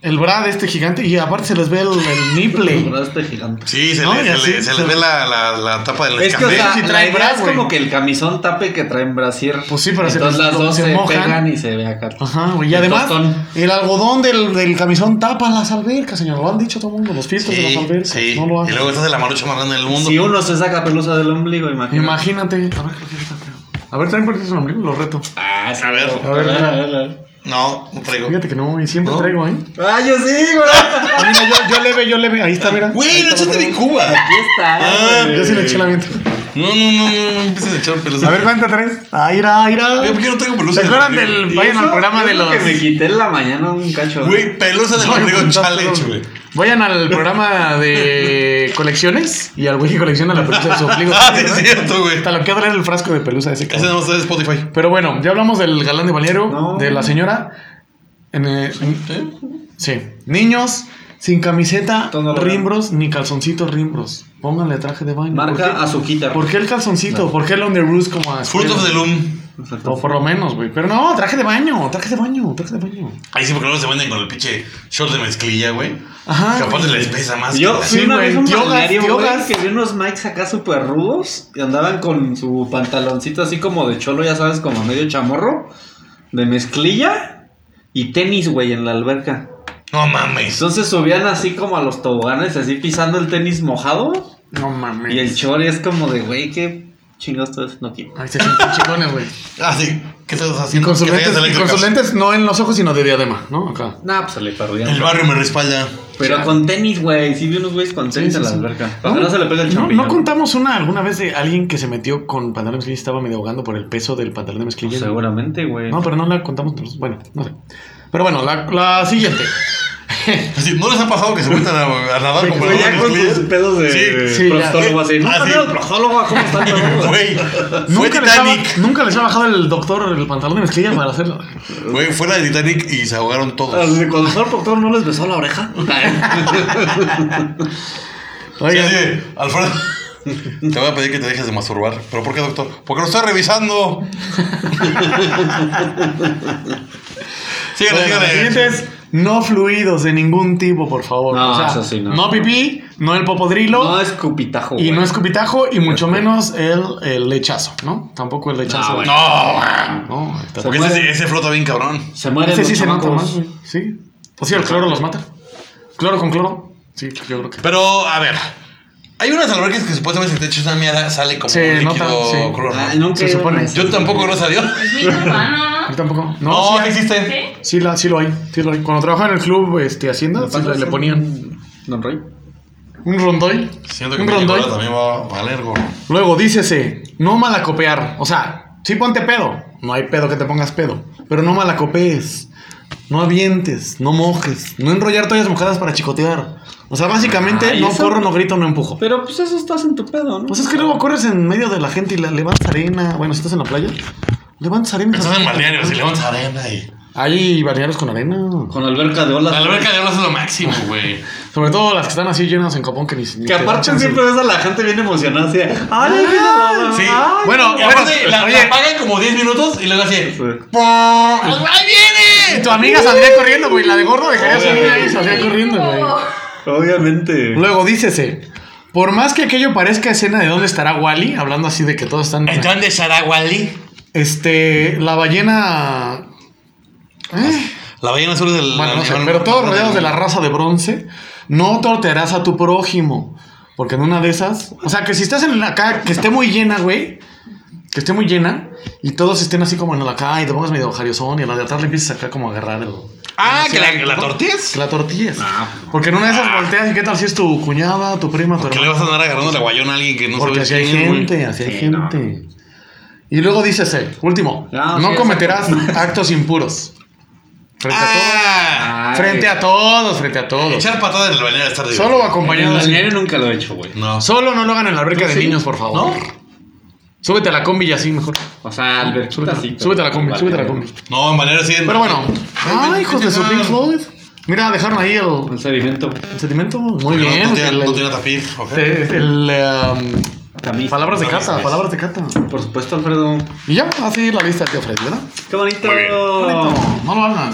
Speaker 3: El bra de este gigante. Y aparte se les ve el, el
Speaker 4: La
Speaker 3: nipple.
Speaker 4: verdad está este gigante.
Speaker 2: Sí, se,
Speaker 3: No,
Speaker 2: le-
Speaker 3: y
Speaker 2: se
Speaker 3: así
Speaker 2: le- se
Speaker 3: se-
Speaker 2: les ve la, la, la tapa del
Speaker 4: Es que, o
Speaker 2: escandé.
Speaker 4: sea,
Speaker 3: sí
Speaker 4: la
Speaker 3: trae
Speaker 4: idea
Speaker 3: bra,
Speaker 4: es
Speaker 3: güey.
Speaker 4: como que el camisón tape que traen brasier.
Speaker 3: Pues sí, pero se
Speaker 4: Entonces
Speaker 3: les-
Speaker 4: las dos
Speaker 3: se
Speaker 4: se,
Speaker 3: mojan.
Speaker 4: pegan y se ve acá.
Speaker 3: Ajá, güey. Y
Speaker 4: El
Speaker 3: además,
Speaker 4: tostón.
Speaker 3: el algodón del, del camisón tapa las albercas, señor. Lo han dicho todo el mundo. Los filtros de
Speaker 2: Sí,
Speaker 3: las albercas.
Speaker 2: sí.
Speaker 3: No lo
Speaker 2: y
Speaker 3: hagan.
Speaker 2: luego estás de la marucha más grande del mundo.
Speaker 4: Si uno se saca pelusa del ombligo, imagínate.
Speaker 3: Imagínate. A ver, ¿qué es A ver, traen por qué es un ombligo, lo reto.
Speaker 4: Ah, sí,
Speaker 2: A ver.
Speaker 4: pero- a ver, a ver, a ver.
Speaker 2: No, no traigo.
Speaker 3: Fíjate que no, y siempre
Speaker 2: ¿No?
Speaker 3: traigo, ¿eh?
Speaker 4: ¡Ah, yo sí, güey! Aquí
Speaker 3: Ah, mira, yo, yo leve, yo leve. Ahí está, mira.
Speaker 2: Güey, no echaste mi cuba.
Speaker 4: está.
Speaker 2: Ah,
Speaker 4: güey.
Speaker 3: Yo sí le eché la viento.
Speaker 2: No, no, no, no, no empieces a echar pelos.
Speaker 3: A ver, ¿cuánta traes? Ahí irá, ahí irá.
Speaker 2: Güey, ¿por qué no traigo pelusa?
Speaker 3: ¿Se acuerdan
Speaker 2: Rodrigo?
Speaker 3: del.
Speaker 4: ¿Y
Speaker 3: Vayan al
Speaker 4: eso?
Speaker 3: programa
Speaker 4: Yo
Speaker 3: de
Speaker 4: creo
Speaker 3: los.
Speaker 4: que me quité en la mañana un cacho.
Speaker 2: Güey, [LAUGHS] pelusa del Rodrigo Challenge, güey.
Speaker 3: Vayan al programa de colecciones y al güey que colecciona la pelusa de su ombligo.
Speaker 2: [LAUGHS] Ah, sí, es cierto, güey.
Speaker 3: Hasta lo que va a doler el frasco de pelusa de ese
Speaker 2: Ese
Speaker 3: cabrón.
Speaker 2: no está en Spotify.
Speaker 3: Pero bueno, ya hablamos del galán de Valero,
Speaker 4: No.
Speaker 3: de la señora. En, eh,
Speaker 2: ¿Eh?
Speaker 3: Sí. Niños sin camiseta,
Speaker 4: Todo lo veo.
Speaker 3: rimbros, ni calzoncitos rimbros. Pónganle traje de baño. ¿Por
Speaker 4: Marca
Speaker 3: qué?
Speaker 4: Azuquita.
Speaker 3: ¿Por qué el calzoncito? ¿Por qué el on the roots como a
Speaker 2: Fruit of the Loom.
Speaker 3: O por lo menos, güey. Pero no, traje de baño, traje de baño, traje de baño.
Speaker 2: Ahí sí, porque luego se venden con el pinche short de mezclilla, güey.
Speaker 3: Ajá,
Speaker 2: Que aparte
Speaker 3: güey.
Speaker 2: les pesa más.
Speaker 4: Yo
Speaker 2: que la-
Speaker 4: fui
Speaker 3: Sí,
Speaker 4: una
Speaker 3: güey,
Speaker 4: vez a un
Speaker 3: tiogas,
Speaker 4: balneario, güey,
Speaker 3: tiogas.
Speaker 4: que vi unos Mikes acá súper rudos y andaban con su pantaloncito así como de cholo, ya sabes, como medio chamorro, de mezclilla y tenis, güey, en la alberca.
Speaker 2: No mames.
Speaker 4: Entonces subían así como a los toboganes, así pisando el tenis mojado
Speaker 3: No mames.
Speaker 4: y el chori es como de, güey, qué chingados estoy haciendo aquí.
Speaker 3: Ay, se sienten chingones, güey.
Speaker 2: Ah, sí. ¿Qué estás
Speaker 3: Y
Speaker 2: haciendo?
Speaker 3: con sus
Speaker 2: Que te
Speaker 3: lentes,
Speaker 2: hagas
Speaker 3: y con
Speaker 2: eléctricas.
Speaker 3: sus lentes no en los ojos, sino de diadema, ¿no? Acá.
Speaker 4: Nah, pues se le paró
Speaker 2: El barrio me respalda.
Speaker 4: Pero con tenis, güey, sí vi unos güeyes con tenis
Speaker 3: Sí, sí,
Speaker 4: en la
Speaker 3: sí.
Speaker 4: alberca. Para que no se le pegue el
Speaker 3: no-
Speaker 4: champiñón.
Speaker 3: no contamos una alguna vez de alguien que se metió con pantalón de mezclilla y estaba medio ahogando por el peso del pantalón de mezclilla.
Speaker 4: Seguramente, güey.
Speaker 3: No, pero no la contamos nosotros. Bueno, no sé. Pero bueno, la, la siguiente.
Speaker 2: Así, ¿No les ha pasado que se metan a, a nadar
Speaker 3: Sí,
Speaker 2: con
Speaker 4: Güey,
Speaker 2: pantalón
Speaker 4: ya
Speaker 2: de
Speaker 4: con
Speaker 2: mezclilla?
Speaker 4: sus pedos de
Speaker 3: Sí, sí,
Speaker 4: proctólogo
Speaker 2: ya.
Speaker 4: así. No,
Speaker 2: Ah, sí.
Speaker 4: pero proctólogo, ¿cómo están todos?
Speaker 2: [LAUGHS] Güey, fue
Speaker 3: nunca, les ha,
Speaker 2: Titanic.
Speaker 3: nunca les ha bajado el doctor el pantalón de mezclilla para hacerlo.
Speaker 2: Güey, fue la de Titanic y se ahogaron todos.
Speaker 4: Así, Cuando fue el proctólogo, ¿no les besó
Speaker 2: [LAUGHS]
Speaker 4: la oreja?
Speaker 2: Sí,
Speaker 3: Oigan,
Speaker 2: así de, Alfredo,
Speaker 4: [LAUGHS]
Speaker 2: te voy a pedir que te dejes de masturbar. ¿Pero por qué, doctor? Porque lo estoy
Speaker 4: [LAUGHS]
Speaker 2: revisando. síganle,
Speaker 3: bueno, la siguiente
Speaker 2: síganle.
Speaker 3: es no fluidos de ningún tipo, por favor.
Speaker 4: No,
Speaker 3: o sea,
Speaker 4: eso sí, no.
Speaker 3: pipí, no el popodrilo.
Speaker 4: No es cupitajo,
Speaker 3: Y
Speaker 4: güey.
Speaker 3: no escupitajo y mucho menos el, el lechazo, ¿no? Tampoco el
Speaker 2: Ah,
Speaker 3: lechazo.
Speaker 4: No, güey.
Speaker 2: No, güey.
Speaker 3: No, está-
Speaker 4: Se
Speaker 2: Porque
Speaker 4: muere-
Speaker 2: ese, ese flota bien cabrón.
Speaker 4: Se mueren
Speaker 3: Ese
Speaker 4: los
Speaker 3: sí se nota
Speaker 4: chamacos.
Speaker 3: más, güey. Sí. O sea, el cloro los mata. Cloro con cloro. Sí, yo creo que.
Speaker 2: Pero, a ver. Hay unas albercas que supuestamente si te echas una mierda sale como
Speaker 3: Sí,
Speaker 2: un líquido
Speaker 3: nota, sí.
Speaker 2: color, ¿no?
Speaker 4: Ay, nunca
Speaker 3: Se
Speaker 4: iban
Speaker 3: supone.
Speaker 4: a eso.
Speaker 2: Yo tampoco no salió. No,
Speaker 6: Es mi urbano,
Speaker 3: Yo
Speaker 6: ¿no?
Speaker 3: tampoco. No, sí,
Speaker 2: sí
Speaker 3: hay.
Speaker 2: existe.
Speaker 6: ¿Sí?
Speaker 3: Sí, la, sí lo hay. Sí lo hay. Cuando trabajaba en el club este, Hacienda, sí le, le ponían
Speaker 4: Don Roy.
Speaker 3: un rondoy.
Speaker 2: Siento que
Speaker 3: un
Speaker 2: mi
Speaker 3: rondoy.
Speaker 2: licuadora también va a valer, gorro.
Speaker 3: Luego dícese, no malacopear. O sea, sí ponte pedo. No hay pedo que te pongas pedo. Pero no malacopees. No avientes, no mojes, no enrollar toallas mojadas para chicotear. O sea, básicamente
Speaker 4: Ay,
Speaker 3: no
Speaker 4: eso-
Speaker 3: corro, no grito, no empujo.
Speaker 4: Pero pues eso estás en tu pedo, ¿no?
Speaker 3: Pues es que luego corres en medio de la gente y la- levantas arena. Bueno, si estás en la playa, levantas arena. y
Speaker 2: Estás en
Speaker 3: estás-
Speaker 2: balneario, si levantas arena y...
Speaker 3: Hay balnearios con arena.
Speaker 4: Con alberca de
Speaker 3: Ah,
Speaker 4: olas.
Speaker 2: La alberca de olas es lo máximo, güey.
Speaker 3: Sobre todo las que están así llenas en Copón que Ah, ni ni
Speaker 4: Que
Speaker 3: te da
Speaker 4: aparte
Speaker 3: chance.
Speaker 4: siempre ves a la gente bien emocionada así. de, ¡Ay,
Speaker 2: Sí.
Speaker 3: Bueno,
Speaker 2: Y aparte,
Speaker 3: bueno,
Speaker 2: la,
Speaker 3: oye.
Speaker 2: la apagan como 10 minutos y luego así...
Speaker 4: Sí.
Speaker 2: ¡pum! ¡Ahí
Speaker 3: Y
Speaker 2: viene!
Speaker 3: tu amiga saldría corriendo, güey. La de gordo dejaría su niña ahí y saldría corriendo, güey.
Speaker 4: Obviamente.
Speaker 3: Luego dícese. Por más que aquello parezca escena de dónde estará Wally, hablando así de que todos están.
Speaker 2: ¿En dónde estará Wally?
Speaker 3: Este. La ballena. Eh,
Speaker 2: La ballena azul del...
Speaker 3: bueno, no sé,
Speaker 2: del-
Speaker 3: pero todos rodeados de la raza de bronce. No torterás a tu prójimo. Porque en una de esas. O sea, que si estás en la calle, que esté muy llena, güey. Que esté muy llena. Y todos estén así como en la calle y te pongas medio jariosón. Y a la de atrás le empiezas acá como a agarrar el.
Speaker 2: Ah, que la,
Speaker 3: Sí,
Speaker 2: la Ah.
Speaker 3: ¿no?
Speaker 2: tortillas.
Speaker 3: Que la tortillas. Porque en una de esas volteas y qué tal si es tu cuñada, tu prima, tu
Speaker 2: ¿Por qué le
Speaker 3: hermana.
Speaker 2: vas a andar agarrando la guayona a alguien que no
Speaker 3: Porque
Speaker 2: sabes
Speaker 3: así hay
Speaker 2: quién es, güey?
Speaker 3: gente, así hay
Speaker 4: Sí, no.
Speaker 3: gente. Y luego dice ese, último,
Speaker 4: No,
Speaker 3: no,
Speaker 4: sí, [LAUGHS]
Speaker 3: cometerás
Speaker 4: exacto.
Speaker 3: actos impuros. Frente
Speaker 2: Ah,
Speaker 3: a todos. Frente a todos, frente a todos.
Speaker 2: echar patadas en el balneario está divertido.
Speaker 3: Solo
Speaker 4: En
Speaker 3: acompañado.
Speaker 4: el balneario nunca lo he hecho, güey.
Speaker 2: No.
Speaker 3: Solo no lo hagan en la alberca de
Speaker 4: Sí.
Speaker 3: niños, por favor.
Speaker 2: ¿No?
Speaker 3: Súbete a la combi y así mejor.
Speaker 4: O sea,
Speaker 3: Súbete,
Speaker 4: alberquita
Speaker 3: a-
Speaker 4: sí.
Speaker 3: súbete a la combi, súbete a la combi.
Speaker 2: No, en balneario sí.
Speaker 3: Pero bueno. Ah, hijos de su Pink Floyd. Mira, dejaron ahí el,
Speaker 4: Un sedimento.
Speaker 3: el sedimento. Muy
Speaker 2: No,
Speaker 3: bien.
Speaker 2: no tiene,
Speaker 3: el-
Speaker 2: no
Speaker 3: el-
Speaker 2: tiene tapiz, ok.
Speaker 3: Te- el, ehm,
Speaker 4: Camisa.
Speaker 3: palabras de
Speaker 2: Palabras
Speaker 3: cata,
Speaker 2: de-
Speaker 3: palabras de cata.
Speaker 4: Por supuesto, Alfredo.
Speaker 3: Y ya, así la lista del tío Fred, ¿verdad?
Speaker 4: Qué bonito.
Speaker 2: Muy bien.
Speaker 3: No lo hagan.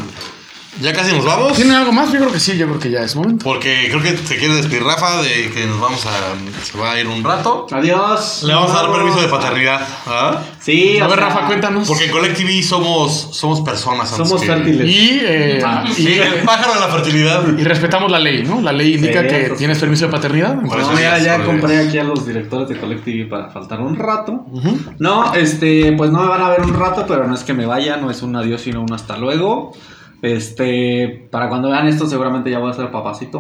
Speaker 2: Ya casi nos vamos.
Speaker 3: ¿Tienen algo más? Yo creo que sí, yo creo que ya es momento.
Speaker 2: Porque creo que se quiere despedir Rafa de que nos vamos a. Se va a ir un rato.
Speaker 4: Adiós.
Speaker 2: Le vamos a dar permiso de paternidad. ¿ah?
Speaker 4: Sí,
Speaker 3: A
Speaker 4: o
Speaker 3: ver,
Speaker 4: sea,
Speaker 3: Rafa, cuéntanos.
Speaker 2: Porque en Colectivi somos, somos personas. antes
Speaker 4: Somos
Speaker 2: que-
Speaker 4: fértiles.
Speaker 3: Y, eh,
Speaker 4: Ah,
Speaker 3: y,
Speaker 2: Sí, el pájaro de la fertilidad.
Speaker 3: y respetamos la ley, ¿no? La ley indica
Speaker 4: Sí,
Speaker 3: que
Speaker 4: eso sí.
Speaker 3: tienes permiso de paternidad.
Speaker 2: Por eso
Speaker 4: No,
Speaker 2: ya
Speaker 4: ya, ya
Speaker 2: sabes.
Speaker 4: compré aquí a los directores de Collective para faltar un rato.
Speaker 3: Ujú.
Speaker 4: No, este, pues no me van a ver un rato, pero no es que me vaya, no es un adiós, sino un hasta luego. Este, para cuando vean esto, seguramente ya voy a ser papacito.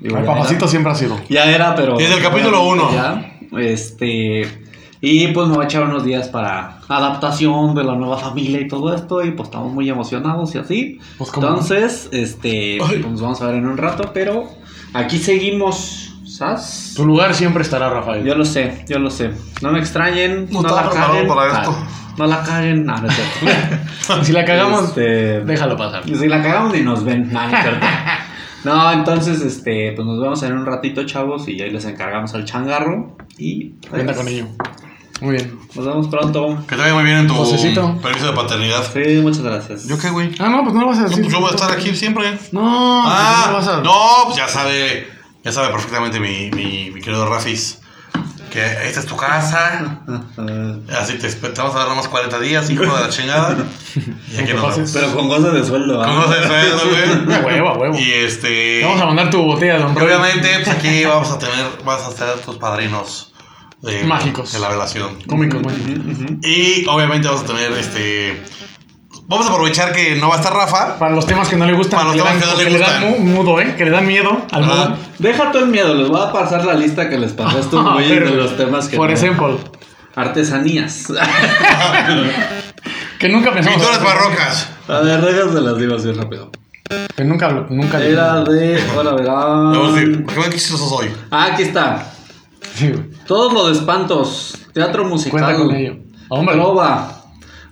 Speaker 4: Digo,
Speaker 3: El
Speaker 4: ya
Speaker 3: papacito siempre ha sido.
Speaker 4: era- ya era, pero.
Speaker 2: Desde el capítulo uno.
Speaker 4: Ya. Este. Y pues me va a echar unos días para adaptación de la nueva familia y todo esto. Y pues estamos muy emocionados y así.
Speaker 3: Pues, ¿cómo no?
Speaker 4: Entonces, este, pues nos vamos a ver en un rato, pero aquí seguimos. ¿Sabes?
Speaker 3: Tu lugar siempre estará, Rafael.
Speaker 4: Yo lo sé, yo lo sé. No me extrañen,
Speaker 5: No
Speaker 4: no,
Speaker 5: estaba
Speaker 4: la
Speaker 5: preparado
Speaker 4: caguen.
Speaker 5: para
Speaker 4: Ah,
Speaker 5: esto.
Speaker 4: No la caguen, no, no es cierto.
Speaker 3: Si la cagamos,
Speaker 4: Este,
Speaker 3: déjalo pasar.
Speaker 4: si la cagamos ni nos ven, [LAUGHS] no, no es cierto. No, entonces, este, pues nos vemos en un ratito, chavos, y ahí les encargamos al changarro. Y pues,
Speaker 3: Cuenta con ello. Muy bien.
Speaker 4: Nos vemos pronto.
Speaker 2: Que te vaya muy bien en tu
Speaker 3: Josecito.
Speaker 2: permiso de paternidad.
Speaker 4: Sí, muchas gracias.
Speaker 2: ¿Yo qué, güey?
Speaker 3: Ah, no, pues no lo vas a
Speaker 2: No,
Speaker 3: decir.
Speaker 2: pues yo voy a estar aquí siempre.
Speaker 3: No, pues no lo vas a-
Speaker 2: Ah, no, pues ya sabe, ya sabe perfectamente mi, mi, mi querido Rafis. Que esta es tu casa.
Speaker 4: Ah, Ajá.
Speaker 2: Así te, espe- te vamos a dar nomás 40 días, hijo de la
Speaker 3: [LAUGHS]
Speaker 2: chingada. Y aquí nos vamos.
Speaker 4: Pero con gozo de sueldo. ¿ah?
Speaker 2: ¿Cómo se sueldo,
Speaker 3: [LAUGHS] A
Speaker 2: güey?
Speaker 3: huevo, a huevo.
Speaker 2: Y
Speaker 3: Te
Speaker 2: este.
Speaker 3: Vamos a mandar tu botella, don
Speaker 2: y
Speaker 3: Roy.
Speaker 2: obviamente, pues aquí vamos a tener, vas a ser tus padrinos. de-
Speaker 3: Mágicos.
Speaker 2: De la relación.
Speaker 3: Cómicos, man.
Speaker 4: Ujú.
Speaker 2: Y obviamente vamos a tener este. Vamos a aprovechar que no va a estar
Speaker 3: [LAUGHS]
Speaker 2: Rafa.
Speaker 3: Para los temas que no le gustan.
Speaker 2: Para los
Speaker 3: que le
Speaker 2: temas
Speaker 3: dan-
Speaker 2: que no le
Speaker 3: le dan
Speaker 2: gustan. Ah.
Speaker 3: mu- mudo, ¿eh? Que le dan miedo al
Speaker 2: Ajá.
Speaker 3: mudo.
Speaker 4: Deja todo el miedo, les voy a pasar la lista que les pasé
Speaker 3: [LAUGHS]
Speaker 4: a estos
Speaker 3: Ah,
Speaker 4: güeyes
Speaker 3: pero,
Speaker 4: de los temas que.
Speaker 3: Por
Speaker 4: no-
Speaker 3: ejemplo, [LAUGHS]
Speaker 4: Artesanías.
Speaker 3: que nunca pensamos.
Speaker 2: Pinturas barrocas.
Speaker 4: A ver, déjate las digo así rápido.
Speaker 3: Que nunca, lo- nunca. le-
Speaker 4: Era de. Hola,
Speaker 2: Vamos a decir,
Speaker 4: verán.
Speaker 2: ¿por qué me quisiste soy?
Speaker 4: Ah, aquí está.
Speaker 3: Sí, güey.
Speaker 4: Todos los espantos. Teatro musical.
Speaker 3: Cuenta con ello. Hombre.
Speaker 4: Trova,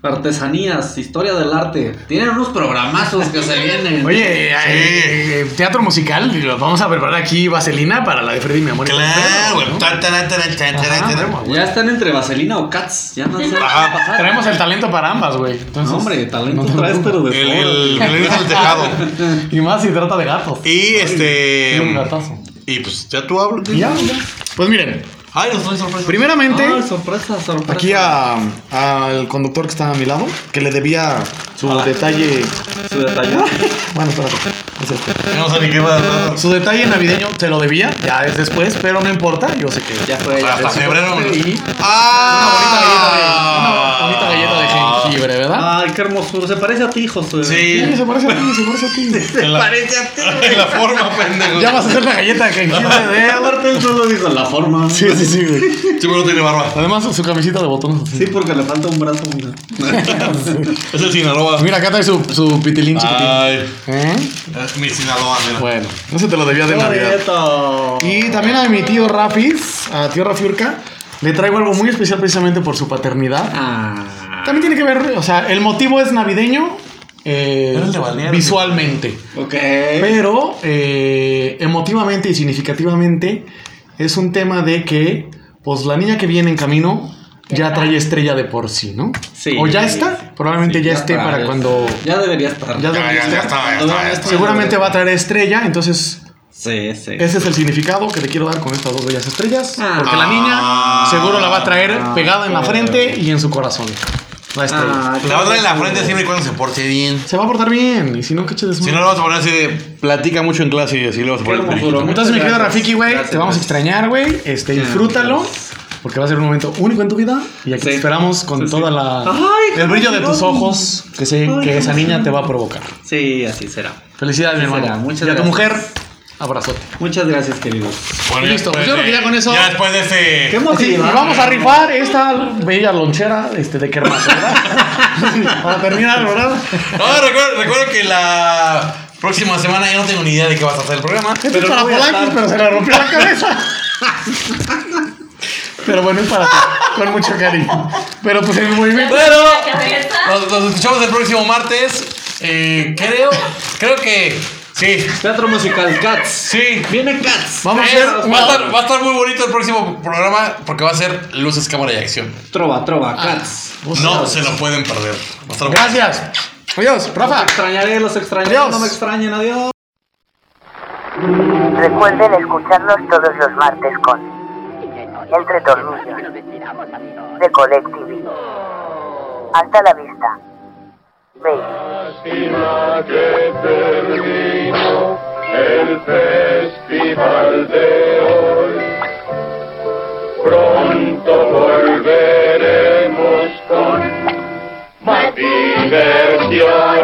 Speaker 4: Artesanías. Historia del arte. Tienen unos programazos que se vienen.
Speaker 3: [LAUGHS] Oye, eh, eh, eh, teatro musical, digo, vamos a preparar aquí vaselina para la de Freddy, mi amor. y
Speaker 2: Claro,
Speaker 3: Pedro,
Speaker 2: güey.
Speaker 3: ¿no?
Speaker 2: Tan, tan, tan, tan, tan,
Speaker 3: Ajá,
Speaker 2: tan.
Speaker 3: vemos, güey.
Speaker 4: Ya están entre Vaselina o Cats. Ya no sé.
Speaker 2: Ajá.
Speaker 3: Ah, Traemos el talento para ambas, güey. Entonces,
Speaker 4: No, hombre, talento
Speaker 3: no te
Speaker 4: traes,
Speaker 3: preocupes.
Speaker 4: pero de
Speaker 2: El,
Speaker 4: sobra.
Speaker 2: el violín al tejado.
Speaker 3: Y más si trata de gatos.
Speaker 2: Y este.
Speaker 3: Un gatazo.
Speaker 2: Y pues ya tú hablas.
Speaker 3: Y ya, ya. Pues miren,
Speaker 2: Ay, nos trae sorpresa.
Speaker 3: primeramente,
Speaker 4: Ah, sorpresa, sorpresa.
Speaker 3: aquí a- al conductor que está a mi lado, que le debía su detalle.
Speaker 4: Su detalle.
Speaker 3: Bueno, espérate. es el-
Speaker 2: No sé ni qué va a dar.
Speaker 3: Su detalle navideño se lo debía, ya es después, pero no importa, yo sé que
Speaker 4: Ya fue. ya
Speaker 2: Hasta
Speaker 4: fue.
Speaker 2: febrero.
Speaker 3: Y-
Speaker 2: ¡Ah!
Speaker 3: Una bonita galleta de. Una bonita galleta de jengibre, ¿verdad?
Speaker 4: Ay, qué hermosura. Se parece a ti, José.
Speaker 3: Sí,
Speaker 2: Ah. Sí.
Speaker 3: se parece a ti, se parece a ti.
Speaker 2: [LAUGHS] En la,
Speaker 4: Parece a ti.
Speaker 2: en la forma, pendejo.
Speaker 3: Ya vas a hacer la galleta de jengibre de
Speaker 4: Eh,
Speaker 3: él.
Speaker 4: aparte él solo dijo la forma.
Speaker 3: Sí, sí, sí, güey.
Speaker 2: Sí, pero no tiene barba.
Speaker 3: Además, su camisita de botones. así.
Speaker 4: Sí, porque le falta un brazo. mira. [LAUGHS]
Speaker 2: Es el Sinaloa.
Speaker 3: Mira, acá trae su, su pitilín chiquitín.
Speaker 2: Ay,
Speaker 3: ¿Eh?
Speaker 2: es mi Sinaloa, mira.
Speaker 3: Bueno, no se te lo debía de Navidad.
Speaker 4: Bonito.
Speaker 3: Y también a mi tío Rafis, a tío Rafiurca, le traigo algo muy especial precisamente por su paternidad.
Speaker 4: Ah.
Speaker 3: También tiene que ver, o sea, el motivo es navideño eh,
Speaker 2: Pero es de balneario.
Speaker 3: visualmente,
Speaker 4: Ok.
Speaker 3: pero eh, emotivamente y significativamente es un tema de que, pues la niña que viene en camino ya trae estrella de por sí, ¿no?
Speaker 4: Sí.
Speaker 3: o ya está, probablemente
Speaker 4: Sí,
Speaker 3: ya, esté
Speaker 4: está,
Speaker 3: para
Speaker 4: ya-
Speaker 3: cuando...
Speaker 4: Ya debería estar.
Speaker 2: Ya,
Speaker 3: ya debería
Speaker 2: ya, ya
Speaker 3: estar.
Speaker 2: estaba, ya estaba. ya estaba.
Speaker 3: Seguramente va a traer estrella, entonces
Speaker 4: Sí, sí.
Speaker 3: ese es el significado que te quiero dar con estas dos bellas estrellas.
Speaker 4: Ah.
Speaker 3: Porque la
Speaker 2: Ah.
Speaker 3: niña seguro la va a traer
Speaker 4: Ah,
Speaker 3: pegada en la
Speaker 4: claro.
Speaker 3: frente y en su corazón. La estrella.
Speaker 4: Ah,
Speaker 2: La otra en la frente siempre y cuando se porte bien.
Speaker 3: Se va a portar bien. Y si no, que eche desmadre.
Speaker 2: Si no, le vas a poner así de. Platica mucho en clase y así le vas a
Speaker 4: Qué
Speaker 2: poner.
Speaker 4: hermosura.
Speaker 2: periquito.
Speaker 3: Entonces, mi querido
Speaker 4: Gracias,
Speaker 3: Rafiki, güey,
Speaker 4: gracias,
Speaker 3: te vamos a
Speaker 4: gracias.
Speaker 3: extrañar, güey. Este,
Speaker 4: Sí,
Speaker 3: disfrútalo.
Speaker 4: gracias.
Speaker 3: Porque va a ser un momento único en tu vida. Y aquí
Speaker 4: Sí.
Speaker 3: te esperamos con
Speaker 4: Sí, sí.
Speaker 3: toda la.
Speaker 4: Ay,
Speaker 3: el brillo de tus
Speaker 4: Javi.
Speaker 3: ojos. Que sé
Speaker 4: Ay,
Speaker 3: que esa
Speaker 4: Javi.
Speaker 3: niña te va a provocar.
Speaker 4: Sí, así será.
Speaker 3: Felicidades, mi
Speaker 4: Así
Speaker 3: hermano.
Speaker 4: será. Muchas
Speaker 3: y a tu
Speaker 4: gracias.
Speaker 3: mujer, abrazote.
Speaker 4: Muchas gracias, queridos.
Speaker 2: Bueno,
Speaker 3: Y
Speaker 2: ya
Speaker 3: listo,
Speaker 2: después
Speaker 3: pues yo creo que
Speaker 2: de-
Speaker 3: ya con eso-
Speaker 2: Ya después de este.
Speaker 4: ¿Qué hemos
Speaker 3: Sí, y
Speaker 4: llevado?
Speaker 3: vamos a rifar esta bella lonchera este, de Kermas,
Speaker 4: [LAUGHS]
Speaker 3: ¿verdad? Para terminar, ¿verdad?
Speaker 2: No, recuerdo, recuerdo que la próxima semana ya no tengo ni idea de qué vas a hacer el programa.
Speaker 3: Esto es
Speaker 4: Pero
Speaker 3: para
Speaker 4: no voy a
Speaker 3: Polanquis,
Speaker 4: estar.
Speaker 3: pero se le rompió la
Speaker 4: [LAUGHS]
Speaker 3: cabeza. pero bueno, es para ti, con mucho cariño. Pero pues el movimiento.
Speaker 2: Pero
Speaker 6: cabeza.
Speaker 2: nos, nos escuchamos el próximo martes. Eh, creo, creo que sí,
Speaker 4: Teatro musical Cats.
Speaker 2: sí.
Speaker 4: Viene Cats.
Speaker 3: Vamos a
Speaker 2: Es-
Speaker 3: hacer
Speaker 2: va, a estar, va a estar muy bonito el próximo programa porque va a ser luces, cámara y acción.
Speaker 3: Ah.
Speaker 4: Trova, trova, Cats.
Speaker 3: Vamos a
Speaker 2: No
Speaker 3: hacer-
Speaker 2: se lo pueden perder. Va a estar bueno.
Speaker 3: Gracias. Adiós, Rafa.
Speaker 4: Los extrañaré, los extrañaré.
Speaker 3: Adiós.
Speaker 4: No me extrañen, adiós.
Speaker 1: Recuerden escucharnos todos los martes con Entre Tornillos de Colectivo. Hasta la vista. Baby.
Speaker 9: Lástima que terminó el festival de hoy. Pronto volveremos con más diversión.